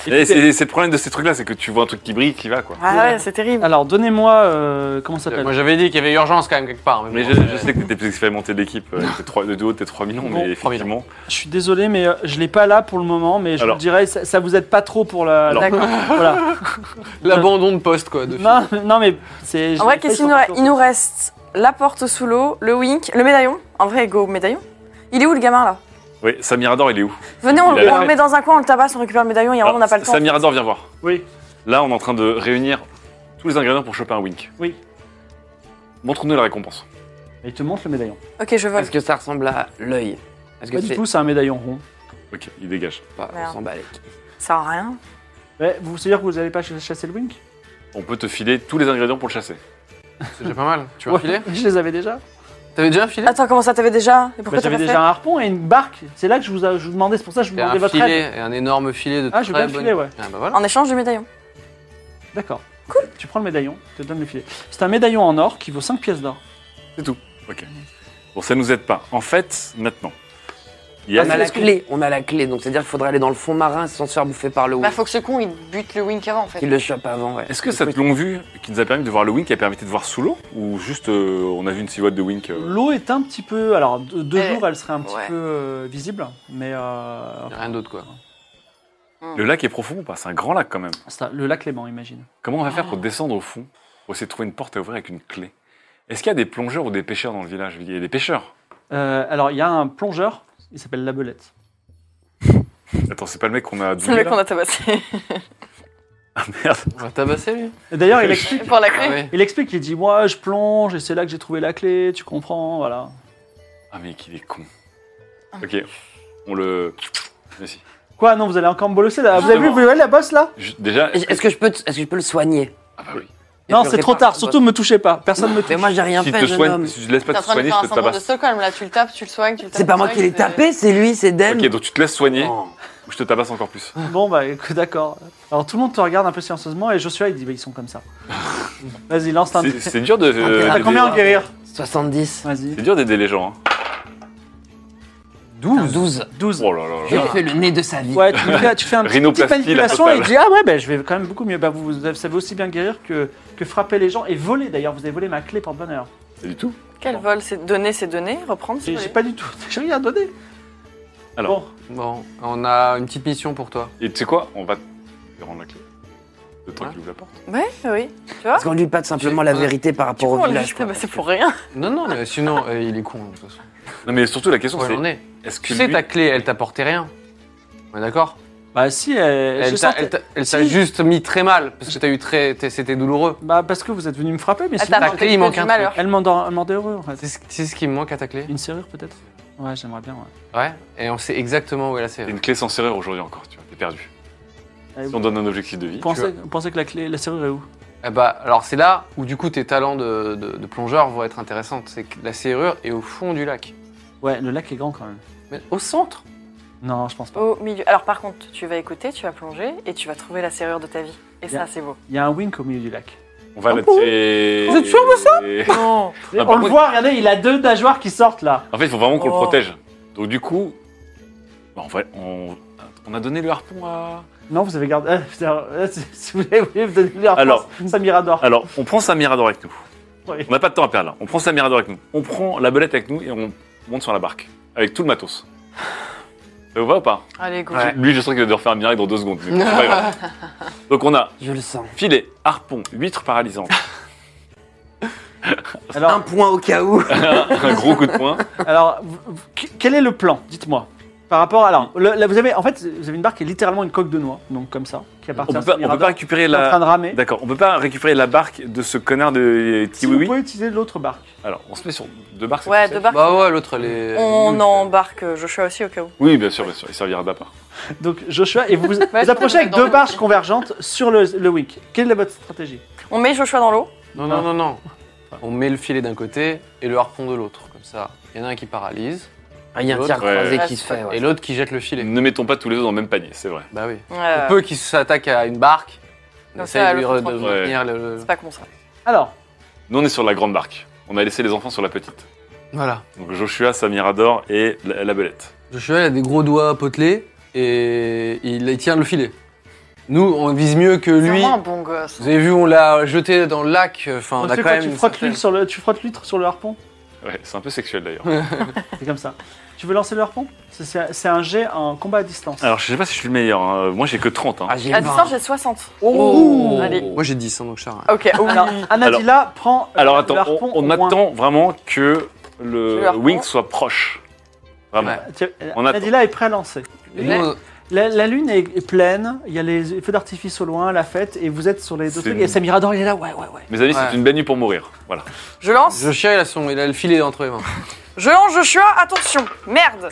Et c'est c'est le problème de ces trucs-là, c'est que tu vois un truc qui brille, qui va quoi. Ah ouais, c'est terrible. Alors, donnez-moi. euh, comment ça s'appelle Moi, j'avais dit qu'il y avait urgence quand même quelque part. Mais bon, je, je euh, sais que t'étais plus expérimenté de l'équipe, euh, t'es trois- le duo t'es 3 millions, Bon, mais trois millions. effectivement. Je suis désolé, mais euh, je l'ai pas là pour le moment, mais je Alors. vous dirais, ça, ça vous aide pas trop pour la. Alors. D'accord. voilà. L'abandon de poste, quoi. De Non, non, mais c'est. En j'ai vrai, pas qu'est-ce eu qu'il nous reste sur- Il nous reste la porte sous l'eau, le wink, le médaillon. En vrai, go, médaillon. Il est où le gamin là Oui, Samirador, il est Ah, où Venez, on, Il a on la- le met dans un coin, on le tabasse, on récupère le médaillon, il y a un moment, Ah, on n'a pas le temps. Samirador, viens voir. Oui. Là, on est en train de réunir tous les ingrédients pour choper un wink. Oui. Montre-nous la récompense. Il te montre le médaillon. Ok, je vole. Est-ce que ça ressemble à l'œil Est-ce Pas que du c'est tout, c'est un médaillon rond. Ok, il dégage. Bah, on Merde. s'en bat les- Ça sert à rien. Ouais, vous savez dire que vous n'allez pas ch- chasser le Wink On peut te filer tous les ingrédients pour le chasser. C'est déjà pas mal. Tu veux un Ouais, filet Je les avais déjà. T'avais déjà un filet Attends, comment ça t'avais déjà Et Bah, pourquoi t'as J'avais pas déjà fait un harpon et une barque. C'est là que je vous, a- je vous demandais, c'est pour ça que je vous Et un demandais votre aide. filet, et un énorme filet de Ah, je veux bien très le bonne- filet, ouais. Ah, bah voilà. En échange du médaillon. D'accord. Cool. Tu prends le médaillon, je te donne le filet. C'est un médaillon en or qui vaut 5 pièces d'or. Bon, ça nous aide pas. En fait, maintenant, il y a On a la clé, on a la clé, donc c'est-à-dire qu'il faudrait aller dans le fond marin sans se faire bouffer par le Bah, wink. faut que ce con, il bute le wink avant, en fait. Qu'il le chope avant, ouais. Est-ce que cette longue vue qui nous a permis de voir le Wink a permis de voir sous l'eau Ou juste euh, on a vu une silhouette de Wink euh, L'eau est un petit peu. Alors, de, de Eh, jour, elle serait un petit ouais. peu euh, visible, mais euh, Rien d'autre, quoi. Le lac est profond ou pas C'est un grand lac quand même. c'est un- le lac Léman, imagine. Comment on va faire pour Ah. descendre au fond Pour essayer de trouver une porte à ouvrir avec une clé Est-ce qu'il y a des plongeurs ou des pêcheurs dans le village Il y a des pêcheurs Euh, alors, il y a un plongeur, il s'appelle La Belette. Attends, c'est pas le mec qu'on a C'est le doublé mec qu'on là a tabassé. Ah merde On va tabasser, lui. Et D'ailleurs, il explique. Pour la Ah clé. ouais. Il explique, il dit Moi, je plonge et c'est là que j'ai trouvé la clé, tu comprends, voilà. Ah mais qu'il est con. Ah. Ok, on le... Merci. Quoi, non, vous allez encore me bolosser là Vous avez vu, Justement. vous voyez la bosse là Je- Déjà... Est-ce que je peux, te- est-ce que je peux le soigner Ah bah oui. Non, Je le c'est trop répare. tard, surtout me touchez pas, personne me touche. Mais moi, j'ai rien Si, fait, te jeune soigne, homme. si tu te laisses pas T'es en te train de soigner, faire je un te syndrome de tabasse. Stockholm, là. Tu le tapes, tu le soignes, tu le tapes. C'est pas moi qui l'ai tapé, c'est lui, c'est Dem. Ok, donc tu te laisses soigner Oh. ou je te tabasse encore plus. Bon, bah écoute, d'accord. Alors tout le monde te regarde un peu silencieusement et Joshua il dit Bah, ils sont comme ça. Vas-y, lance un. C'est c'est dur de... euh, t'es T'as raté. d'aider- combien en guérir 70. Vas-y. C'est dur d'aider les gens. hein. 12. 12. 12. Oh là là là. J'ai fait le nez de sa vie. Ouais, tu, lui fais- tu fais un petit- petite Rhinoplastie, la manipulation et il totale. dit Ah ouais, bah, je vais quand même beaucoup mieux. Bah, vous, vous savez aussi bien guérir que, que frapper les gens et voler d'ailleurs. Vous avez volé ma clé porte-bonheur. C'est du tout. Quel vol C'est donner, c'est donner, reprendre, c'est J'ai j'ai voler. pas du tout. J'ai rien donné. Alors. Bon, Bon, on a une petite mission pour toi. Et tu sais quoi On va te rendre la clé. Le temps qu'il ouvre la porte. Ouais, oui. Parce qu'on lui pas simplement la Ouais. vérité par Du rapport coup, au on l'a village. juste quoi. tabassé pour rien. Non, non, mais sinon, euh, il est con, de toute façon. Non mais surtout la question Ouais, c'est on est. est-ce que Tu sais, lui- ta clé, elle t'apportait rien. On est d'accord bah si, elle, je Elle t'a sentais- elle t'a- elle t'a juste mis très mal, parce que t'as eu très. t'es- C'était douloureux. Bah parce que vous êtes venu me frapper, mais Ah, sinon- t'as ta manqué clé, il que manque du un malheur. Elle m'en dort- elle m'en heureux en fait. C'est ce- c'est ce qui me manque à ta clé Une serrure peut-être Ouais, j'aimerais bien. Ouais. Ouais, et on sait exactement où est la T'as série. une clé sans serrure aujourd'hui encore, tu vois, t'es perdu. Allez, Si on donne un objectif de vie, Vous pensez, vous pensez que la clé, la serrure est où Eh bah, alors c'est là où du coup tes talents de, de- de plongeur vont être intéressants. C'est que la serrure est au fond du lac. Ouais, le lac est grand quand même. Mais au centre Non, je pense pas. Au milieu. Alors par contre, tu vas écouter, tu vas plonger et tu vas trouver la serrure de ta vie. Et Bien. ça, c'est beau. Il y a un wink au milieu du lac. on va Ah la bon tirer. Vous êtes sûr de ça on Non. Ah, par le contre- voit, regardez, il a deux nageoires qui sortent là. En fait, il faut vraiment qu'on le Oh. protège. Donc du coup, bah, on, va- on- on a donné le harpon à... Non, vous avez gardé. Ah, putain, ah, si- si vous voulez, vous voulez me donner leur Alors. ça mirador. Alors, on prend sa mirador avec nous. Oui. On n'a pas de temps à perdre là. On prend sa mirador avec nous. On prend la belette avec nous et on monte sur la barque. Avec tout le matos. Ça vous va ou pas Allez, go. Ouais. Lui, je sais qu'il va devoir faire un miracle dans deux secondes. mais c'est pas grave. Donc on a Je le sens. filet, harpon, huître paralysante, Un Alors, point au cas où. un gros coup de poing. alors, vous- vous- quel est le plan Dites-moi. Par rapport à. Alors, le- là, vous avez, en fait, vous avez une barque qui est littéralement une coque de noix, donc comme ça, qui On appartient peut à ce pas, on peut pas mirador. récupérer qui est en train la. de ramer. D'accord, on peut pas récupérer la barque de ce connard de Si vous Tiwiwi. pouvez utiliser l'autre barque. Alors, on se met sur deux barques. c'est Ouais, deux tout ça barques. Bah ouais, l'autre elle est. On embarque euh, Joshua aussi au cas où. Oui, bien sûr, bien sûr. Il servira d'apport. Donc, Joshua, et vous vous, vous je approchez avec dans le deux barques convergentes sur le, le wink. Quelle est votre stratégie On met Joshua dans l'eau. Non, non, non, non. On met le filet d'un côté et le harpon de l'autre. Comme ça, il y en a un qui paralyse Ah, Il y a un L'autre, tir ouais. croisé qui se fait. ouais. et l'autre qui jette le filet. Ne mettons pas tous les deux dans le même panier, c'est vrai. Bah oui. Euh, On peut qu'il s'attaque à une barque. On Comme essaye ça, de lui l'autre prend. redevenir le. C'est pas con ça. Alors, Nous, on est sur la grande barque. On a laissé les enfants sur la petite. Voilà. Donc Joshua, sa Mirador et la, la belette. Joshua il a des gros doigts potelés et il il tient le filet. Nous, on vise mieux que C'est lui. vraiment un bon gosse. Vous avez vu, on l'a jeté dans le lac. euh, Enfin, on tu a fais quand quoi même. tu une frottes certaine- l'huile sur le, tu frottes l'huître sur le harpon Ouais, c'est un peu sexuel d'ailleurs. C'est comme ça. Tu veux lancer le harpon C'est- C'est c'est un jet en combat à distance. Alors, je sais pas si je suis le meilleur. hein. Moi, j'ai que 30. hein. Ah, j'ai À 20. distance, j'ai 60. Oh. Allez. Moi j'ai 10 hein, donc Charles. Ok, oh, Alors, Anadila prend euh, Alors le attends, harpon on, au on moins. attend vraiment que Le le harpon. Wink soit proche. Vraiment. Ouais. Tiens, euh, On attend. Anadila est prêt à lancer. Et nous, on- La, la lune est est pleine, il y a les feux d'artifice au loin, la fête, et vous êtes sur les deux C'est trucs. une- Et Samirador, il est là, ouais, ouais, ouais. Mes amis, Ouais. c'est une belle nuit pour mourir. Voilà. Je lance. Joshua il a, son... il a le filet entre les mains. Je lance Joshua. Attention. Merde.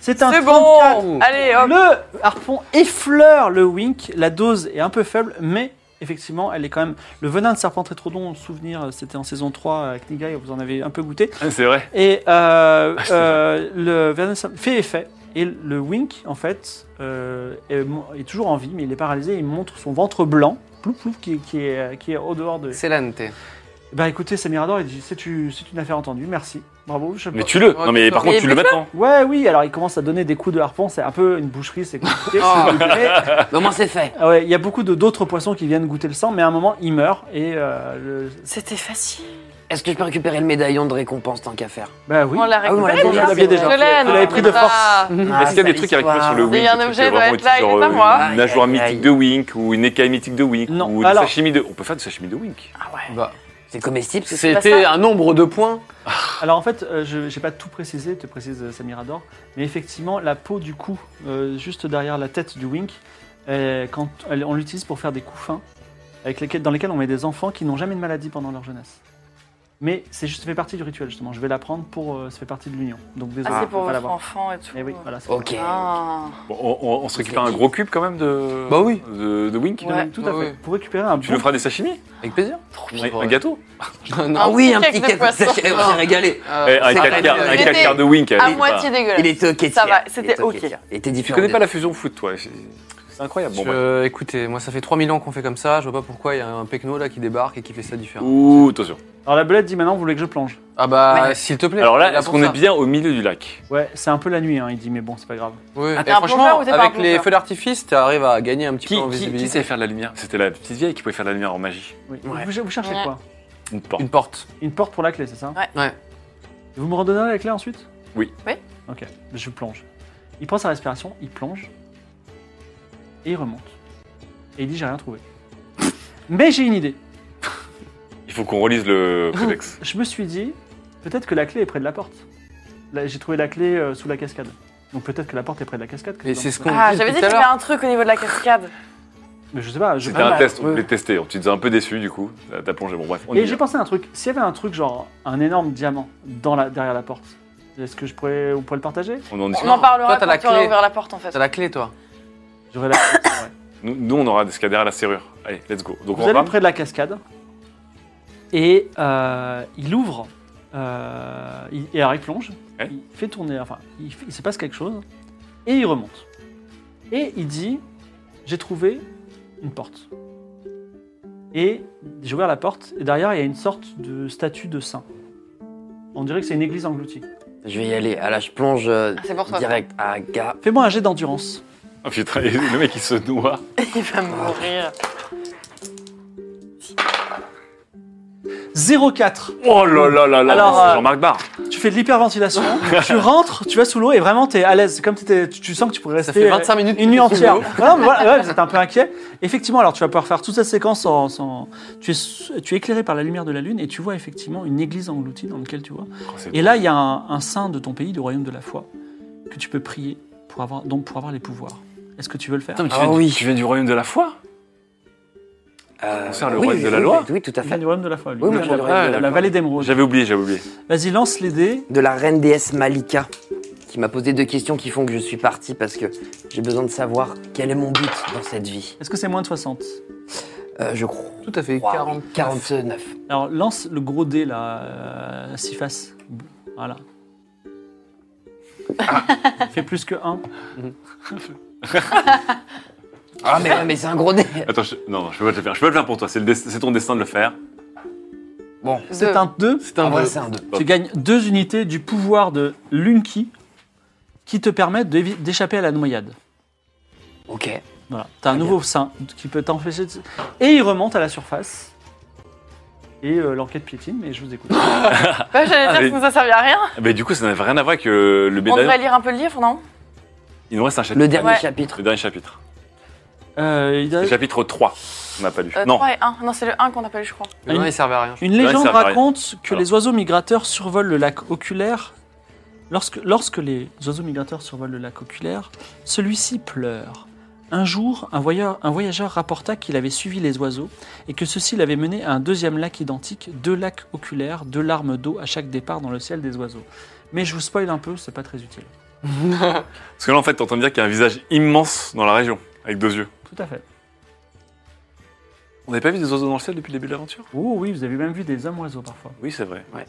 C'est un C'est 34. bon. Allez, hop. Le harpon effleure le wink, la dose est un peu faible, mais effectivement, elle est quand même. Le venin de serpent trétrodon, souvenir, c'était en saison 3 avec Nigai, vous en avez un peu goûté. C'est vrai. Et euh, euh, le Vernon Sam- fait effet. Et le Wink, en fait, euh, est, mo- est toujours en vie, mais il est paralysé. Il montre son ventre blanc plouf, plouf, qui, qui est, qui est au dehors de. Excellente. Bah écoutez, Samirador, il dit c'est une, c'est une affaire entendue, merci. Bravo, je sais Mais pas. tu le. Non, mais par Mais contre, tu le maintenant. Ouais, oui, alors il commence à donner des coups de harpon, c'est un peu une boucherie, c'est compliqué. Oh. Mais, Mais au moins, c'est fait. ah ouais, il y a beaucoup de- d'autres poissons qui viennent goûter le sang, mais à un moment, il meurt et. euh, le- C'était facile. Est-ce que je peux récupérer le médaillon de récompense tant qu'à faire Bah oui. On l'a Ah oui, on l'a récupéré déjà, vous l'aviez c'est déjà. vrai. Je l'ai, Vous l'avez pris de Ah. Ah, Est-ce qu'il y a des sale trucs à récupérer sur le histoire. Wink Il y a un des trucs objet, qui doit vraiment être là, utilisent, il est pas genre, moi. euh, Une nageoire Aïe, aïe, aïe. mythique de Wink ou une écaille mythique de Wink Non, ou alors- du sashimi de. On peut faire du sashimi de Wink. Bah, C'est comestible, ce C'était un nombre de points. Alors en fait, euh, je n'ai pas tout précisé, te précise euh, Samirador, mais effectivement, la peau du cou, euh, juste derrière la tête du Wink, euh, quand elle- on l'utilise pour faire des coups fins, avec lesquels, dans lesquels on met des enfants qui n'ont jamais de maladie pendant leur jeunesse. Mais c'est juste ça fait partie du rituel justement. Je vais la prendre pour, euh, ça fait partie de l'union. Donc désolé, Ah, c'est on pour peut pas votre l'avoir. enfant et tout. Eh oui, voilà. c'est- Ok. Ah. Bon, on, on- on se récupère un gros cube quand même de. Bah oui. De, de Wink. Oui, Ouais. Tout à Ouais, fait. ouais. Pour récupérer un Tu bon- le feras des sashimi Avec plaisir. Un- Un gâteau Ah Non. oui, un petit petit cake de cake. poisson. Sachez- On s'est régalé. Ah, Euh, Eh, Un c'est quatre pas quarts- mal. un quatre J'étais quarts de Wink. À allez, moitié enfin. dégueulasse. Il était ok. Ça va, c'était ok. Il était Tu différent. connais pas des- la fusion foot, toi C'est c'est incroyable. Bon, bah. bref. Je- écoutez, moi ça fait 3000 ans qu'on fait comme ça, je vois pas pourquoi il y a un pecno là qui débarque et qui fait ça différent. Ouh, attention. Alors la belette dit maintenant, vous voulez que je plonge Ah bah Ouais. s'il te plaît. Alors on là, est-ce pour qu'on ça. est bien au milieu du lac Ouais, c'est un peu la nuit. hein, il dit, mais bon, c'est pas grave. Oui. Ah, Et t'es un plongeur franchement, ou t'es pas un avec les plongeur feux d'artifice, t'arrives à gagner un petit Qui, peu en qui- qui visibilité. savait faire de la lumière C'était la petite vieille qui pouvait faire de la lumière en magie. Oui. Ouais. Vous, vous cherchez Ouais. quoi Une porte. Une porte. Une porte pour la clé, c'est ça Ouais. Ouais. Vous me redonnez la clé ensuite Oui. Oui. Ok, je plonge. Il prend sa respiration, il plonge. Et il remonte. Et il dit j'ai rien trouvé. Mais j'ai une idée. Il faut qu'on relise le codex. Je me suis dit, peut-être que la clé est près de la porte. Là, j'ai trouvé la clé euh, sous la cascade. Donc peut-être que la porte est près de la cascade. Et c'est ce qu'on Ah, dit j'avais dit qu'il tout à y avait l'heure. un truc au niveau de la cascade. Mais je sais pas. Je... C'était un Ah, test, on ouais. voulait tester. Tu nous as un peu déçu du coup. T'as- T'as plongé. Bon, bref. On y Et j'ai va. pensé à un truc. S'il y avait un truc genre un énorme diamant dans la, derrière la porte, est-ce que je pourrais, on pourrait le partager On en discute. On en parlera Toi, t'as quand la tu auras clé. ouvert la porte en fait. T'as la clé toi. J'aurais la. ouais. Nous, nous, on aura des scalaires à la serrure. Allez, let's go. Donc, Vous on allez rame. près de la cascade et euh, il ouvre. euh, il, et alors il plonge, Ouais. il fait tourner, enfin il, fait- il se passe quelque chose et il remonte. Et il dit J'ai trouvé une porte. Et j'ai ouvert la porte et derrière il y a une sorte de statue de saint. On dirait que c'est une église engloutie. Je vais y aller. Ah là, je plonge euh, Ah, c'est pour toi. direct. Ah, gars. Fais-moi un jet d'endurance. Oh, putain, et le mec il se noie. Il va mourir. 04 Oh là là là là. Alors, c'est euh, Jean-Marc Barr. Tu fais de l'hyperventilation, tu rentres, tu vas sous l'eau et vraiment t'es à l'aise. C'est comme si t'étais- tu, tu sens que tu pourrais rester Ça fait euh, 25 minutes. que une nuit t'es sous entière. l'eau. Voilà, mais voilà, ouais, c'était un peu inquiet. Effectivement, alors tu vas pouvoir faire toute cette séquence en, sans- Tu, es, s- tu es éclairé par la lumière de la lune et tu vois effectivement une église engloutie dans laquelle tu vois. Oh, c'est- Et là, il y a un, un saint de ton pays, du royaume de la foi, que tu peux prier pour avoir, donc pour avoir les pouvoirs. Est-ce que tu veux le faire Putain, mais tu, Ah viens, du- oui. tu viens du royaume de la foi Euh, On sert Ah, le oui, rôle de oui, la oui, loi. Oui, oui, tout à Il vient fait. du royaume de la foi, lui. Oui, oui, Il vient je de viens la, du royaume de la la foi. vallée d'émeraude. J'avais oublié, j'avais oublié. Vas-y, lance les dés. De la reine déesse Malika, qui m'a posé deux questions qui font que je suis parti parce que j'ai besoin de savoir quel est mon but dans cette vie. Est-ce que c'est moins de 60 Euh, je crois. Tout à fait. 40. 49. Alors lance le gros dé là, euh, six faces. Voilà. Ah. Fais plus que 1. Ah, mais, ouais, mais c'est un gros dé. Attends, je... non, non, je peux pas te le faire. Je peux pas te le faire pour toi. C'est le dest- c'est ton destin de le faire. C'est un 2. C'est un Ah ouais, vrai. c'est un 2. Hop. Tu gagnes deux unités du pouvoir de Lunky qui te permettent d'évi- d'échapper à la noyade. Ok. Voilà. T'as un nouveau saint qui peut t'empêcher de... Et il remonte à la surface. Et euh, l'enquête piétine, mais je vous écoute. Bah, j'allais Ah, dire que mais- ça nous a servi à rien. Mais Eh ben, du coup, ça n'avait rien à voir avec euh, le On médaillon. devrait lire un peu le livre, non Il nous reste un chapitre. Le dernier Ouais. chapitre. Le dernier chapitre. Euh, il y a- Le chapitre 3. On n'a pas lu. Euh, non. 3 et 1. Non, c'est le 1 qu'on appelle, je crois. Le nom, Ah, il servait à rien. Une Ouais, légende ça Ah. va, raconte que Alors. les oiseaux migrateurs survolent le lac oculaire. Lorsque, lorsque les oiseaux migrateurs survolent le lac oculaire, celui-ci pleure. Un jour, un voyageur, un voyageur rapporta qu'il avait suivi les oiseaux et que ceux-ci l'avaient mené à un deuxième lac identique, deux lacs oculaires, deux larmes d'eau à chaque départ dans le ciel des oiseaux. Mais je vous spoil un peu, c'est pas très utile. Parce que là, en fait, t'entends dire qu'il y a un visage immense dans la région, avec deux yeux. Tout à fait. On n'avait pas vu des oiseaux dans le ciel depuis le début de l'aventure Oh oui, vous avez même vu des hommes oiseaux parfois. Oui, c'est vrai. Ouais.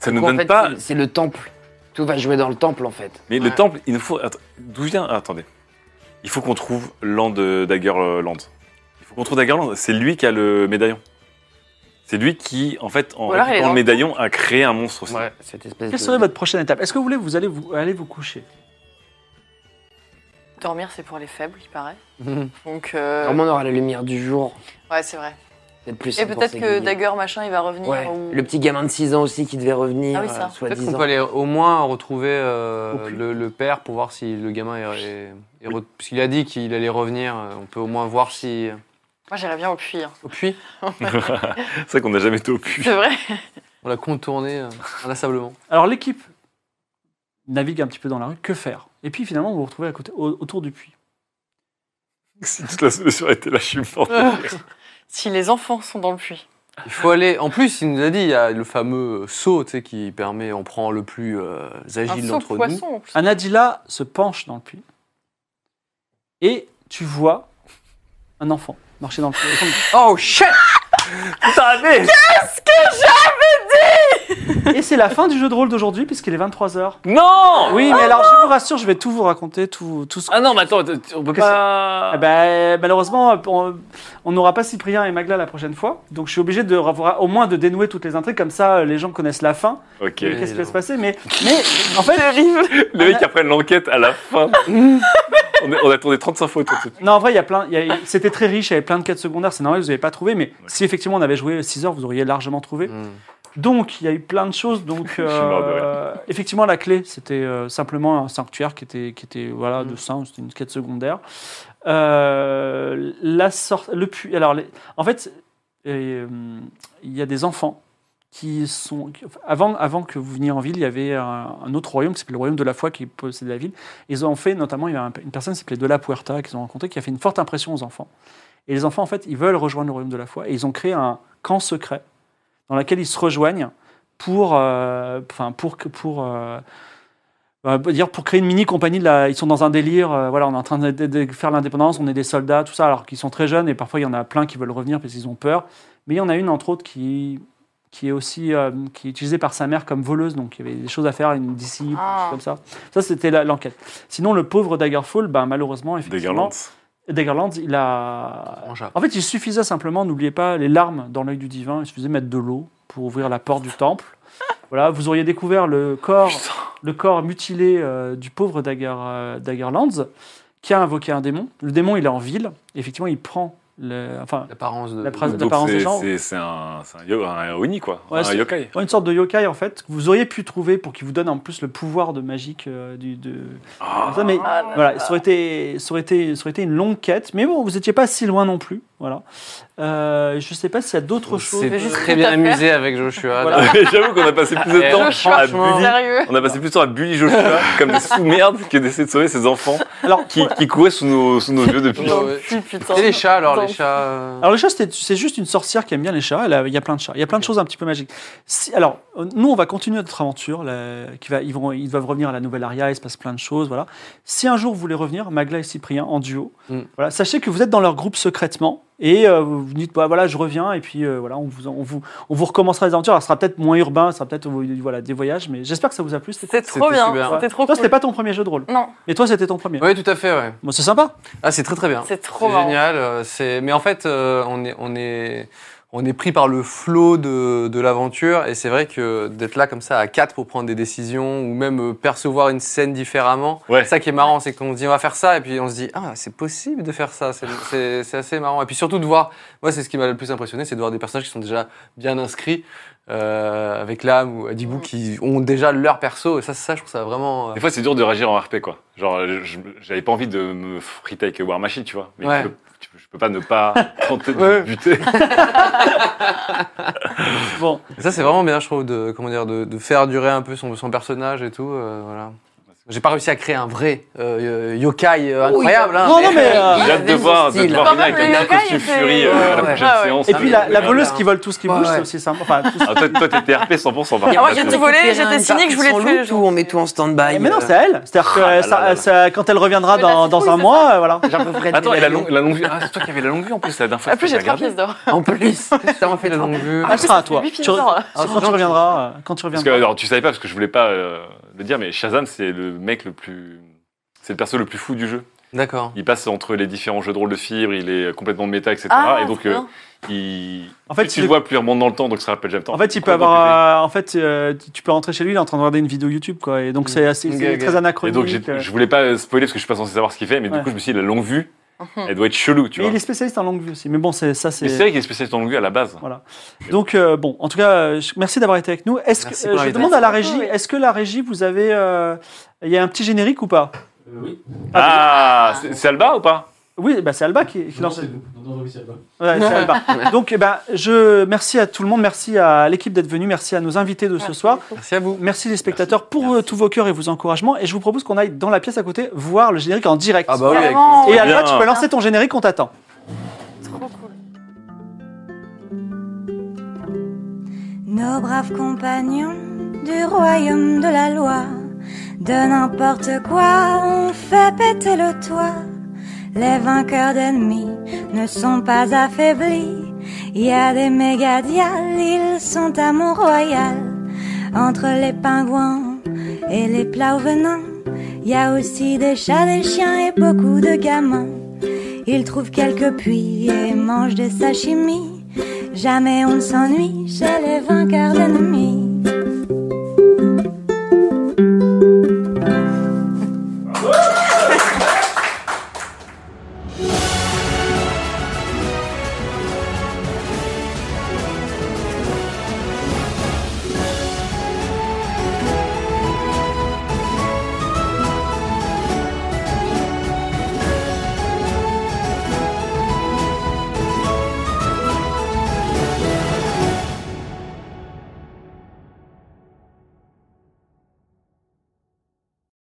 Ça ne Du nous coup, en donne fait, pas. c'est- C'est le temple. Tout va jouer dans le temple en fait. Mais le temple, il nous faut. att- D'où vient. ah, attendez. Il faut qu'on trouve Land euh, Daggerland. Contre Dagerland, c'est lui qui a le médaillon. C'est lui qui, en fait, en Ou alors il est récupérant dans le le médaillon, a créé un monstre aussi. Ouais, cette espèce Quelle de- serait votre prochaine étape Est-ce que vous voulez vous allez vous aller vous coucher Dormir, c'est pour les faibles, il paraît. Mhm. Donc, euh, Vraiment, on aura la lumière du jour. ouais, c'est vrai. C'est plus Et simple pour peut-être que s'aiguiller. Dagger, machin, il va revenir. Ouais, ou- le petit gamin de 6 ans aussi qui devait revenir, Ah oui, ça. euh, Bah, Peut-être qu'on soi-disant. peut aller au moins retrouver euh, Au plus. le, le père pour voir si le gamin est. est- est re- Parce qu'il a dit qu'il allait revenir, euh, on peut au moins voir si. Moi, j'irais bien au puits. hein. Au puits, C'est vrai qu'on n'a jamais été au puits. C'est vrai. on l'a contourné euh, inlassablement. Alors l'équipe navigue un petit peu dans la rue. Que faire Et puis finalement, vous vous retrouvez à côté, au- autour du puits. Si toute la solution était la chimie. si les enfants sont dans le puits. Il faut aller. En plus, il nous a dit, il y a le fameux saut tu sais, qui permet, on prend le plus euh, Un agile saut d'entre nous. poisson, en plus. Anadila se penche dans le puits et tu vois un enfant marcher dans le puits. Oh shit Et c'est la fin du jeu de rôle d'aujourd'hui puisqu'il est 23h. Non Oui, mais alors je vous rassure, je vais tout vous raconter, tout, tout ce Ah non, mais attends, t- on peut Qu'est-ce- pas. Eh ben, malheureusement, on- on n'aura pas Cyprien et Magla la prochaine fois, donc je suis obligé de revoir- au moins de dénouer toutes les intrigues, comme ça euh, les gens connaissent la fin, Ok. et Oui, qu'est-ce qui va non. se passer, mais, mais en fait, Le mec après l'enquête à la fin. on, a, on a tourné 35 fois autour de cette- non, en vrai, il y a plein, il y a- c'était très riche, il y avait plein de quêtes secondaires, c'est normal, vous n'avez pas trouvé, mais si effectivement on avait joué 6 heures, vous auriez largement trouvé. Mm. Donc, il y a eu plein de choses. Donc, suis mort de euh, effectivement, la clé, c'était euh, simplement un sanctuaire qui était, qui était Mm. voilà, de saint, c'était une quête secondaire. Euh, la sorte, le puits. Alors, les- en fait, euh, il y a des enfants qui sont. qui- avant, avant que vous veniez en ville, il y avait un, un autre royaume qui s'appelait le royaume de la foi qui possédait la ville. Ils ont fait, notamment, il y a un- une personne qui s'appelait De la Puerta qu'ils ont rencontrée qui a fait une forte impression aux enfants. Et les enfants, en fait, ils veulent rejoindre le royaume de la foi et ils ont créé un camp secret dans lequel ils se rejoignent pour, euh, enfin pour que- pour euh, bah, dire pour créer une mini compagnie. de la- ils sont dans un délire. euh, voilà, on est en train de, de- de faire l'indépendance, on est des soldats, tout ça, alors qu'ils sont très jeunes et parfois il y en a plein qui veulent revenir parce qu'ils ont peur. Mais il y en a une entre autres qui qui est aussi euh, qui est utilisée par sa mère comme voleuse, donc il y avait des choses à faire, une disciple, Ah. comme ça. Ça c'était la- l'enquête. Sinon le pauvre Daggerfall, ben malheureusement Des effectivement, guirlandes. Daggerland, il a Mange à- en fait, il suffisait simplement, n'oubliez pas, les larmes dans l'œil du divin, il suffisait de mettre de l'eau pour ouvrir la porte du temple. Voilà, vous auriez découvert le corps, le corps mutilé euh, du pauvre Dagger, euh, Daggerlands, qui a invoqué un démon. Le démon, il est en ville. Effectivement, il prend le, enfin, L'apparence de. La phrase- Euh, Donc d'apparence c'est- des gens. C'est c'est un, c'est un, yo- un oni, quoi. Ouais, un c'est- yokai. une sorte de yokai, en fait, que vous auriez pu trouver pour qu'il vous donne en plus le pouvoir de magique euh, du, de, Ah. Ça, mais Ah là voilà, ça aurait, été, ça aurait été- ça aurait été une longue quête, mais bon, vous n'étiez pas si loin non plus. Voilà. Euh, je ne sais pas s'il y a d'autres On choses. s'est juste très tout bien à faire. amusé avec Joshua. Voilà. Ah. J'avoue qu'on a passé plus de Eh, temps à franchement. bully. Sérieux. On a passé plus de temps à bully Joshua comme des sous-merdes que d'essayer de sauver ses enfants Alors, qui, qui couraient sous nos, sous nos yeux depuis. Ouais, ouais. Si, putain. Et les chats alors, les Attends. chats. euh, Mm. Alors le chat, c'est c'est juste une sorcière qui aime bien les chats. Elle a- Il y a plein de chats. Il y a plein de choses un petit peu magiques. Si- alors, euh, nous, on va continuer notre aventure. là, qui va, ils, vont, ils doivent revenir à la nouvelle aria. Il se passe plein de choses. Voilà. Si un jour vous voulez revenir, Magla et Cyprien en duo, Mm. voilà, sachez que vous êtes dans leur groupe secrètement et euh, vous vous dites, bah, voilà, je reviens et puis euh, voilà, on vous, on vous, on vous recommencera les aventures. Alors, ce sera peut-être moins urbain, ce sera peut-être euh, voilà des voyages, mais j'espère que ça vous a plu. C'était- C'était trop C'était bien. super. C'était trop Toi, cool. c'était pas ton premier jeu de rôle. Non. Mais toi, c'était ton premier. Oui, tout à fait, ouais. Bon, c'est sympa. Ah, c'est très très bien. C'est trop C'est marrant. génial. euh, C'est... Mais en fait, euh, on, est, on, est, on est pris par le flot de, de l'aventure. Et c'est vrai que d'être là comme ça à quatre pour prendre des décisions ou même euh, percevoir une scène différemment. Ouais. C'est ça qui est marrant, c'est qu'on se dit on va faire ça. Et puis on se dit, ah, c'est possible de faire ça. C'est, c'est, c'est assez marrant. Et puis surtout de voir, moi, c'est ce qui m'a le plus impressionné, c'est de voir des personnages qui sont déjà bien inscrits. euh, avec l'âme ou Adibou qui ont déjà leur perso et ça, ça je trouve ça vraiment euh, Des fois, c'est dur de réagir en RP, quoi. Genre, je- j'avais pas envie de me friter avec War Machine, tu vois. Mais Ouais. tu peux- tu peux- je peux pas ne pas tenter de Ouais. buter. Bon, Et Ça, c'est vraiment bien, je trouve, de, comment dire, de, de faire durer un peu son, son personnage et tout. euh, voilà. J'ai pas réussi à créer un vrai euh, yokai euh, incroyable. hein, non, non, mais euh, J'ai hâte de voir, de te voir Quand même, venir avec le un yokai costume était- furie euh, à la Ouais, prochaine ouais. séance. Et Ah, puis la, la voleuse qui vole tout ce qui Ouais, bouge, ouais. c'est aussi sympa. Enfin, tout- Ah, toi, toi, t'étais RP 100%. Par Ah, moi, j'ai contre. tout volé, Récupérer j'étais une cynique, je voulais partie tuer sans les gens. loot ou on met tout en stand-by mais non, c'est à elle. C'est-à-dire que Ah là euh, ça- là Ah, là. ça- quand elle reviendra Mais là, dans, c'est dans cool, un c'est mois, euh, voilà. J'ai à peu près Attends, fait et la la longue, la longue vue. Ah, c'est toi qui avais la longue vue en plus la dernière fois. En plus, j'ai t'as trois regardé. pièces d'or. En plus, ça m'a fait la trop. longue vue. Ah. Elle sera à Ah, toi. Huit Tu pièces re- d'or. Ah, c'est quand tu gentil. reviendras. euh, Quand tu Parce que, reviendras. alors, tu savais pas, parce que je voulais pas euh, le dire, mais Shazam, c'est le mec le plus. C'est le perso le plus fou du jeu. D'accord. Il passe entre les différents jeux de rôle de fibres, il est complètement méta, etc. Ah, et donc, trop euh, bien. il. En fait, tu il le est- vois plus il remonte dans le temps, donc ça rappelle jamais le temps. En fait, il peut Complètement pété. avoir. euh, en fait, euh, tu peux rentrer chez lui, il est en train de regarder une vidéo YouTube, quoi. Et donc, c'est assez- Ok, c'est ok. très Mm. Et anachronique. donc, j'ai- euh. je voulais pas spoiler parce que je suis pas censé savoir ce qu'il fait, mais Ouais. du coup, je me suis dit, la longue vue, Mhm. elle doit être chelou, tu Mais il vois. est spécialiste en longue vue aussi. Mais bon, c'est ça, Mais c'est c'est. vrai qu'il est spécialiste en longue vue à la base. Donc, euh, bon, en tout cas, euh, je- merci d'avoir été avec nous. Est-ce que Merci pour euh, je l'invitation. demande à la régie, est-ce que la régie, vous avez, euh, il y a un petit générique ou pas Ah, c'est- c'est Alba ou pas Oui, bah, c'est Alba qui, qui lance. c'est vous. Non, non, oui, c'est pas. Ouais, c'est Alba. Donc, eh ben, je merci à tout le monde, merci à l'équipe d'être venue, merci à nos invités de ce soir. Merci à vous. Merci les spectateurs pour euh, tous vos cœurs et vos encouragements. Et je vous propose qu'on aille dans la pièce à côté voir le générique en direct. Ah bah oui, avec- Vraiment, Et ouais, Alba, Bien. tu peux lancer ton générique, on t'attend. trop cool. Nos braves compagnons du royaume de la loi, de n'importe quoi, on fait péter le toit. Les vainqueurs d'ennemis ne sont pas affaiblis. Il y a des mégadiales, ils sont à Mont-Royal. Entre les pingouins et les plats au venin, il y a aussi des chats, des chiens et beaucoup de gamins. Ils trouvent quelques puits et mangent des sashimi. Jamais on ne s'ennuie chez les vainqueurs d'ennemis.